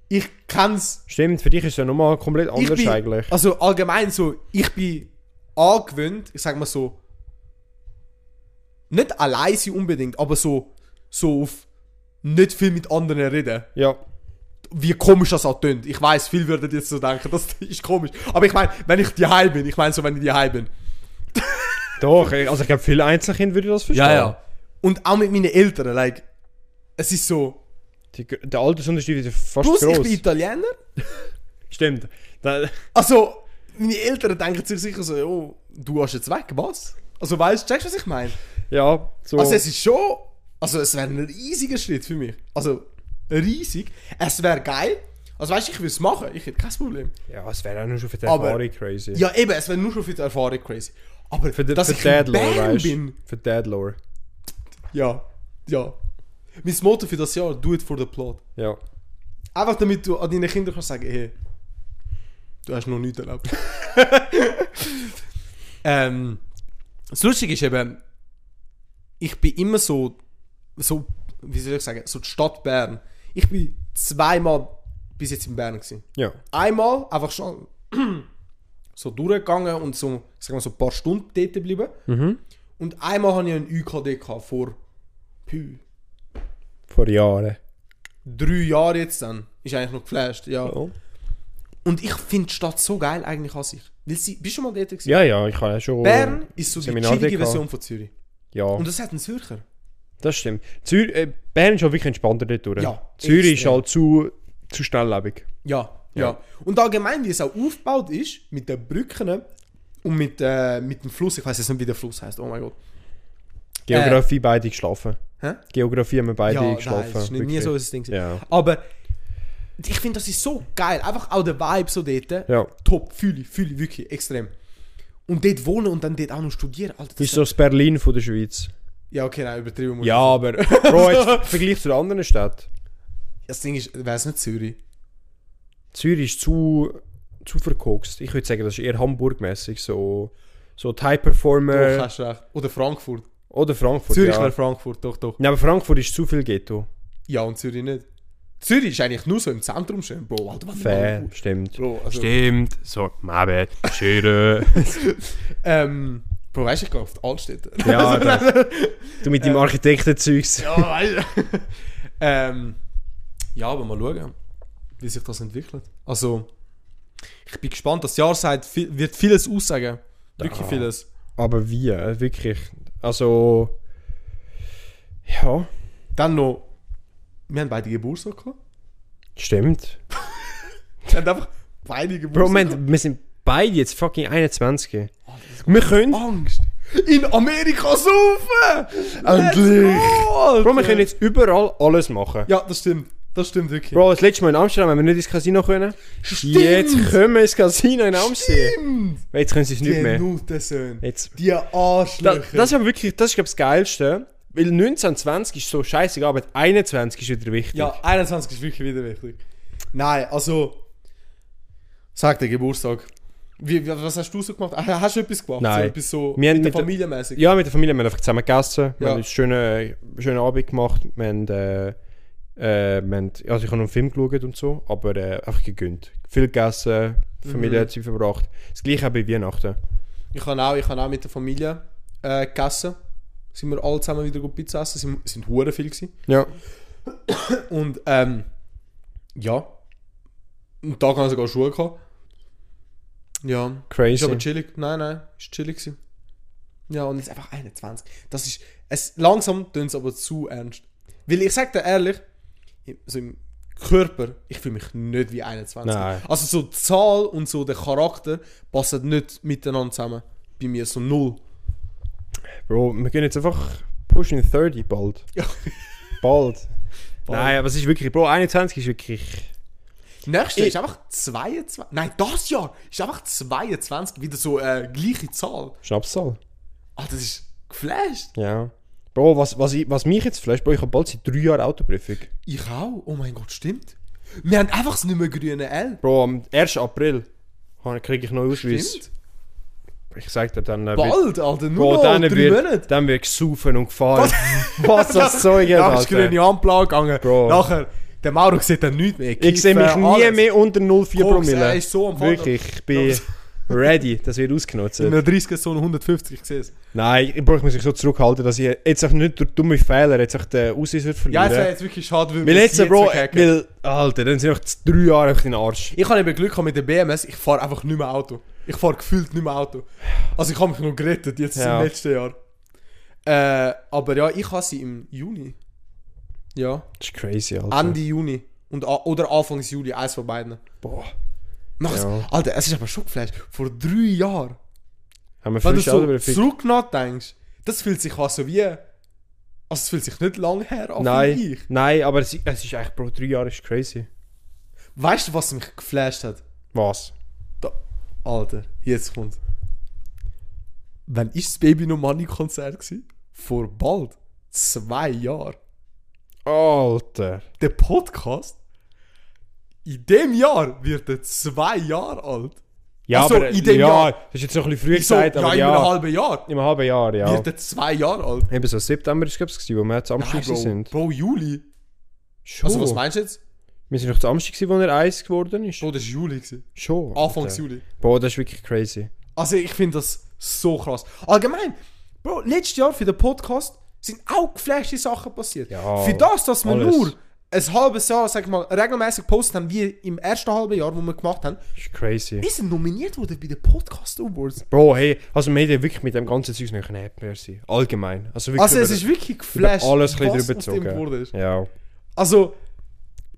[SPEAKER 2] Ich kann's.
[SPEAKER 3] Stimmt, für dich ist es ja nochmal komplett
[SPEAKER 2] Ich
[SPEAKER 3] anders
[SPEAKER 2] bin,
[SPEAKER 3] eigentlich.
[SPEAKER 2] Also allgemein so, ich bin angewöhnt, ich sag mal so, nicht allein sein unbedingt, aber so, so auf nicht viel mit anderen reden.
[SPEAKER 3] Ja.
[SPEAKER 2] Wie komisch das auch tönt. Ich weiß, viel würden jetzt so denken, das ist komisch. Aber ich meine, wenn ich daheim bin, ich meine so, wenn ich daheim bin.
[SPEAKER 3] Doch, ich- also ich glaube, viele Einzelkinder würden das verstehen.
[SPEAKER 2] Und auch mit meinen Eltern, like, es ist so.
[SPEAKER 3] Die, der Altersunterschied ist ja fast
[SPEAKER 2] Plus, ich
[SPEAKER 3] groß.
[SPEAKER 2] bin Italiener.
[SPEAKER 3] Stimmt. Da,
[SPEAKER 2] Also, meine Eltern denken sich sicher so, oh, du hast jetzt weg, was? Also weißt du, checkst du, was ich meine?
[SPEAKER 3] ja, so.
[SPEAKER 2] Also es ist schon, also es wäre ein riesiger Schritt für mich. Also riesig. Es wäre geil. Also weißt du, ich würde es machen, ich hätte kein Problem.
[SPEAKER 3] ja, es wäre auch nur schon für die
[SPEAKER 2] Aber-
[SPEAKER 3] Erfahrung crazy.
[SPEAKER 2] Ja eben, es wäre nur schon für die Erfahrung crazy. Aber
[SPEAKER 3] Für, die-
[SPEAKER 2] dass
[SPEAKER 3] für
[SPEAKER 2] ich
[SPEAKER 3] Dad
[SPEAKER 2] in
[SPEAKER 3] Lore,
[SPEAKER 2] Bern
[SPEAKER 3] weißt
[SPEAKER 2] bin,
[SPEAKER 3] du? Für Dad Lore.
[SPEAKER 2] ja, ja. Mein Motto für das Jahr, do it for the plot.
[SPEAKER 3] Ja.
[SPEAKER 2] Einfach damit du an deine Kinder kannst sagen, hey, du hast noch nichts erlebt. ähm, das Lustige ist eben, ich bin immer so, so, wie soll ich sagen, so die Stadt Bern. Ich bin zweimal bis jetzt in Bern gewesen.
[SPEAKER 3] Ja.
[SPEAKER 2] Einmal einfach schon so durchgegangen und so, sagen wir so ein paar Stunden dort geblieben. Und einmal hatte ich einen UKD gehabt, vor pü,
[SPEAKER 3] Vor Jahren.
[SPEAKER 2] drei Jahren jetzt dann. Ist eigentlich noch geflasht, ja.
[SPEAKER 3] Oh.
[SPEAKER 2] Und ich finde die Stadt so geil eigentlich an sich. Weil sie, bist du schon mal dort gewesen?
[SPEAKER 3] Ja, ja, ich kann ja schon.
[SPEAKER 2] Bern ist so die
[SPEAKER 3] Seminar
[SPEAKER 2] chillige
[SPEAKER 3] gehabt.
[SPEAKER 2] Version von Zürich.
[SPEAKER 3] Ja,
[SPEAKER 2] Und das hat einen Zürcher.
[SPEAKER 3] das stimmt. Zür äh, Bern ist halt wirklich entspannter dort durch.
[SPEAKER 2] Ja,
[SPEAKER 3] Zürich ist
[SPEAKER 2] extrem.
[SPEAKER 3] halt zu, zu schnelllebig.
[SPEAKER 2] Ja, ja. Und allgemein, wie es auch aufgebaut ist, mit den Brücken und mit, äh, mit dem Fluss. Ich weiß jetzt nicht, wie der Fluss heißt. Oh mein Gott.
[SPEAKER 3] Geografie beide geschlafen.
[SPEAKER 2] Hä?
[SPEAKER 3] Geografie haben wir beide
[SPEAKER 2] Äh. ja, nein,
[SPEAKER 3] geschlafen.
[SPEAKER 2] das ist nie, nie
[SPEAKER 3] wirklich.
[SPEAKER 2] so ein Ding. gewesen.
[SPEAKER 3] Ja.
[SPEAKER 2] Aber ich finde, das ist so geil. Einfach auch der Vibe so dort.
[SPEAKER 3] Ja.
[SPEAKER 2] Top, fühle ich, fühle ich wirklich extrem. Und dort wohnen und dann dort auch noch studieren. Alter, das
[SPEAKER 3] Ist so das Berlin von der Schweiz.
[SPEAKER 2] ja, okay, nein, übertrieben. muss
[SPEAKER 3] Ja,
[SPEAKER 2] ich.
[SPEAKER 3] aber Bro, jetzt im Vergleich zu der anderen Stadt.
[SPEAKER 2] Das Ding ist, wäre es nicht Zürich?
[SPEAKER 3] Zürich ist zu, zu verkokst. Ich würde sagen, das ist eher Hamburg-mäßig. So, so die High-Performer.
[SPEAKER 2] Doch, hast recht. Oder Frankfurt.
[SPEAKER 3] oder Frankfurt.
[SPEAKER 2] Zürich
[SPEAKER 3] Äh, ja.
[SPEAKER 2] wäre Frankfurt, doch, doch.
[SPEAKER 3] Nein, aber Frankfurt ist zu viel Ghetto.
[SPEAKER 2] Ja, und Zürich nicht. Zürich ist eigentlich nur so im Zentrum schön, Bro. Alter, was
[SPEAKER 3] Fair, stimmt.
[SPEAKER 2] Bro, also,
[SPEAKER 3] Stimmt. So, Mabel, Schere.
[SPEAKER 2] ähm, Bro, weißt du, ich gehe auf die Altstädte.
[SPEAKER 3] ja,
[SPEAKER 2] Also,
[SPEAKER 3] das, du mit
[SPEAKER 2] Äh.
[SPEAKER 3] deinem Architektenzeugs.
[SPEAKER 2] ja, weißt du. ähm, ja, aber mal schauen, wie sich das entwickelt. Also, Ich bin gespannt, das Jahr sagt, viel- wird vieles aussagen. Wirklich
[SPEAKER 3] Ja.
[SPEAKER 2] vieles.
[SPEAKER 3] Aber wie? äh, Wirklich? Also. Ja,
[SPEAKER 2] Dann noch, wir haben beide Geburtstag gehabt.
[SPEAKER 3] stimmt.
[SPEAKER 2] Wir haben einfach beide
[SPEAKER 3] Bro,
[SPEAKER 2] Geburtstag
[SPEAKER 3] Moment, wir sind beide jetzt fucking 21. Wir können.
[SPEAKER 2] Angst. In Amerika saufen!
[SPEAKER 3] Endlich!
[SPEAKER 2] Oh,
[SPEAKER 3] Bro, wir können jetzt überall alles machen.
[SPEAKER 2] Ja, das stimmt. Das stimmt wirklich.
[SPEAKER 3] Bro, das letzte Mal in Amsterdam haben wir nicht ins Casino können.
[SPEAKER 2] Stimmt.
[SPEAKER 3] Jetzt können wir ins Casino in Amsterdam. Jetzt können sie es nicht mehr.
[SPEAKER 2] Genau. Genutensöhne.
[SPEAKER 3] Jetzt.
[SPEAKER 2] Die
[SPEAKER 3] Da,
[SPEAKER 2] Arschlöcher.
[SPEAKER 3] das ist aber wirklich, das ist glaube ich das Geilste. Weil 19, 20 ist so scheiße Arbeit, 21 ist wieder wichtig.
[SPEAKER 2] ja, 21 ist wirklich wieder wichtig. Nein, also... Sag den Geburtstag. Wie, wie- was hast du so gemacht? Ah, Hast du etwas gemacht?
[SPEAKER 3] Nein.
[SPEAKER 2] So, etwas so
[SPEAKER 3] Wir haben
[SPEAKER 2] mit der
[SPEAKER 3] mit der-
[SPEAKER 2] Familie mäßig?
[SPEAKER 3] Ja, mit der Familie, wir haben einfach zusammen gegessen, wir
[SPEAKER 2] Ja.
[SPEAKER 3] haben einen schönen, schönen Abend gemacht, wir haben, äh, äh, wir haben, also ich habe noch einen Film geschaut und so, aber äh, einfach gegönnt. Viel gegessen, die Familie hat sie verbracht. Das gleiche auch bei Weihnachten.
[SPEAKER 2] Ich habe auch, ich habe auch mit der Familie äh, gegessen. Sind wir alle zusammen wieder gut Pizza essen. Sind, sind hure viel gewesen.
[SPEAKER 3] Ja.
[SPEAKER 2] Und ähm, ja. Einen Tag habe ich sogar Schuhe gehabt. Ja. Ist
[SPEAKER 3] Crazy.
[SPEAKER 2] aber chillig. Nein, nein, ist chillig gewesen. Ja, und jetzt einfach 21. Das ist. Es, langsam tun es aber zu ernst. Weil ich sag dir ehrlich, im- so im Körper, ich fühle mich nicht wie 21.
[SPEAKER 3] Nein.
[SPEAKER 2] Also so die Zahl und so der Charakter passen nicht miteinander zusammen. Bei mir so null.
[SPEAKER 3] Bro, wir gehen jetzt einfach pushing 30 bald.
[SPEAKER 2] Ja.
[SPEAKER 3] Bald. Nein, aber es ist wirklich, Bro, 21 ist wirklich...
[SPEAKER 2] Nächstes
[SPEAKER 3] Ich-
[SPEAKER 2] ist einfach 22. Nein, das Jahr ist einfach 22. Wieder so äh, gleiche Zahl.
[SPEAKER 3] Schnapszahl.
[SPEAKER 2] Ah, das ist geflasht.
[SPEAKER 3] Ja. Bro, was, was, ich, was mich jetzt vielleicht, Bro, ich habe bald seit drei Jahren Autoprüfung.
[SPEAKER 2] Ich auch. Oh mein Gott, stimmt. Wir haben einfach das nicht mehr grüne L.
[SPEAKER 3] Bro, am 1. April kriege ich noch Ausweis.
[SPEAKER 2] Stimmt.
[SPEAKER 3] Ich sag dir dann... äh, wird-
[SPEAKER 2] Bald, Alter. Nur
[SPEAKER 3] Bro,
[SPEAKER 2] noch
[SPEAKER 3] dann
[SPEAKER 2] drei
[SPEAKER 3] wird,
[SPEAKER 2] Monate.
[SPEAKER 3] dann wird gesaufen und gefahren. was das Zeug ist,
[SPEAKER 2] Nachher ist die
[SPEAKER 3] Alter.
[SPEAKER 2] grüne Ampel angegangen.
[SPEAKER 3] Bro.
[SPEAKER 2] Nachher, der Mauro sieht dann nichts mehr.
[SPEAKER 3] Ich sehe mich nie mehr unter 0,4
[SPEAKER 2] Koks,
[SPEAKER 3] Promille.
[SPEAKER 2] er ist so am Fahren.
[SPEAKER 3] Wirklich, ich bin ready. Das wird ausgenutzt.
[SPEAKER 2] In der 30er Zone 150, ich sehe es.
[SPEAKER 3] Nein, ich brauche mich so zurückhalten, dass ich jetzt auch nicht durch dumme Fehler jetzt auch den Ausweis wird
[SPEAKER 2] Ja, es wäre
[SPEAKER 3] verlieren.
[SPEAKER 2] jetzt wirklich schade, weil
[SPEAKER 3] Weil
[SPEAKER 2] wir
[SPEAKER 3] jetzt,
[SPEAKER 2] sie
[SPEAKER 3] Bro,
[SPEAKER 2] weghacken.
[SPEAKER 3] weil, Alter, dann sind noch drei Jahre auf den Arsch.
[SPEAKER 2] Ich habe eben Glück gehabt mit der BMS, ich fahre einfach nicht mehr Auto. Ich fahre gefühlt nicht mehr Auto. Also ich habe mich noch gerettet, jetzt
[SPEAKER 3] Ja.
[SPEAKER 2] im letzten Jahr. Äh, aber ja, ich habe sie im Juni. Ja,
[SPEAKER 3] Das ist crazy, Alter.
[SPEAKER 2] Ende Juni. Und, a- oder Anfangs Juli, eins von beiden.
[SPEAKER 3] Boah.
[SPEAKER 2] Nach,
[SPEAKER 3] Ja.
[SPEAKER 2] Alter, es ist aber schon geflasht. Vor drei Jahren.
[SPEAKER 3] Haben wir
[SPEAKER 2] Wenn du
[SPEAKER 3] frisch
[SPEAKER 2] so
[SPEAKER 3] Autoprüfung?
[SPEAKER 2] zurück nachdenkst, das fühlt sich was so wie... Also es fühlt sich nicht lang her an, finde
[SPEAKER 3] Nein,
[SPEAKER 2] ich.
[SPEAKER 3] nein, aber es, es ist eigentlich, Bro, drei Jahre ist crazy.
[SPEAKER 2] Weißt du, was mich geflasht hat?
[SPEAKER 3] Was?
[SPEAKER 2] Alter, jetzt kommt. Wann war das Baby No Money Konzert? Gewesen? Vor bald zwei Jahren.
[SPEAKER 3] Alter.
[SPEAKER 2] Der Podcast in dem Jahr wird er zwei Jahre alt.
[SPEAKER 3] Ja,
[SPEAKER 2] Ach so,
[SPEAKER 3] aber
[SPEAKER 2] in dem
[SPEAKER 3] ja,
[SPEAKER 2] Jahr.
[SPEAKER 3] Das ist jetzt noch ein bisschen früh
[SPEAKER 2] Ich so,
[SPEAKER 3] gesagt,
[SPEAKER 2] ja,
[SPEAKER 3] aber
[SPEAKER 2] in
[SPEAKER 3] ja.
[SPEAKER 2] einem halben Jahr
[SPEAKER 3] Im halben Jahr, ja.
[SPEAKER 2] wird er zwei Jahre alt.
[SPEAKER 3] Eben so, September ist es, wo wir zu Amstag
[SPEAKER 2] Bro,
[SPEAKER 3] sind.
[SPEAKER 2] also, Bro, Juli.
[SPEAKER 3] Schon.
[SPEAKER 2] Also, was meinst du jetzt?
[SPEAKER 3] wir sind noch zu Amstag, gewesen, wo er eins geworden ist.
[SPEAKER 2] Bro, das war Juli. Gewesen.
[SPEAKER 3] Schon.
[SPEAKER 2] Anfangs
[SPEAKER 3] Alter.
[SPEAKER 2] Juli.
[SPEAKER 3] Boah, das ist wirklich crazy.
[SPEAKER 2] Also ich finde das so krass. Allgemein, Bro, letztes Jahr für den Podcast sind auch geflashte Sachen passiert.
[SPEAKER 3] Ja,
[SPEAKER 2] für das, dass wir
[SPEAKER 3] alles.
[SPEAKER 2] nur ein halbes Jahr, sag ich mal, regelmäßig gepostet haben, wie im ersten halben Jahr, wo wir gemacht haben,
[SPEAKER 3] Das ist crazy.
[SPEAKER 2] wir sind nominiert worden bei den Podcast Awards.
[SPEAKER 3] Bro, hey, also wir hätten wirklich mit dem ganzen Zeug nicht happy mehr sein. Allgemein. Also wirklich
[SPEAKER 2] Also
[SPEAKER 3] über,
[SPEAKER 2] es ist wirklich
[SPEAKER 3] über
[SPEAKER 2] geflasht,
[SPEAKER 3] alles ein bisschen drüber
[SPEAKER 2] aus dem geworden
[SPEAKER 3] gezogen.
[SPEAKER 2] ist.
[SPEAKER 3] Ja.
[SPEAKER 2] Also,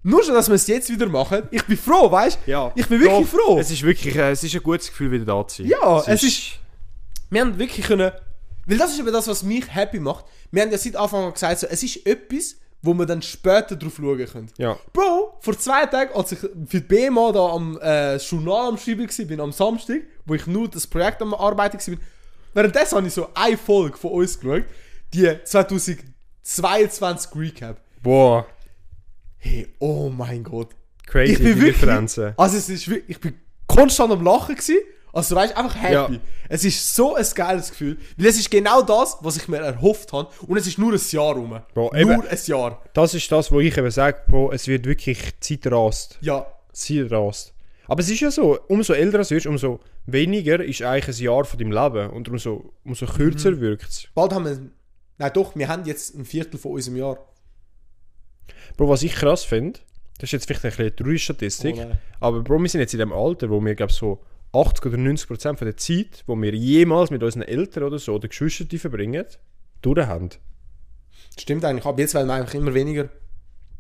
[SPEAKER 2] nur schon, dass wir es jetzt wieder machen, ich bin froh, weißt du? Ich bin wirklich
[SPEAKER 3] Bro,
[SPEAKER 2] froh.
[SPEAKER 3] Es ist wirklich, äh, es ist ein gutes Gefühl, wieder da zu sein.
[SPEAKER 2] Ja, es ist. Wir haben wirklich können. Weil das ist eben das, was mich happy macht. Wir haben ja seit Anfang an gesagt, so, es ist etwas, wo wir dann später drauf schauen können.
[SPEAKER 3] Ja.
[SPEAKER 2] Bro, vor zwei Tagen, als ich für die BMA da am äh, Journal am Schreiben war, am Samstag, wo ich nur das Projekt am Arbeiten war, währenddessen habe ich so eine Folge von uns geschaut, die 2022 Recap.
[SPEAKER 3] Boah,
[SPEAKER 2] Hey, oh mein Gott.
[SPEAKER 3] crazy,
[SPEAKER 2] Ich bin
[SPEAKER 3] die
[SPEAKER 2] wirklich.
[SPEAKER 3] Differenzen.
[SPEAKER 2] Also es ist wirklich, ich bin konstant am Lachen gewesen. Also weißt einfach happy.
[SPEAKER 3] Ja.
[SPEAKER 2] Es ist so ein geiles Gefühl, weil es ist genau das, was ich mir erhofft habe. Und es ist nur ein Jahr rum.
[SPEAKER 3] Bro,
[SPEAKER 2] nur
[SPEAKER 3] eben.
[SPEAKER 2] ein Jahr.
[SPEAKER 3] Das ist das, wo ich eben sage, Bro, es wird wirklich Zeit rast.
[SPEAKER 2] Ja.
[SPEAKER 3] Zeit rast. Aber es ist ja so, umso älter du wirst, umso weniger ist eigentlich ein Jahr von deinem Leben und umso, umso kürzer
[SPEAKER 2] Mhm.
[SPEAKER 3] wirkt es.
[SPEAKER 2] Bald haben wir. Nein, doch, wir haben jetzt ein Viertel von unserem Jahr.
[SPEAKER 3] Bro, was ich krass finde, Das ist jetzt vielleicht ein bisschen eine traurige Statistik.
[SPEAKER 4] Oh nein.
[SPEAKER 3] aber Bro, wir sind jetzt in dem Alter, wo wir, glaube so 80 oder 90 Prozent von der Zeit, wo wir jemals mit unseren Eltern oder so oder Geschwistern die verbringen, durch haben.
[SPEAKER 2] Stimmt eigentlich. Ab jetzt werden wir eigentlich immer weniger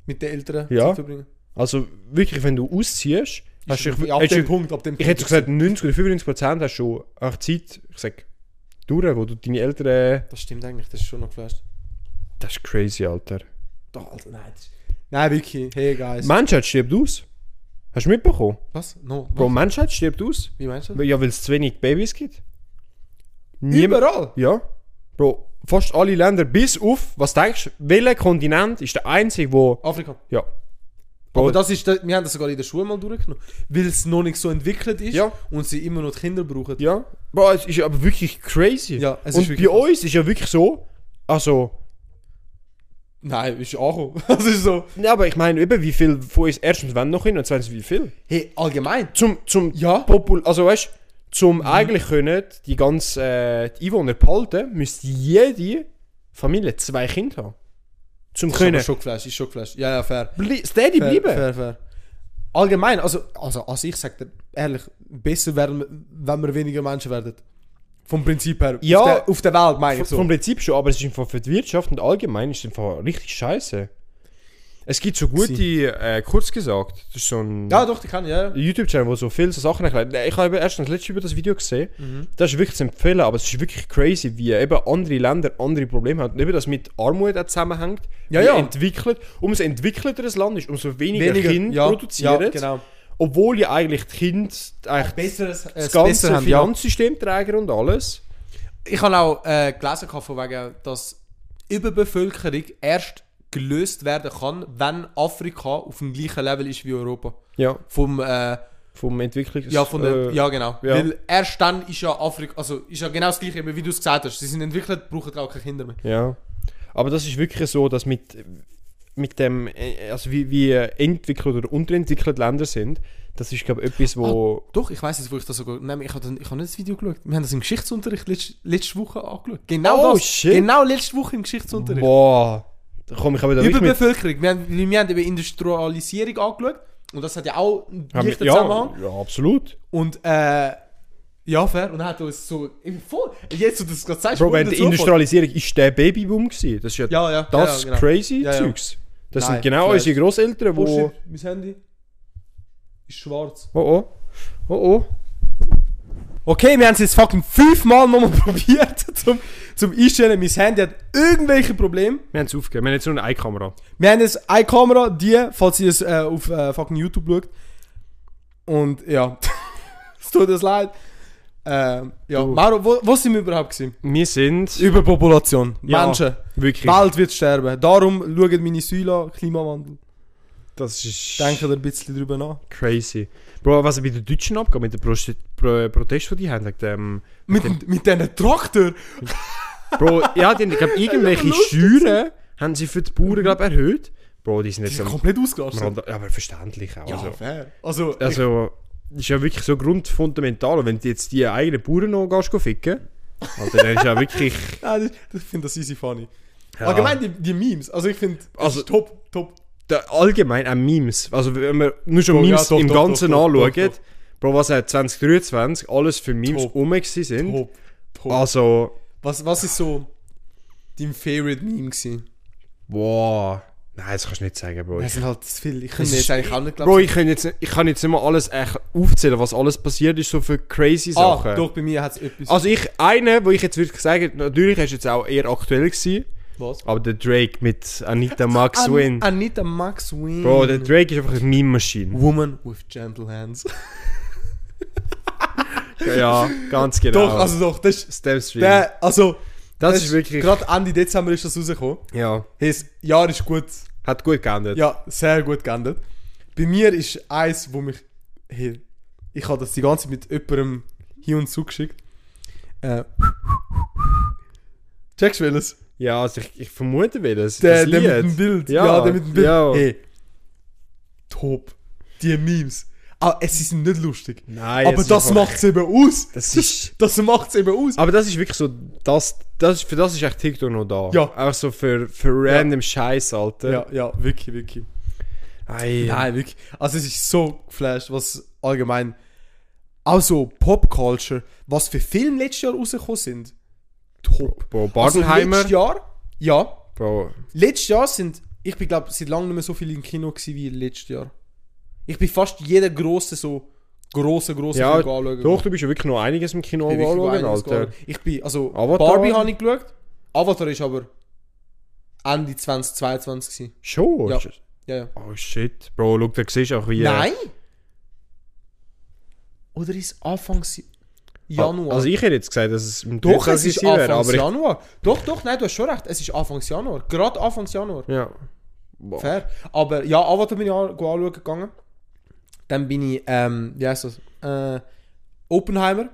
[SPEAKER 2] mit den Eltern
[SPEAKER 3] Ja.
[SPEAKER 2] Zeit verbringen.
[SPEAKER 3] Also wirklich, wenn du ausziehst, hast du...
[SPEAKER 2] Ab dem
[SPEAKER 3] hast du-
[SPEAKER 2] Punkt, ab dem
[SPEAKER 3] Ich hätte so gesagt, 90 oder 95 Prozent hast du schon echt Zeit, ich sag, durch, wo du deine Eltern... äh,
[SPEAKER 2] Das stimmt eigentlich, das ist schon noch geflasht.
[SPEAKER 3] Das ist crazy, Alter.
[SPEAKER 2] Doch, Alter, nein. Das ist... Nein, wirklich. Hey, guys.
[SPEAKER 3] Menschheit stirbt aus. Hast du mitbekommen?
[SPEAKER 2] Was? No.
[SPEAKER 3] Bro, Menschheit stirbt aus.
[SPEAKER 2] Wie meinst du das?
[SPEAKER 3] Ja, weil es zu wenig Babys gibt.
[SPEAKER 2] Überall.
[SPEAKER 3] Ja. Bro, fast alle Länder, bis auf, was denkst du, welcher Kontinent ist der einzige, wo...
[SPEAKER 2] Afrika.
[SPEAKER 3] Ja.
[SPEAKER 2] Aber
[SPEAKER 3] Bro,
[SPEAKER 2] das ist, das, wir haben das sogar in der Schule mal durchgenommen. Weil es noch nicht so entwickelt ist
[SPEAKER 3] Ja.
[SPEAKER 2] und sie immer noch die Kinder brauchen.
[SPEAKER 3] ja. Bro, es ist aber wirklich crazy.
[SPEAKER 2] Ja, es ist
[SPEAKER 3] Und
[SPEAKER 2] wirklich
[SPEAKER 3] bei uns ist ja wirklich so, also...
[SPEAKER 2] Nein, ist auch. Das ist so.
[SPEAKER 3] Ja, aber ich meine, eben, wie viel von uns erstens wenn noch hin und zweitens wie viel?
[SPEAKER 2] Hey, allgemein.
[SPEAKER 3] Zum, zum
[SPEAKER 2] Ja.
[SPEAKER 3] Popul also weißt, zum eigentlich können die ganzen äh, die Einwohner behalten, müsste jede Familie zwei Kinder haben. Zum
[SPEAKER 2] Ist aber
[SPEAKER 3] können
[SPEAKER 2] schon geflasht, ist schon geflasht. Ja, ja, fair.
[SPEAKER 3] bli- steady
[SPEAKER 2] Fair,
[SPEAKER 3] bleiben.
[SPEAKER 2] fair, fair. Allgemein, also, also, also ich sag dir ehrlich, besser werden wir, wenn wir weniger Menschen werden. Vom Prinzip her.
[SPEAKER 3] Ja.
[SPEAKER 2] Auf der, auf der Welt, meine
[SPEAKER 3] V-
[SPEAKER 2] ich so.
[SPEAKER 3] Vom Prinzip schon, aber es ist einfach für die Wirtschaft und allgemein ist es einfach richtig scheiße. Es gibt so gute, äh, kurz gesagt, das ist so ein
[SPEAKER 2] ja, doch, die kann, ja. ja.
[SPEAKER 3] YouTube-Channel, wo so viele so Sachen erklärt. Ich habe eben erst das letzte über das Video gesehen.
[SPEAKER 2] Mhm.
[SPEAKER 3] Das ist wirklich zu empfehlen, aber es ist wirklich crazy, wie eben andere Länder andere Probleme haben. Und eben das mit Armut auch zusammenhängt.
[SPEAKER 2] Ja,
[SPEAKER 3] wie
[SPEAKER 2] ja.
[SPEAKER 3] Entwickelt, umso entwickelter das Land ist, umso weniger, Kinder
[SPEAKER 2] ja,
[SPEAKER 3] produzieren.
[SPEAKER 2] Ja, genau.
[SPEAKER 3] Obwohl ja eigentlich die Kinder eigentlich
[SPEAKER 2] Besseres, äh,
[SPEAKER 3] das ganze
[SPEAKER 2] Bessere haben, ja.
[SPEAKER 3] Finanzsystemträger und alles.
[SPEAKER 2] Ich habe auch äh, gelesen, gehabt von wegen, dass Überbevölkerung erst gelöst werden kann, wenn Afrika auf dem gleichen Level ist wie Europa.
[SPEAKER 3] Ja,
[SPEAKER 2] Vom, äh,
[SPEAKER 3] vom Entwicklungs...
[SPEAKER 2] ja, von der,
[SPEAKER 3] äh,
[SPEAKER 2] ja, genau.
[SPEAKER 3] ja.
[SPEAKER 2] Weil erst dann ist ja Afrika, also ist ja genau das gleiche, eben wie du es gesagt hast. Sie sind entwickelt, brauchen auch keine Kinder mehr.
[SPEAKER 3] Ja. Aber das ist wirklich so, dass mit, mit dem, äh, also wie, wie äh, entwickelt oder unterentwickelt Länder sind, das ist, glaube ich, etwas, wo.
[SPEAKER 2] Doch, ich weiß jetzt, wo ich das sogar. Nein, ich habe dann- ich habe nicht das Video geschaut. Wir haben das im Geschichtsunterricht letzt, letzte Woche angeschaut. Genau
[SPEAKER 3] Oh,
[SPEAKER 2] das.
[SPEAKER 3] shit.
[SPEAKER 2] Genau letzte Woche im Geschichtsunterricht.
[SPEAKER 3] Boah. Da komme ich aber da wirklich mit.
[SPEAKER 2] Überbevölkerung. Wir haben, wir haben eben Industrialisierung angeschaut. Und das hat ja auch einen
[SPEAKER 3] Haben wir-
[SPEAKER 2] direkten Zusammenhang.
[SPEAKER 3] ja, ja, absolut.
[SPEAKER 2] Und äh, ja, fair. Und er hat uns so im Vor. Jetzt, wo du das gerade sagst,
[SPEAKER 3] Bro,
[SPEAKER 2] kommt mir das
[SPEAKER 3] während der
[SPEAKER 2] so vor.
[SPEAKER 3] Industrialisierung ist der Babyboom gewesen. Das ist ja,
[SPEAKER 2] Ja, ja.
[SPEAKER 3] das
[SPEAKER 2] ja, ja, genau.
[SPEAKER 3] crazy
[SPEAKER 2] Ja, ja.
[SPEAKER 3] Zeugs. Das
[SPEAKER 2] Nein,
[SPEAKER 3] sind genau
[SPEAKER 2] vielleicht.
[SPEAKER 3] unsere Großeltern,
[SPEAKER 2] Oh,
[SPEAKER 3] wo.
[SPEAKER 2] shit, mein Handy ist schwarz.
[SPEAKER 3] Oh oh. Oh oh.
[SPEAKER 2] Okay, wir haben es jetzt fucking fünfmal nochmal probiert zum, zum Einstellen. Mein Handy hat irgendwelche Probleme.
[SPEAKER 3] Wir haben es aufgegeben. Wir haben jetzt nur eine Kamera.
[SPEAKER 2] Wir haben jetzt eine Kamera, die, falls ihr es äh, auf äh, fucking YouTube schaut. Und ja, es tut uns leid. Ähm, ja,
[SPEAKER 3] Du.
[SPEAKER 2] Mauro, wo, wo sind wir überhaupt gewesen?
[SPEAKER 3] Wir sind.
[SPEAKER 2] Überpopulation,
[SPEAKER 3] Ja.
[SPEAKER 2] Menschen.
[SPEAKER 3] Wirklich.
[SPEAKER 2] Die Welt wird sterben. Darum schaut meine Säule an, Klimawandel.
[SPEAKER 3] Das ist.
[SPEAKER 2] Denkt ihr ein bisschen drüber nach.
[SPEAKER 3] Crazy. Bro, was bei den Deutschen abgeht mit dem Prost Pro Protest, den die ehm, haben, wegen dem...
[SPEAKER 2] Mit, mit diesen Traktor?
[SPEAKER 3] Bro, ja, die haben, glaub, irgendwelche Steuern haben sie für die Bauern, glaub, erhöht. Bro, die sind
[SPEAKER 2] dus. Die
[SPEAKER 3] jetzt
[SPEAKER 2] sind
[SPEAKER 3] am
[SPEAKER 2] komplett
[SPEAKER 3] am
[SPEAKER 2] ausgerastet.
[SPEAKER 3] Rand... Ja, aber verständlich auch. also,
[SPEAKER 2] fair. Also,
[SPEAKER 3] also, das ist ja wirklich so grundfundamental. Und wenn du jetzt die eigenen Bauern noch gehst, go ficken, Alter, dann ist ja wirklich...
[SPEAKER 2] ich, nein, ich finde das easy funny.
[SPEAKER 3] Ja,
[SPEAKER 2] Allgemein die, die Memes. Also ich finde,
[SPEAKER 3] Also-
[SPEAKER 2] top, top.
[SPEAKER 3] da- allgemein auch Memes. Also, wenn wir nur schon
[SPEAKER 2] Bro, ja,
[SPEAKER 3] Memes
[SPEAKER 2] doch,
[SPEAKER 3] im
[SPEAKER 2] doch,
[SPEAKER 3] Ganzen
[SPEAKER 2] doch, doch,
[SPEAKER 3] anschauen,
[SPEAKER 2] doch,
[SPEAKER 3] Bro, was auch 2023 alles für Memes
[SPEAKER 2] Top.
[SPEAKER 3] rum gewesen sind.
[SPEAKER 2] Top, top.
[SPEAKER 3] Also...
[SPEAKER 2] Was, was ist so dein favorite Meme gewesen?
[SPEAKER 3] Wow. Nein, das kannst du nicht sagen, Bro.
[SPEAKER 2] Das
[SPEAKER 3] Ich,
[SPEAKER 2] sind halt zu viel. Ich kann
[SPEAKER 3] Es
[SPEAKER 2] mir
[SPEAKER 3] ist-
[SPEAKER 2] jetzt eigentlich auch nicht glauben.
[SPEAKER 3] Bro, ich kann jetzt, ich kann jetzt nicht mal alles echt aufzählen, was alles passiert ist, so für crazy
[SPEAKER 2] ah,
[SPEAKER 3] Sachen.
[SPEAKER 2] doch, bei mir hat es etwas.
[SPEAKER 3] Also ich, eine, wo ich jetzt wirklich sagen, natürlich ist jetzt auch eher aktuell gewesen,
[SPEAKER 2] was?
[SPEAKER 3] aber der Drake mit Anita Max Win.
[SPEAKER 2] An, Anita Max Win.
[SPEAKER 3] Bro, der Drake ist einfach eine Meme-Maschine.
[SPEAKER 2] Woman with gentle hands.
[SPEAKER 3] Ja, ganz genau.
[SPEAKER 2] Doch, also doch, das ist...
[SPEAKER 3] Stepstream.
[SPEAKER 2] Der, also,
[SPEAKER 3] Das ist wirklich,
[SPEAKER 2] gerade Ende Dezember ist das rausgekommen.
[SPEAKER 3] ja,
[SPEAKER 2] Hey, das Jahr ist gut,
[SPEAKER 3] hat gut geändert.
[SPEAKER 2] ja, sehr gut geendet. Bei mir ist eins, wo mich, hey, ich habe das die ganze Zeit mit jemandem hier und zugeschickt. Äh, checkst du welches?
[SPEAKER 3] Ja, also ich, ich vermute, wie das,
[SPEAKER 2] Der,
[SPEAKER 3] das
[SPEAKER 2] der mit
[SPEAKER 3] Lied.
[SPEAKER 2] dem Bild.
[SPEAKER 3] Ja,
[SPEAKER 2] Ja, der mit dem Bild.
[SPEAKER 3] ja.
[SPEAKER 2] Hey, top. Die Memes. Aber es ist nicht lustig.
[SPEAKER 3] Nein,
[SPEAKER 2] Aber
[SPEAKER 3] es ist
[SPEAKER 2] das
[SPEAKER 3] einfach-
[SPEAKER 2] macht es eben aus.
[SPEAKER 3] Das ist...
[SPEAKER 2] Das macht es eben aus.
[SPEAKER 3] Aber das ist wirklich so, das, das, für das ist echt TikTok noch da.
[SPEAKER 2] Ja.
[SPEAKER 3] Auch so für, für random Scheiß, Alter.
[SPEAKER 2] Ja, ja, wirklich, wirklich.
[SPEAKER 3] Ei.
[SPEAKER 2] Nein, wirklich. Also es ist so geflasht, was allgemein auch so Popculture, was für Filme letztes Jahr rausgekommen sind. Top.
[SPEAKER 3] Bro,
[SPEAKER 2] Also
[SPEAKER 3] Barbenheimer.
[SPEAKER 2] letztes Jahr, ja,
[SPEAKER 3] Bro,
[SPEAKER 2] letztes Jahr sind, ich bin glaube seit langem nicht mehr so viel im Kino gewesen wie letztes Jahr. Ich bin fast jeder große so große große
[SPEAKER 3] ja,
[SPEAKER 2] Film anschauen.
[SPEAKER 3] doch, du bist ja wirklich noch einiges im Kino
[SPEAKER 2] Ich bin wirklich
[SPEAKER 3] anschauen,
[SPEAKER 2] einiges
[SPEAKER 3] Alter.
[SPEAKER 2] gegangen. Ich bin, also
[SPEAKER 3] Avatar?
[SPEAKER 2] Barbie habe ich geschaut. Avatar ist aber Ende 2022 gewesen.
[SPEAKER 3] Schon?
[SPEAKER 2] Ja. Ja, ja.
[SPEAKER 3] Oh shit. Bro, schau, da siehst du auch wie... äh,
[SPEAKER 2] Nein? Oder ist Anfang Januar?
[SPEAKER 3] Also ich hätte jetzt gesagt, dass es im
[SPEAKER 2] doch, es
[SPEAKER 3] 23.
[SPEAKER 2] ist
[SPEAKER 3] wäre,
[SPEAKER 2] Anfang
[SPEAKER 3] aber ich...
[SPEAKER 2] Januar. Doch, doch, nein, du hast schon recht. Es ist Anfang Januar. Gerade Anfang Januar.
[SPEAKER 3] Ja.
[SPEAKER 2] Fair. Aber ja, Avatar bin ich an, go anschauen gegangen. Dann bin ich, ähm, wie heißt das? Äh, Oppenheimer.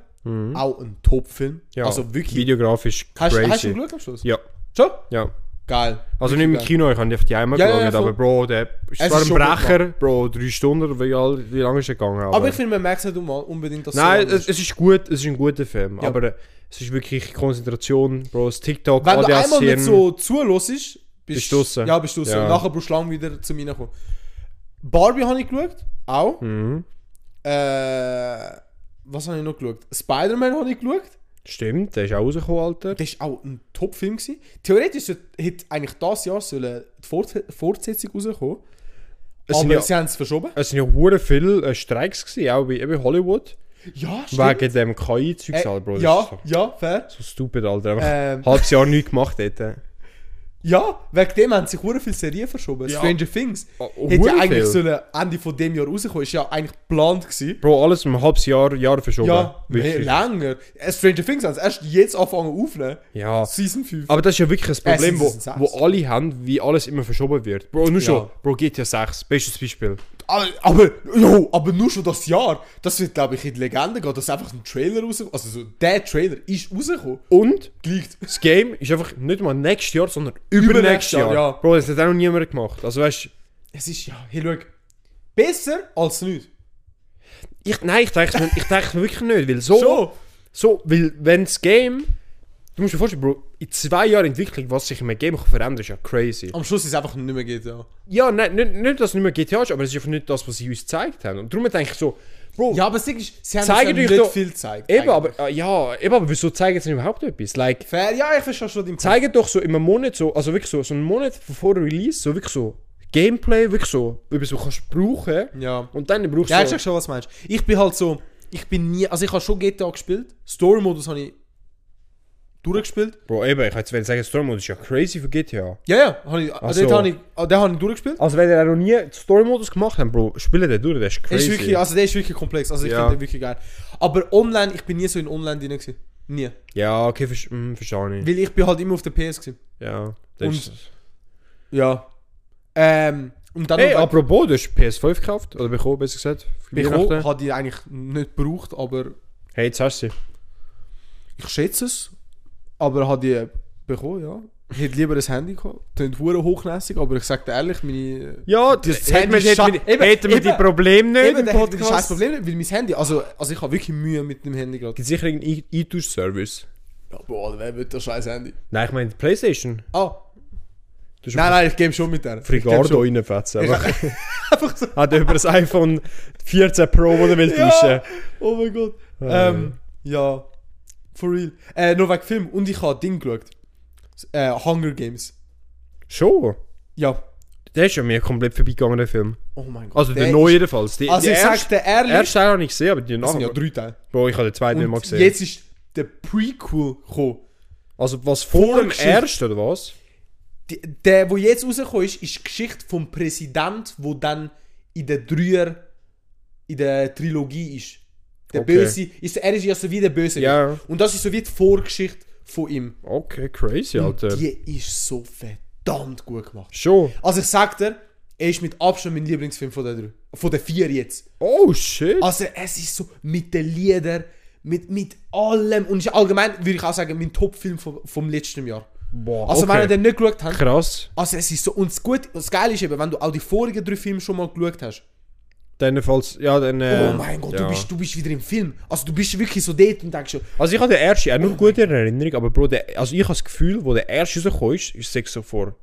[SPEAKER 2] Auch ein Top-Film.
[SPEAKER 3] Mhm. ja.
[SPEAKER 2] Also wirklich.
[SPEAKER 3] Videografisch
[SPEAKER 2] Hast,
[SPEAKER 3] crazy.
[SPEAKER 2] hast du ihn geschaut am Schluss?
[SPEAKER 3] Ja,
[SPEAKER 2] Schon?
[SPEAKER 3] ja.
[SPEAKER 2] Geil.
[SPEAKER 3] Also
[SPEAKER 2] Wirklich
[SPEAKER 3] nicht im
[SPEAKER 2] geil.
[SPEAKER 3] Kino, ich habe die einmal
[SPEAKER 2] Ja, ja,
[SPEAKER 3] geschaut,
[SPEAKER 2] ja, voll.
[SPEAKER 3] aber Bro, der ist
[SPEAKER 2] Es
[SPEAKER 3] zwar
[SPEAKER 2] ist
[SPEAKER 3] ein
[SPEAKER 2] schon gut
[SPEAKER 3] Brecher, Bro, drei Stunden, wie, all- wie lange ist er gegangen?
[SPEAKER 2] Aber ich finde, man merkt es nicht um- unbedingt, dass
[SPEAKER 3] Nein,
[SPEAKER 2] so lang
[SPEAKER 3] es, es ist gut, es ist ein guter Film, aber äh, es ist wirklich Konzentration, Bro, das TikTok,
[SPEAKER 2] Wenn du einmal
[SPEAKER 3] ADS-Hirn.
[SPEAKER 2] nicht so zulässt,
[SPEAKER 3] Bist du draussen.
[SPEAKER 2] Ja, bist du draussen.
[SPEAKER 3] Ja.
[SPEAKER 2] Und Nachher brauchst du lange wieder zu mir kommen. Barbie habe ich geschaut, auch.
[SPEAKER 3] Mhm.
[SPEAKER 2] Äh, was habe ich noch geschaut? Spider-Man habe ich geschaut.
[SPEAKER 3] Stimmt, der ist auch rausgekommen, Alter.
[SPEAKER 2] Das war auch ein Top-Film. gewesen. Theoretisch sollte- hätte eigentlich dieses Jahr sollen die Fort Fortsetzung rauskommen.
[SPEAKER 3] Es sind
[SPEAKER 2] aber
[SPEAKER 3] ja-
[SPEAKER 2] sie haben es verschoben.
[SPEAKER 3] Es sind ja hure viele äh, Streiks gewesen, auch bei eben Hollywood.
[SPEAKER 2] Ja,
[SPEAKER 3] Wegen dem KI-Zeugs,
[SPEAKER 2] Äh,
[SPEAKER 3] halt, Bro. das
[SPEAKER 2] ja,
[SPEAKER 3] ist so,
[SPEAKER 2] ja, fair.
[SPEAKER 3] so stupid, Alter. Einfach
[SPEAKER 2] Ähm.
[SPEAKER 3] ein halbes Jahr nichts gemacht äh. hätte.
[SPEAKER 2] Ja, wegen dem haben sich hure viele Serien verschoben.
[SPEAKER 3] Ja.
[SPEAKER 2] Stranger Things.
[SPEAKER 3] Oh, oh,
[SPEAKER 2] hätte ja
[SPEAKER 3] hure
[SPEAKER 2] eigentlich
[SPEAKER 3] viel.
[SPEAKER 2] sollen Ende von dem Jahr rauskommen. Ist ja eigentlich geplant gewesen.
[SPEAKER 3] Bro, alles um ein halbes Jahr, Jahr verschoben.
[SPEAKER 2] Ja, mehr,
[SPEAKER 3] wirklich.
[SPEAKER 2] länger. Äh, Stranger Things haben sie erst jetzt angefangen aufnehmen.
[SPEAKER 3] Ja.
[SPEAKER 2] Season 5.
[SPEAKER 3] Aber das ist ja wirklich ein
[SPEAKER 2] Äh,
[SPEAKER 3] Problem, wo,
[SPEAKER 2] Season sechs.
[SPEAKER 3] wo alle haben, wie alles immer verschoben wird. Bro, nur schon. Bro, GTA 6, bestes Beispiel.
[SPEAKER 2] Aber, aber, jo, aber nur schon das Jahr. Das wird, glaube ich, in die Legende gehen, dass einfach ein Trailer rauskommt. Also so, der Trailer ist rausgekommen.
[SPEAKER 3] Und
[SPEAKER 2] Gleicht.
[SPEAKER 3] das Game ist einfach nicht mal nächstes Jahr, sondern übernächstes
[SPEAKER 2] Übernächstes Jahr,
[SPEAKER 3] Jahr.
[SPEAKER 2] ja.
[SPEAKER 3] Bro, das hat auch noch niemand gemacht. Also weißt du,
[SPEAKER 2] Es ist ja, hey, schau. Besser als nicht.
[SPEAKER 3] ich, nein, ich denke ich denke wirklich nicht, weil so,
[SPEAKER 2] Schon.
[SPEAKER 3] so weil wenn das Game, du musst dir vorstellen, Bro, in zwei Jahren Entwicklung, was sich in einem Game kann verändern ist ja crazy.
[SPEAKER 2] Am Schluss ist es einfach nicht mehr GTA.
[SPEAKER 3] Ja, nein, nicht, nicht, dass es nicht mehr GTA ist, aber es ist einfach nicht das, was sie uns gezeigt haben. Und darum denke ich so, Bro,
[SPEAKER 2] Ja, aber das Ding ist, sie haben
[SPEAKER 3] Zeigt
[SPEAKER 2] uns ja
[SPEAKER 3] euch
[SPEAKER 2] nicht
[SPEAKER 3] doch-
[SPEAKER 2] viel gezeigt.
[SPEAKER 3] eben,
[SPEAKER 2] eigentlich.
[SPEAKER 3] aber, äh, ja, eben, aber wieso zeigen sie überhaupt etwas? Like,
[SPEAKER 2] Fair, ja, ich verstehe schon deinen Punkt.
[SPEAKER 3] zeigen doch so in einem Monat so, also wirklich so, so einen Monat vor Release, so wirklich so Gameplay, wirklich so, wie du so kannst brauchen.
[SPEAKER 2] Ja.
[SPEAKER 3] Und dann brauchst du
[SPEAKER 2] Ja, ich
[SPEAKER 3] so,
[SPEAKER 2] check schon, was du meinst. Ich bin halt so, ich bin nie, also ich habe schon GTA gespielt. Story-Modus habe ich durchgespielt.
[SPEAKER 3] Bro, eben, ich hätte sagen, Story Mode ist ja crazy für GTA.
[SPEAKER 2] Ja, ja, habe ich,
[SPEAKER 3] Ach
[SPEAKER 2] den
[SPEAKER 3] so.
[SPEAKER 2] habe ich, ah, den habe ich durchgespielt.
[SPEAKER 3] Also wenn ihr auch noch nie Story Modus gemacht habt, Bro, spiele den durch, der ist
[SPEAKER 2] Der
[SPEAKER 3] crazy.
[SPEAKER 2] Ist wirklich, also der ist wirklich komplex, also ich
[SPEAKER 3] Ja.
[SPEAKER 2] finde den wirklich geil. Aber online, ich bin nie so in online drin gewesen. Nie.
[SPEAKER 3] ja, okay, ver mm, verstehe ich.
[SPEAKER 2] Weil ich bin halt immer auf der PS gewesen.
[SPEAKER 3] Ja, das
[SPEAKER 2] Und-
[SPEAKER 3] ist...
[SPEAKER 2] Ja. Ähm, und dann
[SPEAKER 3] Hey,
[SPEAKER 2] noch-
[SPEAKER 3] apropos, du hast PS5 gekauft, oder bekommen, besser gesagt. für
[SPEAKER 2] bekommen,
[SPEAKER 3] Weihnachten.
[SPEAKER 2] hat die eigentlich nicht gebraucht, aber
[SPEAKER 3] Hey, jetzt hast du sie.
[SPEAKER 2] ich schätze es. Aber hat die äh, bekommen, ja. Ich hätte lieber ein Handy gehabt. Tönt hure hochnässig, aber ich sag dir ehrlich, meine...
[SPEAKER 3] Ja,
[SPEAKER 2] das
[SPEAKER 3] das hätten wir,
[SPEAKER 2] Handy
[SPEAKER 3] hätten
[SPEAKER 2] scha-
[SPEAKER 3] wir,
[SPEAKER 2] eben,
[SPEAKER 3] hätten wir die
[SPEAKER 2] eben.
[SPEAKER 3] Probleme nicht
[SPEAKER 2] Eben, da
[SPEAKER 3] im
[SPEAKER 2] hätte ich kein
[SPEAKER 3] Podcast. Es
[SPEAKER 2] Problem, nicht, weil mein Handy, also, also ich habe wirklich Mühe mit dem Handy gerade.
[SPEAKER 3] gibt sicher irgendeinen E- E-Tausch-Service.
[SPEAKER 2] Ja, boah, wer will das scheiß Handy?
[SPEAKER 3] Nein, ich meine Playstation.
[SPEAKER 2] Ah,
[SPEAKER 3] Du hast
[SPEAKER 2] nein, nein, ich gebe schon mit der.
[SPEAKER 3] Frigardo reinfetzen.
[SPEAKER 2] Ich-
[SPEAKER 3] einfach.
[SPEAKER 2] Einfach so.
[SPEAKER 3] Hat über das iPhone 14 Pro, das er will
[SPEAKER 2] Ja,
[SPEAKER 3] tauschen
[SPEAKER 2] oh mein Gott.
[SPEAKER 3] Ah,
[SPEAKER 2] Ähm, ja, for real. Äh, nur wegen Film. Und ich habe Ding geschaut. Äh, Hunger Games.
[SPEAKER 3] Schon?
[SPEAKER 2] Ja.
[SPEAKER 3] Der ist ja mir komplett vorbeigegangen, der Film.
[SPEAKER 2] Oh mein Gott.
[SPEAKER 3] Also der,
[SPEAKER 2] der
[SPEAKER 3] neue jedenfalls. Die,
[SPEAKER 2] Also
[SPEAKER 3] die
[SPEAKER 2] ich sag dir ehrlich,
[SPEAKER 3] den ersten Teil habe ich gesehen, aber die
[SPEAKER 2] das sind ja
[SPEAKER 3] nachher...
[SPEAKER 2] drei Teile.
[SPEAKER 3] Bro, ich habe den zweiten nicht mal
[SPEAKER 2] Und
[SPEAKER 3] gesehen.
[SPEAKER 2] jetzt ist der Prequel gekommen.
[SPEAKER 3] also was vor dem
[SPEAKER 2] Vorgeschichte.
[SPEAKER 3] ersten, oder was?
[SPEAKER 2] Die- Der, wo jetzt rausgekommen ist, ist die Geschichte vom Präsident, wo dann in der Dreier, in der Trilogie ist. Der
[SPEAKER 3] Okay.
[SPEAKER 2] Böse, ist, er ist ja so wie der Böse.
[SPEAKER 3] Ja.
[SPEAKER 2] Und das ist so wie die Vorgeschichte von ihm.
[SPEAKER 3] Okay, crazy, Alter.
[SPEAKER 2] Die ist so verdammt gut gemacht.
[SPEAKER 3] Schon?
[SPEAKER 2] Also ich sag dir, er ist mit Abstand mein Lieblingsfilm von der drei. Von der vier jetzt.
[SPEAKER 3] Oh, shit.
[SPEAKER 2] Also es ist so mit den Liedern, mit, mit allem. Und ist allgemein würde ich auch sagen, mein Top-Film vom, vom letzten Jahr.
[SPEAKER 3] Boah,
[SPEAKER 2] Also wenn
[SPEAKER 3] okay.
[SPEAKER 2] ihr den nicht geschaut habt,
[SPEAKER 3] Krass.
[SPEAKER 2] also es ist so, und das Gute, das Geile ist eben, wenn du auch die vorigen drei Filme schon mal geschaut hast.
[SPEAKER 3] Dann falls... Ja, dann... Äh,
[SPEAKER 2] oh mein Gott,
[SPEAKER 3] ja.
[SPEAKER 2] du, bist, du bist wieder im Film. Also du bist wirklich so dort und denkst schon,
[SPEAKER 3] Also ich habe den ersten auch noch gut in Erinnerung, aber Bro, der, also ich habe das Gefühl, wo der erste rausgekommen ist, ist es so vor...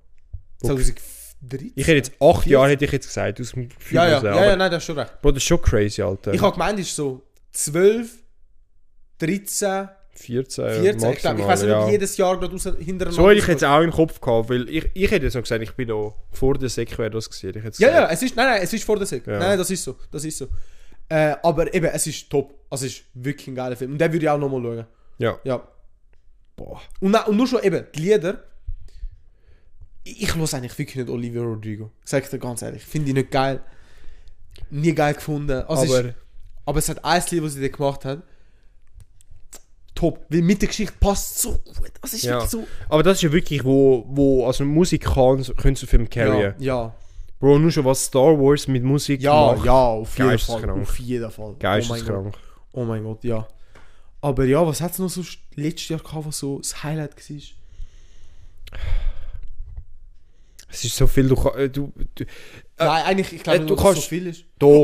[SPEAKER 2] 2014, 13.
[SPEAKER 3] Ich hätte jetzt 8 Jahre, hätte ich jetzt gesagt, aus dem Gefühl
[SPEAKER 2] ja, ja,
[SPEAKER 3] raus,
[SPEAKER 2] ja,
[SPEAKER 3] aber-
[SPEAKER 2] ja, nein, das ist schon recht.
[SPEAKER 3] Bro, das ist schon crazy, Alter.
[SPEAKER 2] Ich habe gemeint, es ist so 12, 13,
[SPEAKER 3] 14,
[SPEAKER 2] 14. Ich, glaub, ich weiß nicht,
[SPEAKER 3] Äh, ja.
[SPEAKER 2] ob jedes Jahr gerade raus- hintereinander.
[SPEAKER 3] So hätte ich jetzt
[SPEAKER 2] rauskommt.
[SPEAKER 3] auch im Kopf gehabt, weil ich, ich hätte jetzt noch gesagt, ich bin noch vor der Sek, wäre das gesehen. Ich hätte
[SPEAKER 2] Ja, ja,
[SPEAKER 3] gesagt,
[SPEAKER 2] es ist, nein, nein, es ist vor der Säge.
[SPEAKER 3] Ja.
[SPEAKER 2] Nein, nein, das ist so, das ist so. Äh, aber eben, es ist top. Also es ist wirklich ein geiler Film. Und den würde ich auch nochmal schauen.
[SPEAKER 3] ja.
[SPEAKER 2] Ja.
[SPEAKER 3] Boah.
[SPEAKER 2] Und, na- und nur schon eben, die Lieder. Ich ich höre eigentlich wirklich nicht Olivia Rodrigo. Sag ich dir ganz ehrlich. Finde ich nicht geil. Nie geil gefunden. Also es
[SPEAKER 3] aber
[SPEAKER 2] Ist, aber es hat ein Lied, was sie da gemacht hat. Top. Weil mit der Geschichte passt so gut. Also es ist
[SPEAKER 3] Ja.
[SPEAKER 2] wirklich so.
[SPEAKER 3] Aber das ist ja wirklich, wo, wo also Musik kann, können zu Film carryen.
[SPEAKER 2] Ja,
[SPEAKER 3] Bro, nur schon was Star Wars mit Musik
[SPEAKER 2] ja, ja,
[SPEAKER 3] macht.
[SPEAKER 2] ja, auf jeden Fall.
[SPEAKER 3] Geisteskrank.
[SPEAKER 2] Auf jeden Fall. Oh mein Gott.
[SPEAKER 3] Geisteskrank.
[SPEAKER 2] Oh mein Gott, ja. Aber ja, was hat es noch so sch- letztes Jahr gehabt, was so das Highlight war?
[SPEAKER 3] Äh, es ist so viel, du, ka- äh, du, du
[SPEAKER 2] Nein, eigentlich, ich glaube,
[SPEAKER 3] äh,
[SPEAKER 2] nicht,
[SPEAKER 3] du
[SPEAKER 2] dass es
[SPEAKER 3] kannst-
[SPEAKER 2] so viel ist.
[SPEAKER 3] da.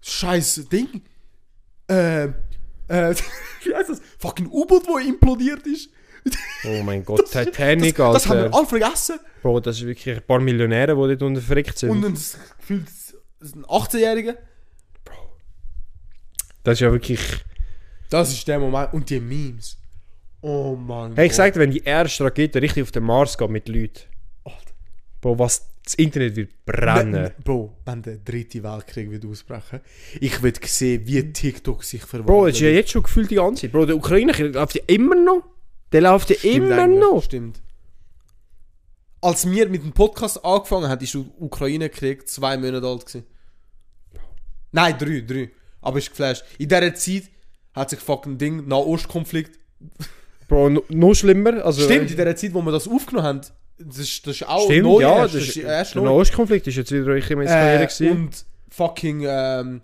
[SPEAKER 2] scheiß Ding. Ähm, äh, wie heißt das? Fucking U-Boot, wo implodiert ist.
[SPEAKER 3] Oh mein Gott, Titanic,
[SPEAKER 2] das, das haben
[SPEAKER 3] Alter.
[SPEAKER 2] wir alle vergessen.
[SPEAKER 3] Bro, das sind wirklich ein paar Millionäre, die dort unter verreckt sind.
[SPEAKER 2] Und ein, gefühlt ein 18-Jähriger.
[SPEAKER 3] das ist ja wirklich...
[SPEAKER 2] Das ist der Moment. Und die Memes. Oh Mann.
[SPEAKER 3] Hey, ich sag dir, wenn die erste Rakete richtig auf den Mars geht mit Leuten,
[SPEAKER 2] Alter.
[SPEAKER 3] Bro, was das Internet wird brennen.
[SPEAKER 2] Wenn, Bro, wenn der dritte Weltkrieg wird ausbrechen, ich will sehen, wie TikTok sich verwandelt.
[SPEAKER 3] Bro, das ist ja jetzt schon gefühlt die ganze Zeit. Bro, der Ukraine läuft ja immer noch. Der läuft ja
[SPEAKER 2] Stimmt
[SPEAKER 3] immer
[SPEAKER 2] eigentlich,
[SPEAKER 3] noch.
[SPEAKER 2] Stimmt. Als wir mit dem Podcast angefangen haben, ist der Ukraine-Krieg zwei Monate alt. Gewesen. Nein, drei, drei. Aber ist geflasht. In dieser Zeit hat sich fucking Ding, Nahostkonflikt.
[SPEAKER 3] Bro, no- noch schlimmer. Also,
[SPEAKER 2] Stimmt, in dieser Zeit, wo wir das aufgenommen haben, das ist, das ist auch
[SPEAKER 3] Stimmt,
[SPEAKER 2] neu
[SPEAKER 3] Oh, ja. dus Eh,
[SPEAKER 2] erst, das
[SPEAKER 3] Das ist, genau
[SPEAKER 2] ist erst
[SPEAKER 3] der
[SPEAKER 2] neu.
[SPEAKER 3] Nahostkonflikt ist jetzt wieder richtig im Eskalieren
[SPEAKER 2] Äh,
[SPEAKER 3] gewesen.
[SPEAKER 2] und fucking ähm,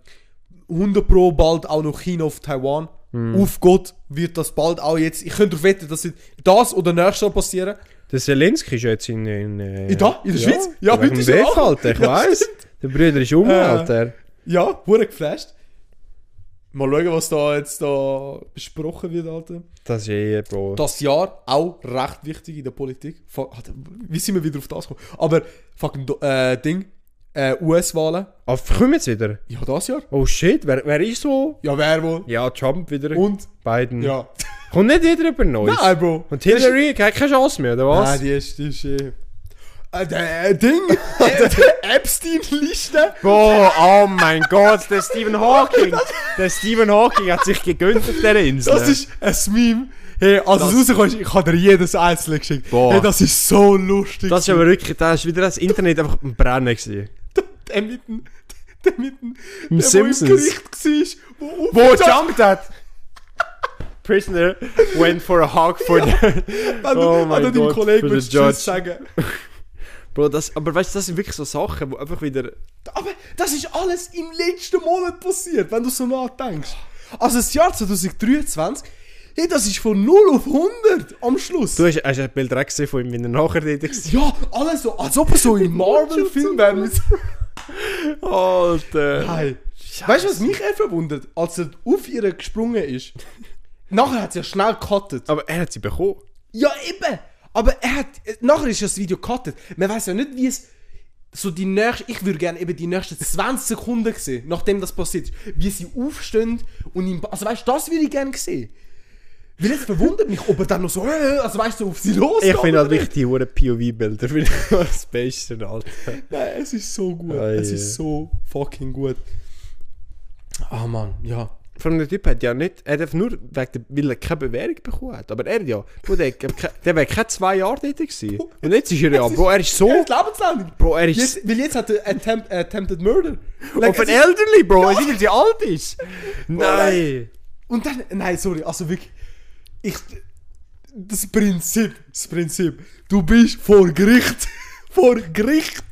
[SPEAKER 2] 100 Pro bald auch noch China auf Taiwan.
[SPEAKER 3] Hm.
[SPEAKER 2] Auf Gott wird das bald auch jetzt. Ich könnte darauf wetten, dass das oder nächstes Jahr passieren.
[SPEAKER 3] Der Zelensky ist ja jetzt in... In, äh,
[SPEAKER 2] In da? In der Schweiz? Ja,
[SPEAKER 3] Ja,
[SPEAKER 2] heute
[SPEAKER 3] wegen
[SPEAKER 2] ist
[SPEAKER 3] dem
[SPEAKER 2] er
[SPEAKER 3] Def,
[SPEAKER 2] auch.
[SPEAKER 3] Alter. Ich
[SPEAKER 2] Ja,
[SPEAKER 3] weiss. Der Bruder ist um,
[SPEAKER 2] Äh.
[SPEAKER 3] Alter.
[SPEAKER 2] Ja, wurde geflasht. Mal schauen, was da jetzt da besprochen wird, Alter.
[SPEAKER 3] Das ist eh, Bro.
[SPEAKER 2] Das Jahr auch recht wichtig in der Politik. Fuck, Alter, Wie sind wir wieder auf das gekommen? Aber fucking Do- äh, Ding, äh, US-Wahlen.
[SPEAKER 3] Ah, kommen jetzt wieder?
[SPEAKER 2] Ja, das Jahr.
[SPEAKER 3] Oh shit, wer, wer ist so?
[SPEAKER 2] Ja, wer wohl?
[SPEAKER 3] Ja, Trump wieder.
[SPEAKER 2] Und?
[SPEAKER 3] Biden.
[SPEAKER 2] Ja.
[SPEAKER 3] Kommt nicht jeder über Neues.
[SPEAKER 2] Nein, Bro.
[SPEAKER 3] Und Hillary hat keine Chance mehr, oder was?
[SPEAKER 2] Nein, die ist, die ist eh... Äh, der äh, Ding, äh, der Epstein-Liste.
[SPEAKER 3] Boah, oh mein Gott, der Stephen Hawking. Der Stephen Hawking hat sich gegönnt auf dieser Insel.
[SPEAKER 2] Das ist ein Meme. Hey, als
[SPEAKER 3] Das-
[SPEAKER 2] das, es rauskommt, ich habe dir jedes einzelne geschickt.
[SPEAKER 3] Boah.
[SPEAKER 2] Hey, das ist so lustig.
[SPEAKER 3] das ist aber wirklich, da ist wieder das Internet einfach am Brennen gewesen.
[SPEAKER 2] der mit dem, der mit dem,
[SPEAKER 3] Im
[SPEAKER 2] der, wo im
[SPEAKER 3] Simpsons.
[SPEAKER 2] Gericht war, wo,
[SPEAKER 3] Wo jumped hat? Prisoner went for a hawk for the...
[SPEAKER 2] wenn
[SPEAKER 3] Oh
[SPEAKER 2] du,
[SPEAKER 3] mein
[SPEAKER 2] wenn du deinem
[SPEAKER 3] Gott, für
[SPEAKER 2] Kollegen
[SPEAKER 3] den
[SPEAKER 2] willst
[SPEAKER 3] Judge.
[SPEAKER 2] Tschüss sagen.
[SPEAKER 3] Bro, das, aber weißt du, das sind wirklich so Sachen, wo einfach wieder...
[SPEAKER 2] Aber das ist alles im letzten Monat passiert, wenn du so nachdenkst. Also das Jahr 2023, hey, das ist von 0 auf 100 am Schluss.
[SPEAKER 3] Du hast, hast ein Bild gesehen von ihm, wie er nachher dort war.
[SPEAKER 2] Ja, alles so, als ob er so im Marvel-Film wäre. mit-
[SPEAKER 3] Alter.
[SPEAKER 2] Nein. Weißt du, was mich eher verwundert? Als er auf ihr gesprungen ist, nachher hat sie ja schnell gecuttet.
[SPEAKER 3] Aber er hat sie bekommen.
[SPEAKER 2] Ja, eben! Aber er hat. äh, Nachher ist ja das Video gecuttet. Man weiß ja nicht, wie es. So die nächste, ich würde gerne eben die nächsten 20 Sekunden sehen, nachdem das passiert ist. Wie sie aufstehen und ihm. Also weißt du, das würde ich gerne sehen. Weil jetzt verwundert mich, ob er dann noch so, äh, also weißt du, so auf sie losgeht.
[SPEAKER 3] Ich finde
[SPEAKER 2] oder
[SPEAKER 3] halt
[SPEAKER 2] nicht.
[SPEAKER 3] wirklich die hohen POV-Bilder, finde ich das Beste, Alter.
[SPEAKER 2] Nein, es ist so gut.
[SPEAKER 3] Ah,
[SPEAKER 2] es
[SPEAKER 3] je.
[SPEAKER 2] ist so fucking gut. Ah Mann, ja.
[SPEAKER 3] Vor allem der Typ hat ja nicht, er darf nur, wegen der, weil er keine Bewährung bekommen hat. Aber er ja, Bro, der, der wäre keine zwei Jahre dort gewesen. Und jetzt ist er ja, Bro, er ist
[SPEAKER 2] Er
[SPEAKER 3] so,
[SPEAKER 2] ist lebenslang.
[SPEAKER 3] Bro, er ist
[SPEAKER 2] Jetzt, weil jetzt hat er attempt, attempted murder. Like,
[SPEAKER 3] auf ein
[SPEAKER 2] es ist-
[SPEAKER 3] Elderly, Bro, er ist, wie alt ist. Nein.
[SPEAKER 2] Und dann, nein, sorry, also wirklich, ich, das Prinzip, das Prinzip, du bist vor Gericht, vor Gericht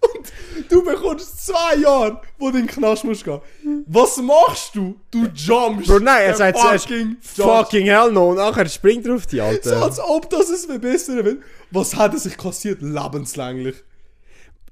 [SPEAKER 2] und du bekommst zwei Jahre, wo du in den Knast musst gehen. Was machst du? Du jumpst.
[SPEAKER 3] Bro, nein, er
[SPEAKER 2] Der
[SPEAKER 3] sagt zuerst,
[SPEAKER 2] jumps.
[SPEAKER 3] fucking hell no, und nachher springt er auf die,
[SPEAKER 2] So,
[SPEAKER 3] Alter.
[SPEAKER 2] als ob das es verbessern will. Was hat er sich kassiert? Lebenslänglich.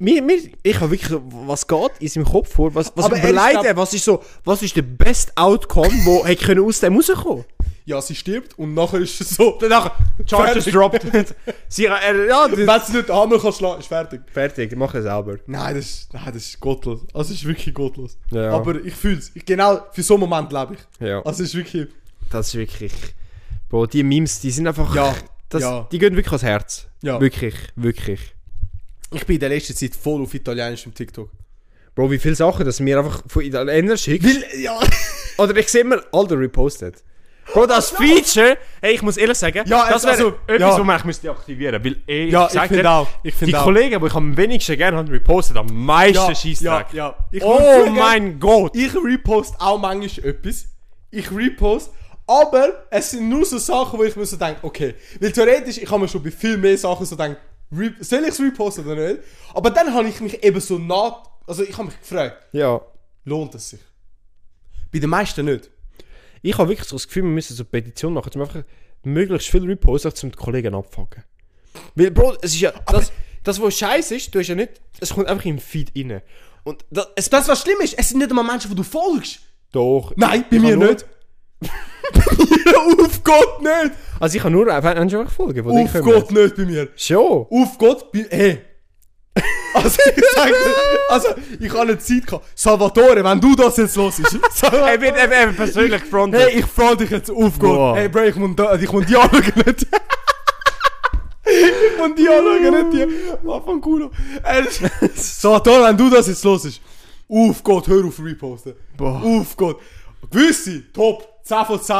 [SPEAKER 3] Mir, mir, ich habe wirklich so, was geht in seinem Kopf vor? Was, was
[SPEAKER 2] Aber er ist,
[SPEAKER 3] überlegt
[SPEAKER 2] glaub-
[SPEAKER 3] dus er? Was ist so, was ist der best Outcome, wo er können aus dem rauskommen?
[SPEAKER 2] ja, sie stirbt und nachher ist es so,
[SPEAKER 3] Danach, Charges dropped. Sie, er, ja, dus- das,
[SPEAKER 2] wenn sie nicht einmal kann schlagen, ist fertig.
[SPEAKER 3] fertig, mach das selber.
[SPEAKER 2] Nein, das ist, nein, das ist gottlos. Also, es ist wirklich gottlos.
[SPEAKER 3] Ja.
[SPEAKER 2] Aber ich fühle es. Genau für so einen Moment lebe ich.
[SPEAKER 3] Ja.
[SPEAKER 2] Also, es ist wirklich.
[SPEAKER 3] Das ist wirklich. Bro, die Memes, die sind einfach.
[SPEAKER 2] Ja,
[SPEAKER 3] das,
[SPEAKER 2] ja.
[SPEAKER 3] Die gehen wirklich ans Herz.
[SPEAKER 2] Ja.
[SPEAKER 3] Wirklich, wirklich.
[SPEAKER 2] Ich bin in der letzten Zeit voll auf Italienisch im TikTok.
[SPEAKER 3] Bro, wie viele Sachen, dass mir einfach von Italienern schicken.
[SPEAKER 2] Weil, ja.
[SPEAKER 3] Oder ich sehe immer, Alter repostet. Bro, das Feature, hey, ich muss ehrlich sagen,
[SPEAKER 2] Ja,
[SPEAKER 3] das
[SPEAKER 2] es-
[SPEAKER 3] wäre
[SPEAKER 2] also,
[SPEAKER 3] etwas,
[SPEAKER 2] ja.
[SPEAKER 3] wo man eigentlich müsste aktivieren müsste. Weil ey,
[SPEAKER 2] Ja, ich
[SPEAKER 3] gesagt
[SPEAKER 2] finde
[SPEAKER 3] habe,
[SPEAKER 2] auch, ich finde
[SPEAKER 3] die
[SPEAKER 2] auch.
[SPEAKER 3] Kollegen, die ich am wenigsten gerne habe, repostet am meisten
[SPEAKER 2] ja,
[SPEAKER 3] Scheissdreck.
[SPEAKER 2] Ja, ja. Ich
[SPEAKER 3] Oh mein Gott!
[SPEAKER 2] Ich repost auch manchmal etwas. Ich repost. Aber es sind nur so Sachen, wo ich mir so denke, okay. Weil theoretisch, ich habe mir schon bei viel mehr Sachen so gedacht, re- soll ich es reposten oder nicht? Aber dann habe ich mich eben so nah... Also ich habe mich gefragt,
[SPEAKER 3] Ja.
[SPEAKER 2] lohnt es sich? Bei den meisten nicht.
[SPEAKER 3] Ich habe wirklich so das Gefühl, wir müssen so eine Petition machen, um einfach möglichst viel reposten, um die Kollegen abzufacken. Weil, Bro, es ist ja. Das, das was scheiße ist, du hast ja nicht. Es kommt einfach im Feed rein. Und das, es
[SPEAKER 2] Das, was schlimm ist, es sind nicht einmal Menschen, die du folgst.
[SPEAKER 3] Doch.
[SPEAKER 2] Nein, bei
[SPEAKER 3] Ich
[SPEAKER 2] mir
[SPEAKER 3] kann nur-
[SPEAKER 2] nicht. Auf Gott nicht!
[SPEAKER 3] Also ich kann nur einfach einfach folgen, wo die
[SPEAKER 2] Auf Gott nicht bei mir!
[SPEAKER 3] Schon.
[SPEAKER 2] Auf Gott bin. Hey! Also ich sag dir, also ich habe eine Zeit gehabt. Salvatore, wenn du das jetzt hörst,
[SPEAKER 3] Er wird, er, er wird persönlich gefrontet.
[SPEAKER 2] hey, ich frage dich jetzt auf Gott.
[SPEAKER 3] Boah.
[SPEAKER 2] Hey, Bro, ich muss, da, ich muss die anschauen, nicht Ich muss die anschauen, nicht die. Mann von Kuno. Ey, das- Salvatore, wenn du das jetzt hörst, auf Gott, hör auf reposten.
[SPEAKER 3] Boah.
[SPEAKER 2] Auf Gott. Gewisse, top, 10 von 10.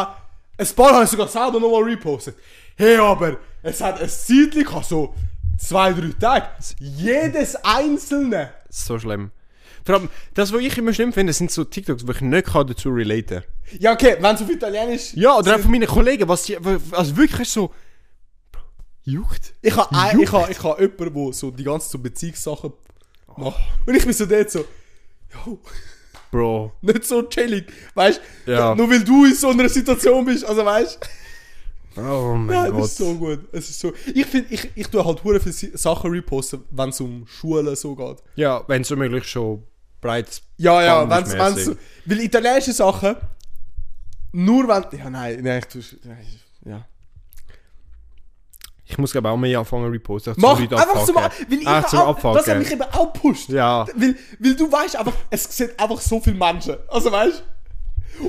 [SPEAKER 2] Ein paar habe ich sogar selber nochmal repostet. Hey, aber es hat ein Zeitlich, so zwei, drei Tage. Jedes einzelne.
[SPEAKER 3] Das ist so schlimm. Vor allem, das, was ich immer schlimm finde, sind so TikToks, die ich nicht kann dazu relaten kann.
[SPEAKER 2] Ja, okay, wenn es auf Italienisch.
[SPEAKER 3] Ja, oder auch von meinen Kollegen, was die, also wirklich so... Juckt?
[SPEAKER 2] Ich habe ein- ich hab, ich hab jemanden, der so die ganze so Beziehungssachen macht. Und ich bin so dort so, jo,
[SPEAKER 3] Bro.
[SPEAKER 2] nicht so chillig. Weißt du?
[SPEAKER 3] Ja.
[SPEAKER 2] Nur weil du in so einer Situation bist. Also weißt du?
[SPEAKER 3] Oh mein
[SPEAKER 2] Nein,
[SPEAKER 3] Gott.
[SPEAKER 2] das ist so gut. Es ist so. Ich finde, ich, ich tue halt hure viele Sachen reposten, wenn es um Schulen so geht.
[SPEAKER 3] Ja, wenn es möglich schon breit...
[SPEAKER 2] Ja, ja, wenn
[SPEAKER 3] Spannungsmäßig.
[SPEAKER 2] es. Weil italienische Sachen, nur wenn. Ja, nein, nein, ich tue. Ja.
[SPEAKER 3] Ich muss glaube auch mal anfangen reposten. um
[SPEAKER 2] Mach
[SPEAKER 3] Leute
[SPEAKER 2] einfach zum,
[SPEAKER 3] abfucken.
[SPEAKER 2] weil ich
[SPEAKER 3] Ach,
[SPEAKER 2] hab
[SPEAKER 3] Ah, zum
[SPEAKER 2] auch- Das hat
[SPEAKER 3] Abfucken.
[SPEAKER 2] mich eben auch gepusht.
[SPEAKER 3] Ja.
[SPEAKER 2] Weil, weil du weißt einfach, es sind einfach so viele Menschen. Also weißt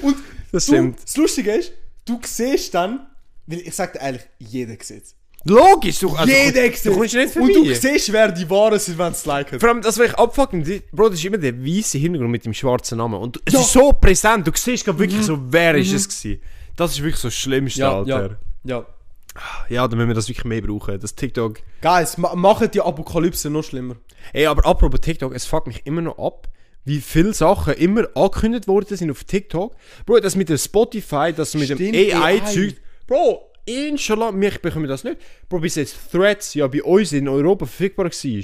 [SPEAKER 2] Und
[SPEAKER 3] Das
[SPEAKER 2] du,
[SPEAKER 3] stimmt.
[SPEAKER 2] das Lustige ist, du siehst dann, weil ich sag dir ehrlich, jeder sieht
[SPEAKER 3] Logisch, du... Also,
[SPEAKER 2] Jeder
[SPEAKER 3] du, du kommst
[SPEAKER 2] sieht
[SPEAKER 3] nicht
[SPEAKER 2] Und du
[SPEAKER 3] vorbei.
[SPEAKER 2] siehst, wer die Wahren sind, wenn es liken.
[SPEAKER 3] Vor allem, das will ich abfucken. Die- Bro, das ist immer der weiße Hintergrund mit dem schwarzen Namen. Und es
[SPEAKER 2] Ja. Mhm.
[SPEAKER 3] ist so präsent. Du siehst grad wirklich so, wer ist es gewesen. Das ist wirklich so das Schlimmste, Alter.
[SPEAKER 2] ja, ja.
[SPEAKER 3] Ja, dann müssen wir das wirklich mehr brauchen. Das TikTok.
[SPEAKER 2] Guys, ma machen die Apokalypse noch schlimmer.
[SPEAKER 3] Ey, aber apropos TikTok, es fuckt mich immer noch ab, wie viele Sachen immer angekündigt worden sind auf TikTok. Bro, das mit dem Spotify, das mit dem
[SPEAKER 2] Stimmt,
[SPEAKER 3] AI-Zeug. Bro, inshallah, mich bekommen das nicht. Bro, bis jetzt Threads ja bei uns in Europa verfügbar war.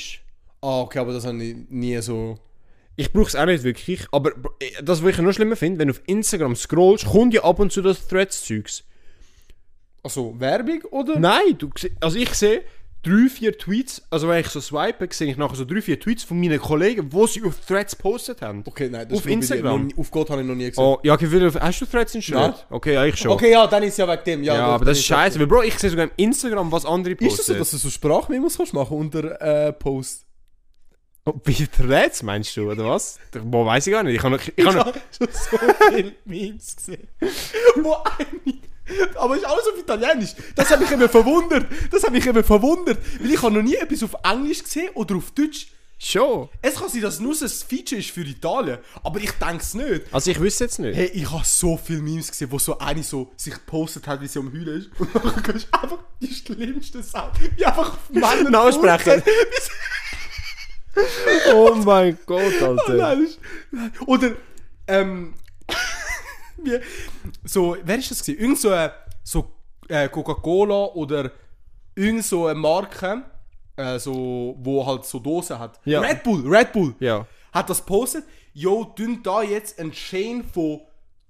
[SPEAKER 2] Ah, okay, aber das habe ich nie so.
[SPEAKER 3] Ich brauche es auch nicht wirklich, aber br- eh, das, was ich noch schlimmer finde, wenn du auf Instagram scrollst, kommt ja ab und zu das Threads-Zeugs.
[SPEAKER 2] Also Werbung oder?
[SPEAKER 3] Nein, du, gse- also ich sehe drei, vier Tweets, also wenn ich so swipe, sehe ich nachher so drei, vier Tweets von meinen Kollegen, wo sie auf Threads gepostet haben.
[SPEAKER 2] Okay, nein, ist
[SPEAKER 3] Auf
[SPEAKER 2] nur bei dir.
[SPEAKER 3] Instagram.
[SPEAKER 2] Noch nie- Auf Gott habe ich noch nie gesehen.
[SPEAKER 3] Oh, ja, gewillt, hast du Threads installiert?
[SPEAKER 2] Nein.
[SPEAKER 3] Okay, ja, ich schon.
[SPEAKER 2] Okay, ja, dann ist ja wegen dem. Ja,
[SPEAKER 3] ja,
[SPEAKER 2] doch,
[SPEAKER 3] aber
[SPEAKER 2] dann
[SPEAKER 3] das ist scheiße, weil Bro, ich sehe sogar im Instagram, was andere
[SPEAKER 2] Ist
[SPEAKER 3] posten.
[SPEAKER 2] das so, dass du so Sprachmemos kannst machen unter äh, Post?
[SPEAKER 3] Oh, bei Threads meinst du, oder was? Boah, weiß ich gar nicht. Ich habe noch, ich habe noch,
[SPEAKER 2] schon so viele Memes gesehen. Wo eine. Aber ist alles auf Italienisch. Das hat mich eben verwundert. Das hat mich eben verwundert. Weil ich habe noch nie etwas auf Englisch gesehen oder auf Deutsch.
[SPEAKER 3] schon.
[SPEAKER 2] Es kann sein, dass nur so ein Feature ist für Italien. Aber ich denke es nicht.
[SPEAKER 3] Also ich wüsste jetzt nicht.
[SPEAKER 2] Hey, ich habe so viele Memes gesehen, wo so eine so sich gepostet hat, wie sie am Heulen ist. Und dann kannst du einfach die schlimmste Sache. Wie einfach auf Männer
[SPEAKER 3] Nachsprechen.
[SPEAKER 2] furzen. Wie sie-
[SPEAKER 3] Oh mein Gott, Alter.
[SPEAKER 2] Oh Nein, das ist, nein. Oder, ähm, wie, so, wer ist das gewesen? Irgend so, eine- so äh, Coca-Cola oder irgend so eine Marke, äh, so, wo halt so Dosen hat.
[SPEAKER 3] Ja.
[SPEAKER 2] Red Bull, Red Bull.
[SPEAKER 3] Ja.
[SPEAKER 2] Hat das gepostet, yo, dünn da jetzt ein Chain von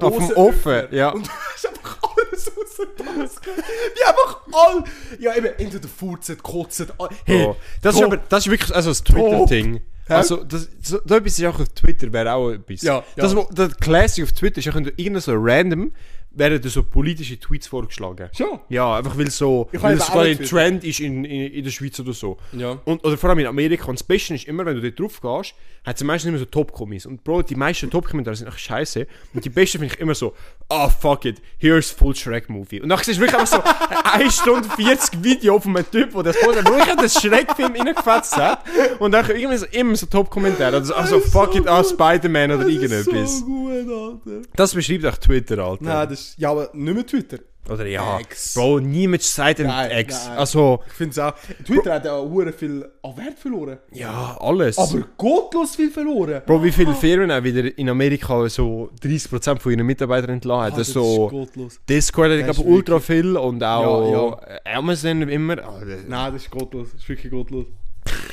[SPEAKER 3] Ah, vom
[SPEAKER 2] Dosen
[SPEAKER 3] Offen,
[SPEAKER 2] öffnen.
[SPEAKER 3] ja.
[SPEAKER 2] Und du hast einfach alles rausgepasst. Wie einfach all, ja eben, entweder furzen, kotzen, all, hey,
[SPEAKER 3] Oh, das ist
[SPEAKER 2] top.
[SPEAKER 3] aber das ist wirklich also das Twitter-Ding. Also, das, so, so etwas ist auch auf Twitter, wäre auch etwas.
[SPEAKER 2] Oh. Ja, ja.
[SPEAKER 3] Das, wo- das Classic auf Twitter ist, ja, könnt ihr irgendein so random, werden dir so politische Tweets vorgeschlagen.
[SPEAKER 2] Schon?
[SPEAKER 3] Ja, einfach weil so,
[SPEAKER 2] Ich
[SPEAKER 3] weil
[SPEAKER 2] habe
[SPEAKER 3] es
[SPEAKER 2] eben auch
[SPEAKER 3] gerade ein
[SPEAKER 2] getwittert.
[SPEAKER 3] Trend ist in, in, in der Schweiz oder so.
[SPEAKER 2] Ja.
[SPEAKER 3] Und, oder vor allem in Amerika. Und das Beste ist immer, wenn du dort drauf gehst, hat es meistens immer so Top-Kommis. Und Bro, die meisten Top-Kommentare sind echt scheiße. Und die besten finde ich immer so, ah fuck it, here's full Shrek-Movie. Und dann siehst du wirklich einfach so 1 Stunde 40 Video von einem Typ, der das Foto wirklich den Shrek-Film reingefetzt hat. Und dann irgendwie so, immer so Top-Kommentare. Also, also fuck it, ah Spider-Man oder irgendetwas.
[SPEAKER 2] So gut, Alter.
[SPEAKER 3] Das beschreibt auch Twitter, Alter.
[SPEAKER 2] Nein, das ist, ja, aber nicht mehr Twitter.
[SPEAKER 3] Oder ja,
[SPEAKER 2] Ex.
[SPEAKER 3] Bro, niemand sagt ein
[SPEAKER 2] Nein,
[SPEAKER 3] Ex.
[SPEAKER 2] nein.
[SPEAKER 3] Also,
[SPEAKER 2] Ich finde es auch. Twitter hat ja auch hure viel an Wert verloren.
[SPEAKER 3] ja, alles.
[SPEAKER 2] Aber gottlos viel verloren.
[SPEAKER 3] Bro, wie viele Firmen auch wieder in Amerika so 30% von ihren Mitarbeitern entlassen haben.
[SPEAKER 2] Ah,
[SPEAKER 3] das ist
[SPEAKER 2] ist
[SPEAKER 3] so,
[SPEAKER 2] gottlos.
[SPEAKER 3] Discord hat,
[SPEAKER 2] Das
[SPEAKER 3] glaube
[SPEAKER 2] ist
[SPEAKER 3] ultra viel und auch eh, Amazon immer. Ah, das-
[SPEAKER 2] Nein, das ist gottlos. Das ist wirklich gottlos.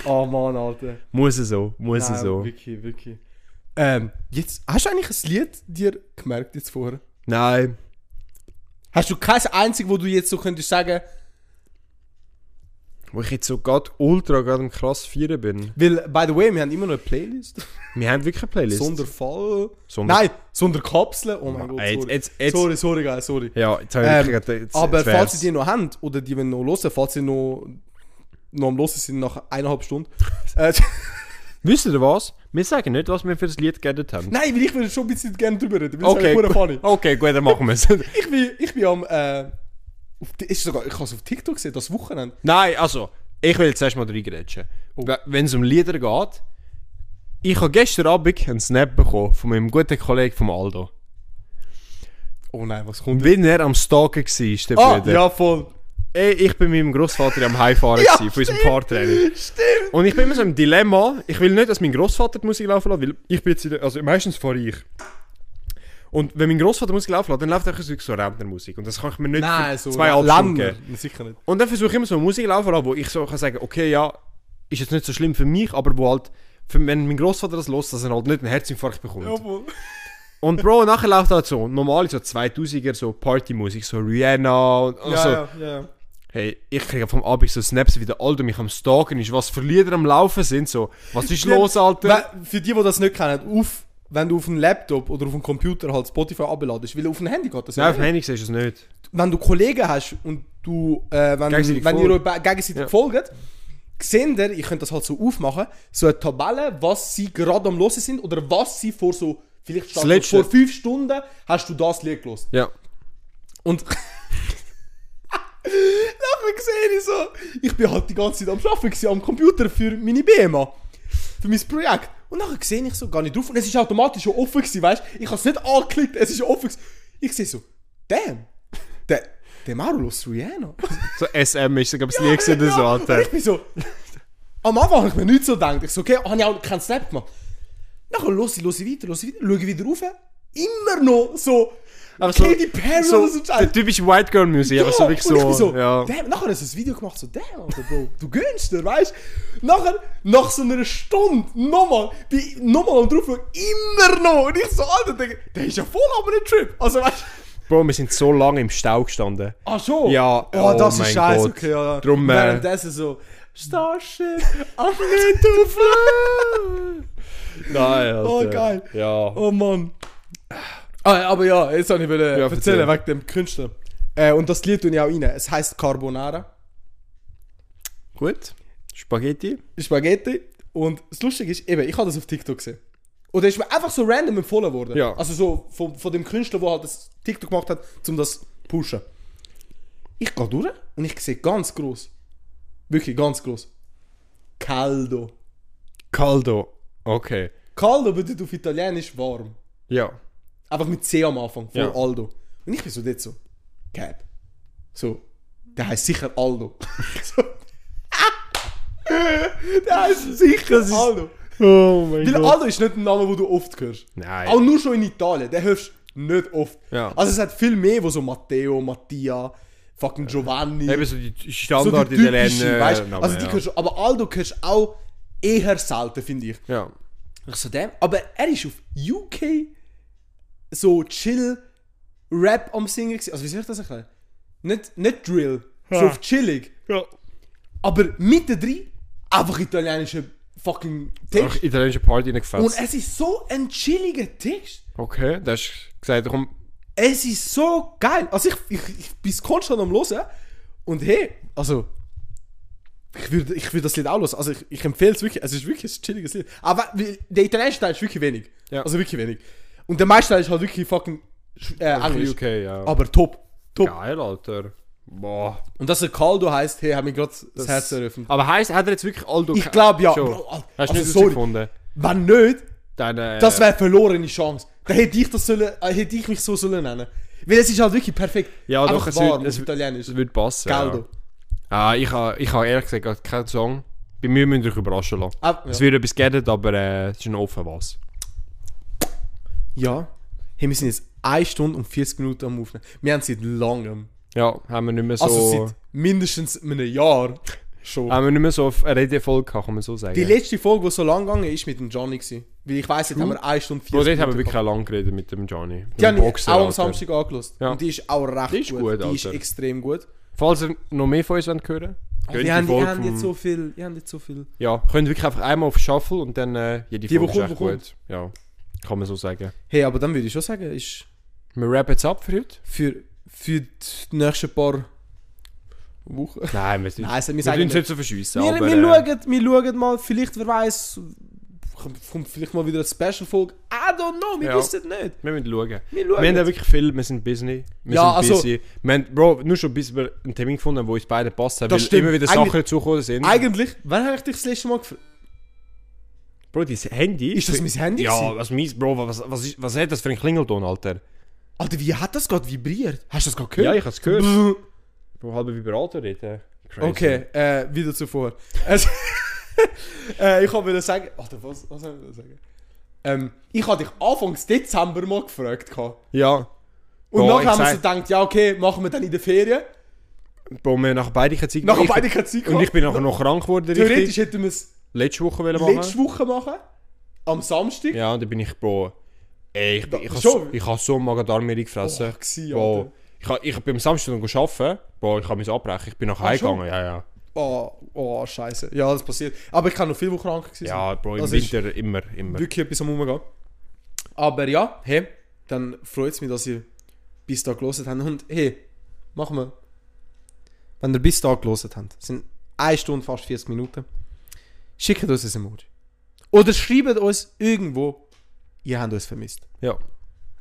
[SPEAKER 2] Oh Mann, Alter.
[SPEAKER 3] Muss es so, muss es
[SPEAKER 2] Nein,
[SPEAKER 3] so.
[SPEAKER 2] Wirklich, wirklich. Ähm,
[SPEAKER 3] Ehm,
[SPEAKER 2] jetzt, hast du eigentlich ein Lied dir gemerkt jetzt vorher?
[SPEAKER 3] Nein.
[SPEAKER 2] Hast du kein einziges, wo du jetzt so könntest sagen,
[SPEAKER 3] Wo ich jetzt so gerade ultra gerade am krass feiern bin.
[SPEAKER 2] weil, by the way, wir haben immer noch eine Playlist.
[SPEAKER 3] Wir haben wirklich eine Playlist.
[SPEAKER 2] Sonderfall.
[SPEAKER 3] Sonder-
[SPEAKER 2] Nein, Sonderkapseln. Oh mein Gott,
[SPEAKER 3] Ey, jetzt,
[SPEAKER 2] sorry.
[SPEAKER 3] jetzt, jetzt,
[SPEAKER 2] Sorry, sorry, guys, sorry.
[SPEAKER 3] Ja, jetzt habe ich
[SPEAKER 2] Ähm,
[SPEAKER 3] wirklich gerade- jetzt,
[SPEAKER 2] aber
[SPEAKER 3] jetzt
[SPEAKER 2] falls ihr
[SPEAKER 3] wär's.
[SPEAKER 2] die noch habt oder die wollen noch hören, falls ihr noch, noch am Hören sind nach eineinhalb Stunden. äh,
[SPEAKER 3] Wisst ihr was? Wir sagen nicht, was wir für das Lied geändert haben.
[SPEAKER 2] nein, weil ich würde schon ein bisschen gerne drüber reden. Weil
[SPEAKER 3] Okay,
[SPEAKER 2] das ist
[SPEAKER 3] gu-
[SPEAKER 2] ja funny.
[SPEAKER 3] okay, gut, dann machen wir es.
[SPEAKER 2] Ich bin, ich bin am. Äh, auf, Ti- ist sogar, ich habe es auf TikTok gesehen, das Wochenende.
[SPEAKER 3] Nein, also, ich will jetzt erstmal reingrätschen.
[SPEAKER 2] Oh.
[SPEAKER 3] We- Wenn es um Lieder geht, ich habe gestern Abend einen Snap bekommen von meinem guten Kollegen vom Aldo.
[SPEAKER 2] Oh nein, was kommt?
[SPEAKER 3] Und wie er am Stalken war, der
[SPEAKER 2] Ah,
[SPEAKER 3] Bruder.
[SPEAKER 2] ja, voll.
[SPEAKER 3] Ey, ich bin mit meinem Großvater am Heimfahren
[SPEAKER 2] Ja,
[SPEAKER 3] ja, von unserem Fahrtraining.
[SPEAKER 2] Stimmt.
[SPEAKER 3] Und ich bin immer so im Dilemma. Ich will nicht, dass mein Großvater die Musik laufen lässt, weil ich bin jetzt in der, also meistens fahre ich. Und wenn mein Großvater Musik laufen lässt, dann läuft auch so so Rentnermusik. Und das kann ich mir nicht
[SPEAKER 2] Nein,
[SPEAKER 3] für
[SPEAKER 2] so
[SPEAKER 3] zwei Alben
[SPEAKER 2] Länder.
[SPEAKER 3] geben.
[SPEAKER 2] Sicher nicht.
[SPEAKER 3] Und dann versuche ich immer so Musik laufen, lassen, wo ich so kann sagen, okay, ja, ist jetzt nicht so schlimm für mich, aber wo halt, für, wenn mein Großvater das los, dass er halt nicht einen Herzinfarkt bekommt.
[SPEAKER 2] Obwohl.
[SPEAKER 3] Und Bro, nachher läuft halt so normale so 2000er so Partymusik, so Rihanna und, und
[SPEAKER 2] Ja,
[SPEAKER 3] so.
[SPEAKER 2] ja, ja.
[SPEAKER 3] Hey, ich kriege vom Abend so Snaps, wie der Aldo mich am Stalken ist, was für Lieder am Laufen sind, so, was ist los, Alter?
[SPEAKER 2] We- Für die, die das nicht kennen, auf, wenn du auf einen Laptop oder auf einen Computer halt Spotify abladest, weil auf ein Handy geht das
[SPEAKER 3] Nein, auf dem
[SPEAKER 2] nicht.
[SPEAKER 3] Handy siehst du es nicht.
[SPEAKER 2] Wenn du Kollegen hast und du, äh, wenn,
[SPEAKER 3] Gegenseitig
[SPEAKER 2] wenn ihr
[SPEAKER 3] folgen.
[SPEAKER 2] euch be- gegenseitig
[SPEAKER 3] Ja.
[SPEAKER 2] folgt, seht ihr, ich könnte das halt so aufmachen, so eine Tabelle, was sie gerade am Hören sind oder was sie vor so, vielleicht stand so
[SPEAKER 3] Letzte.
[SPEAKER 2] vor fünf Stunden, hast du das Lied gelesen.
[SPEAKER 3] Ja.
[SPEAKER 2] Und. Nachher sehe ich so, ich bin halt die ganze Zeit am Arbeiten gewesen, am Computer für meine BMA. Für mein Projekt. Und nachher sehe ich so gar nicht drauf. Und es ist automatisch schon offen gewesen, weißt du? Ich habe es nicht angeklickt, es ist offen gewesen. Ich sehe so, damn, der, der Mauro los Rihanna.
[SPEAKER 3] So SM ist, glaube ich, das Lied gewesen oder so,
[SPEAKER 2] Und
[SPEAKER 3] Alter.
[SPEAKER 2] ich bin so, am Anfang habe ich mir nicht so gedacht. Ich so, okay, habe ich auch keinen Snap gemacht. Nachher los ich, los ich weiter, los ich weiter, schaue wieder rauf. Immer noch so,
[SPEAKER 3] Aber so,
[SPEAKER 2] Katy Perry
[SPEAKER 3] so,
[SPEAKER 2] oder so.
[SPEAKER 3] der typische White Girl Music, aber so
[SPEAKER 2] Ja,
[SPEAKER 3] wirklich
[SPEAKER 2] und ich
[SPEAKER 3] so,
[SPEAKER 2] bin
[SPEAKER 3] ja.
[SPEAKER 2] Damn, nachher hast du ein Video gemacht, so, damn, Alter, Bro, du gönnst dir, weißt du? Nachher, nach so einer Stunde, nochmal, bin ich nochmal am drauf, immer noch. Und ich so, Alter, der, der ist ja voll am einem Trip. Also, weißt du?
[SPEAKER 3] Bro, wir sind so lange im Stau gestanden.
[SPEAKER 2] Ach schon?
[SPEAKER 3] Ja,
[SPEAKER 2] oh,
[SPEAKER 3] Ah, oh
[SPEAKER 2] das ist
[SPEAKER 3] mein
[SPEAKER 2] scheiße,
[SPEAKER 3] Gott.
[SPEAKER 2] okay, ja.
[SPEAKER 3] Drum, äh,
[SPEAKER 2] Währenddessen so, Starship, I'm ready to fly.
[SPEAKER 3] Nein, Alter.
[SPEAKER 2] Oh, geil.
[SPEAKER 3] Ja.
[SPEAKER 2] Oh Mann. Ah, aber ja, jetzt habe ich wieder
[SPEAKER 3] Ja,
[SPEAKER 2] erzählen,
[SPEAKER 3] erzähl.
[SPEAKER 2] wegen dem Künstler. Äh, und das Lied tue ich auch rein. Es heißt Carbonara.
[SPEAKER 3] Gut. Spaghetti.
[SPEAKER 2] Spaghetti. Und das Lustige ist, eben, ich habe das auf TikTok gesehen. Und er ist mir einfach so random empfohlen worden.
[SPEAKER 3] Ja.
[SPEAKER 2] Also so von, von dem Künstler, der halt das TikTok gemacht hat, um das zu pushen. Ich gehe durch und ich sehe ganz groß. Wirklich ganz groß. Caldo.
[SPEAKER 3] Caldo. Okay.
[SPEAKER 2] Caldo bedeutet auf Italienisch warm.
[SPEAKER 3] Ja.
[SPEAKER 2] Einfach mit C am Anfang, von
[SPEAKER 3] Ja.
[SPEAKER 2] Aldo. Und ich bin so dort so, Cap. So, der heißt sicher Aldo. so. der heißt sicher
[SPEAKER 3] ist-
[SPEAKER 2] Aldo.
[SPEAKER 3] Oh mein
[SPEAKER 2] Weil Aldo ist nicht ein Name, den du oft hörst.
[SPEAKER 3] Nein.
[SPEAKER 2] Auch nur schon in Italien, den hörst du nicht oft.
[SPEAKER 3] Ja.
[SPEAKER 2] Also es hat viel mehr, wo so Matteo, Mattia, fucking Giovanni,
[SPEAKER 3] Eben so die
[SPEAKER 2] so
[SPEAKER 3] Standard
[SPEAKER 2] die
[SPEAKER 3] in der
[SPEAKER 2] typischen, weißt du? Also die
[SPEAKER 3] eh, nou, ja.
[SPEAKER 2] hörst du, aber Aldo hörst du auch eher selten, finde ich.
[SPEAKER 3] ja.
[SPEAKER 2] Ich so, damn. Aber er ist auf UK so chill Rap am Singen gewesen. Also wie soll ich das erklären? Nicht, nicht Drill, so auf chillig.
[SPEAKER 3] ja.
[SPEAKER 2] Aber mittendrin einfach italienischer ah, fucking
[SPEAKER 3] Ach,
[SPEAKER 2] Text.
[SPEAKER 3] italienische Party
[SPEAKER 2] Und
[SPEAKER 3] gefällt.
[SPEAKER 2] es ist so ein chilliger Text.
[SPEAKER 3] Okay, das hast du gesagt, komm,
[SPEAKER 2] Es ist so geil. Also ich, ich, ich bin es konstant am hören. Und hey, also... Ich würde ich würd das Lied auch hören. Also ich, ich empfehle es wirklich. Es ist wirklich ein chilliges Lied. Aber weil der italienische Teil ist wirklich wenig.
[SPEAKER 3] Ja.
[SPEAKER 2] Also wirklich wenig. Und der meiste Teil ist halt wirklich fucking äh, Englisch.
[SPEAKER 3] UK, ja.
[SPEAKER 2] Aber top. Top.
[SPEAKER 3] Geil, Alter. Boah.
[SPEAKER 2] Und dass er Caldo heisst, hey, hat mir gerade das Herz eröffnet.
[SPEAKER 3] Aber heisst, hat er jetzt wirklich Aldo
[SPEAKER 2] Ich glaube ja.
[SPEAKER 3] Schon.
[SPEAKER 2] Bro,
[SPEAKER 3] Hast
[SPEAKER 2] also,
[SPEAKER 3] du nicht
[SPEAKER 2] sorry.
[SPEAKER 3] gefunden?
[SPEAKER 2] Wenn nicht,
[SPEAKER 3] Dann, äh,
[SPEAKER 2] das wäre eine verlorene Chance. Dann hätte ich, das sollen, äh, hätte ich mich so sollen nennen Weil es ist halt wirklich perfekt.
[SPEAKER 3] Ja, doch,
[SPEAKER 2] es
[SPEAKER 3] es
[SPEAKER 2] warm,
[SPEAKER 3] würde- es
[SPEAKER 2] auf Italienisch.
[SPEAKER 3] das würde passen.
[SPEAKER 2] Caldo.
[SPEAKER 3] Ja. Ah, ich habe ich ha ehrlich gesagt gerade keinen Song. Bei mir müsst ihr euch überraschen lassen.
[SPEAKER 2] Ah,
[SPEAKER 3] Es
[SPEAKER 2] ja.
[SPEAKER 3] wird etwas geändert, aber äh, es ist noch offen was.
[SPEAKER 2] ja. Hey, wir sind jetzt 1 Stunde und 40 Minuten am Aufnehmen. Wir haben seit langem,
[SPEAKER 3] Ja, haben wir nicht mehr so...
[SPEAKER 2] also seit mindestens einem Jahr schon.
[SPEAKER 3] haben wir nicht mehr so eine Redefolge gehabt, kann man so sagen.
[SPEAKER 2] Die letzte Folge, die so lang gegangen ist, mit dem Johnny. Gewesen. Weil ich weiss, jetzt haben wir 1 Stunde 40
[SPEAKER 3] Bro, Oh, dort haben wir
[SPEAKER 2] Minuten
[SPEAKER 3] wirklich auch lang geredet mit dem Johnny.
[SPEAKER 2] Die
[SPEAKER 3] Mit
[SPEAKER 2] habe
[SPEAKER 3] dem
[SPEAKER 2] ich
[SPEAKER 3] Boxer,
[SPEAKER 2] auch am
[SPEAKER 3] Alter.
[SPEAKER 2] Samstag angelost.
[SPEAKER 3] Ja.
[SPEAKER 2] Und die ist auch recht
[SPEAKER 3] Die ist
[SPEAKER 2] gut.
[SPEAKER 3] gut,
[SPEAKER 2] Die ist
[SPEAKER 3] Alter.
[SPEAKER 2] extrem gut.
[SPEAKER 3] Falls ihr noch mehr von uns hören wollt, hören,
[SPEAKER 2] Wir
[SPEAKER 3] gönnt die
[SPEAKER 2] Ah, haben,
[SPEAKER 3] Folge
[SPEAKER 2] wir haben
[SPEAKER 3] vom-
[SPEAKER 2] jetzt so viel. Wir haben jetzt so viel.
[SPEAKER 3] Ja, könnt wirklich einfach einmal auf Shuffle und dann äh, jede
[SPEAKER 2] Die,
[SPEAKER 3] Folge
[SPEAKER 2] die
[SPEAKER 3] ist echt
[SPEAKER 2] kommt,
[SPEAKER 3] gut. Ja, kann man so sagen.
[SPEAKER 2] Hey, aber dann würde ich schon sagen, ist
[SPEAKER 3] Wir wrap jetzt ab für heute.
[SPEAKER 2] für, für die nächsten paar Wochen.
[SPEAKER 3] Nein, wir sind
[SPEAKER 2] Nein, also wir
[SPEAKER 3] wir
[SPEAKER 2] sagen
[SPEAKER 3] sind
[SPEAKER 2] nicht.
[SPEAKER 3] nicht so verschissen.
[SPEAKER 2] Wir,
[SPEAKER 3] aber,
[SPEAKER 2] wir,
[SPEAKER 3] äh,
[SPEAKER 2] schauen, wir schauen mal, vielleicht, wer weiß, kommt vielleicht mal wieder eine Special-Folge. I don't know, wir
[SPEAKER 3] Ja.
[SPEAKER 2] wissen es nicht.
[SPEAKER 3] Wir müssen schauen.
[SPEAKER 2] Wir
[SPEAKER 3] Wir haben
[SPEAKER 2] schauen.
[SPEAKER 3] ja wirklich viel, wir sind busy. Wir
[SPEAKER 2] Ja,
[SPEAKER 3] sind
[SPEAKER 2] also-
[SPEAKER 3] busy. Wir haben, Bro, nur schon bis wir einen Termin gefunden haben, wo uns beide passt haben,
[SPEAKER 2] Das
[SPEAKER 3] weil
[SPEAKER 2] stimmt.
[SPEAKER 3] immer wieder
[SPEAKER 2] Eigentlich-
[SPEAKER 3] Sachen dazugekommen sind.
[SPEAKER 2] Eigentlich, wann habe ich dich das letzte Mal gefragt?
[SPEAKER 3] Bro, dein Handy...
[SPEAKER 2] Ist das mein Handy
[SPEAKER 3] Ja,
[SPEAKER 2] gewesen?
[SPEAKER 3] was meins, Bro, was, was, ist, was hat das für ein Klingelton, Alter?
[SPEAKER 2] Alter, Ah, wie hat das gerade vibriert? Hast du das gerade gehört?
[SPEAKER 3] Ja, ich hab's gehört.
[SPEAKER 2] Brrr.
[SPEAKER 3] Bro, halber Vibrator dort. äh. Crazy.
[SPEAKER 2] Okay, äh, wieder zuvor. Also, äh, ich wollte sagen, Alter, was, was soll ich sagen? Ähm, ich habe dich Anfangs Dezember mal gefragt. gehabt.
[SPEAKER 3] Ja.
[SPEAKER 2] Und
[SPEAKER 3] Boah,
[SPEAKER 2] nachher haben
[SPEAKER 3] ich
[SPEAKER 2] wir so
[SPEAKER 3] sag-
[SPEAKER 2] gedacht, ja okay, machen wir dann in der Ferien.
[SPEAKER 3] Bro, wir haben nachher beide keine Zeit
[SPEAKER 2] Nachher
[SPEAKER 3] Ich-
[SPEAKER 2] beide keine Zeit
[SPEAKER 3] Und
[SPEAKER 2] gehabt.
[SPEAKER 3] ich bin nachher noch krank geworden, richtig?
[SPEAKER 2] Theoretisch hätten wir es
[SPEAKER 3] Letzte Woche wollen wir
[SPEAKER 2] letzte
[SPEAKER 3] machen.
[SPEAKER 2] Woche machen. Am Samstag.
[SPEAKER 3] Ja, und dann bin ich, Bro... Ey, ich, bin, ich,
[SPEAKER 2] Da-
[SPEAKER 3] has-
[SPEAKER 2] schon?
[SPEAKER 3] ich habe so Magen-Darm gefressen.
[SPEAKER 2] Oh, gsi, Alter.
[SPEAKER 3] Bro, ich, ha- ich bin am Samstag noch arbeiten. Bro, ich habe mich abbrechen. Ich bin nach Hause
[SPEAKER 2] schon?
[SPEAKER 3] gegangen, ja, ja.
[SPEAKER 2] Oh, oh, scheiße. Ja, das passiert. Aber ich kann noch viel Wochen krank gewesen.
[SPEAKER 3] Ja, Bro, im
[SPEAKER 2] Das ist-
[SPEAKER 3] Winter immer, immer.
[SPEAKER 2] wirklich etwas am Umgehen. Aber ja, hey, dann freut es mich, dass ihr bis da gelesen habt. Und hey, machen wir. Wenn ihr bis da gelesen habt, sind 1 Stunde fast 40 Minuten, schickt uns ein Emoji. Oder schreibt uns irgendwo, ihr habt uns vermisst.
[SPEAKER 3] Ja.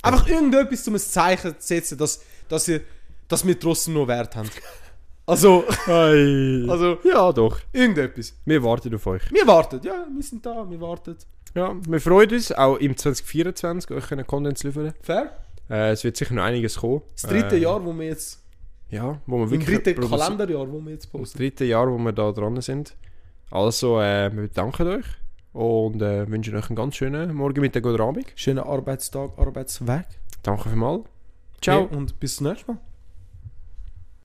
[SPEAKER 2] Einfach irgendetwas, um ein Zeichen zu setzen, dass, dass, ihr, dass wir trotzdem noch Wert haben. Also,
[SPEAKER 3] Also, ja, doch.
[SPEAKER 2] irgendetwas.
[SPEAKER 3] Wir warten auf euch.
[SPEAKER 2] Wir warten, ja, wir sind da, wir warten.
[SPEAKER 3] Ja, wir freuen uns, auch im 2024 euch einen Content zu liefern.
[SPEAKER 2] Fair.
[SPEAKER 3] Äh, es wird sicher noch einiges kommen.
[SPEAKER 2] Das dritte
[SPEAKER 3] äh,
[SPEAKER 2] Jahr, wo wir jetzt
[SPEAKER 3] Ja, wo wir
[SPEAKER 2] Im
[SPEAKER 3] wirklich...
[SPEAKER 2] dritten
[SPEAKER 3] Bro, das-
[SPEAKER 2] Kalenderjahr, wo wir jetzt
[SPEAKER 3] Das
[SPEAKER 2] posten.
[SPEAKER 3] dritte Jahr, wo wir da dran sind. Also, äh, wir bedanken euch und äh, wünschen euch einen ganz schönen Morgen, Mittag oder Abend.
[SPEAKER 2] Schönen Arbeitstag, Arbeitsweg.
[SPEAKER 3] Danke vielmals. Ciao.
[SPEAKER 2] Hey, und bis zum nächsten Mal.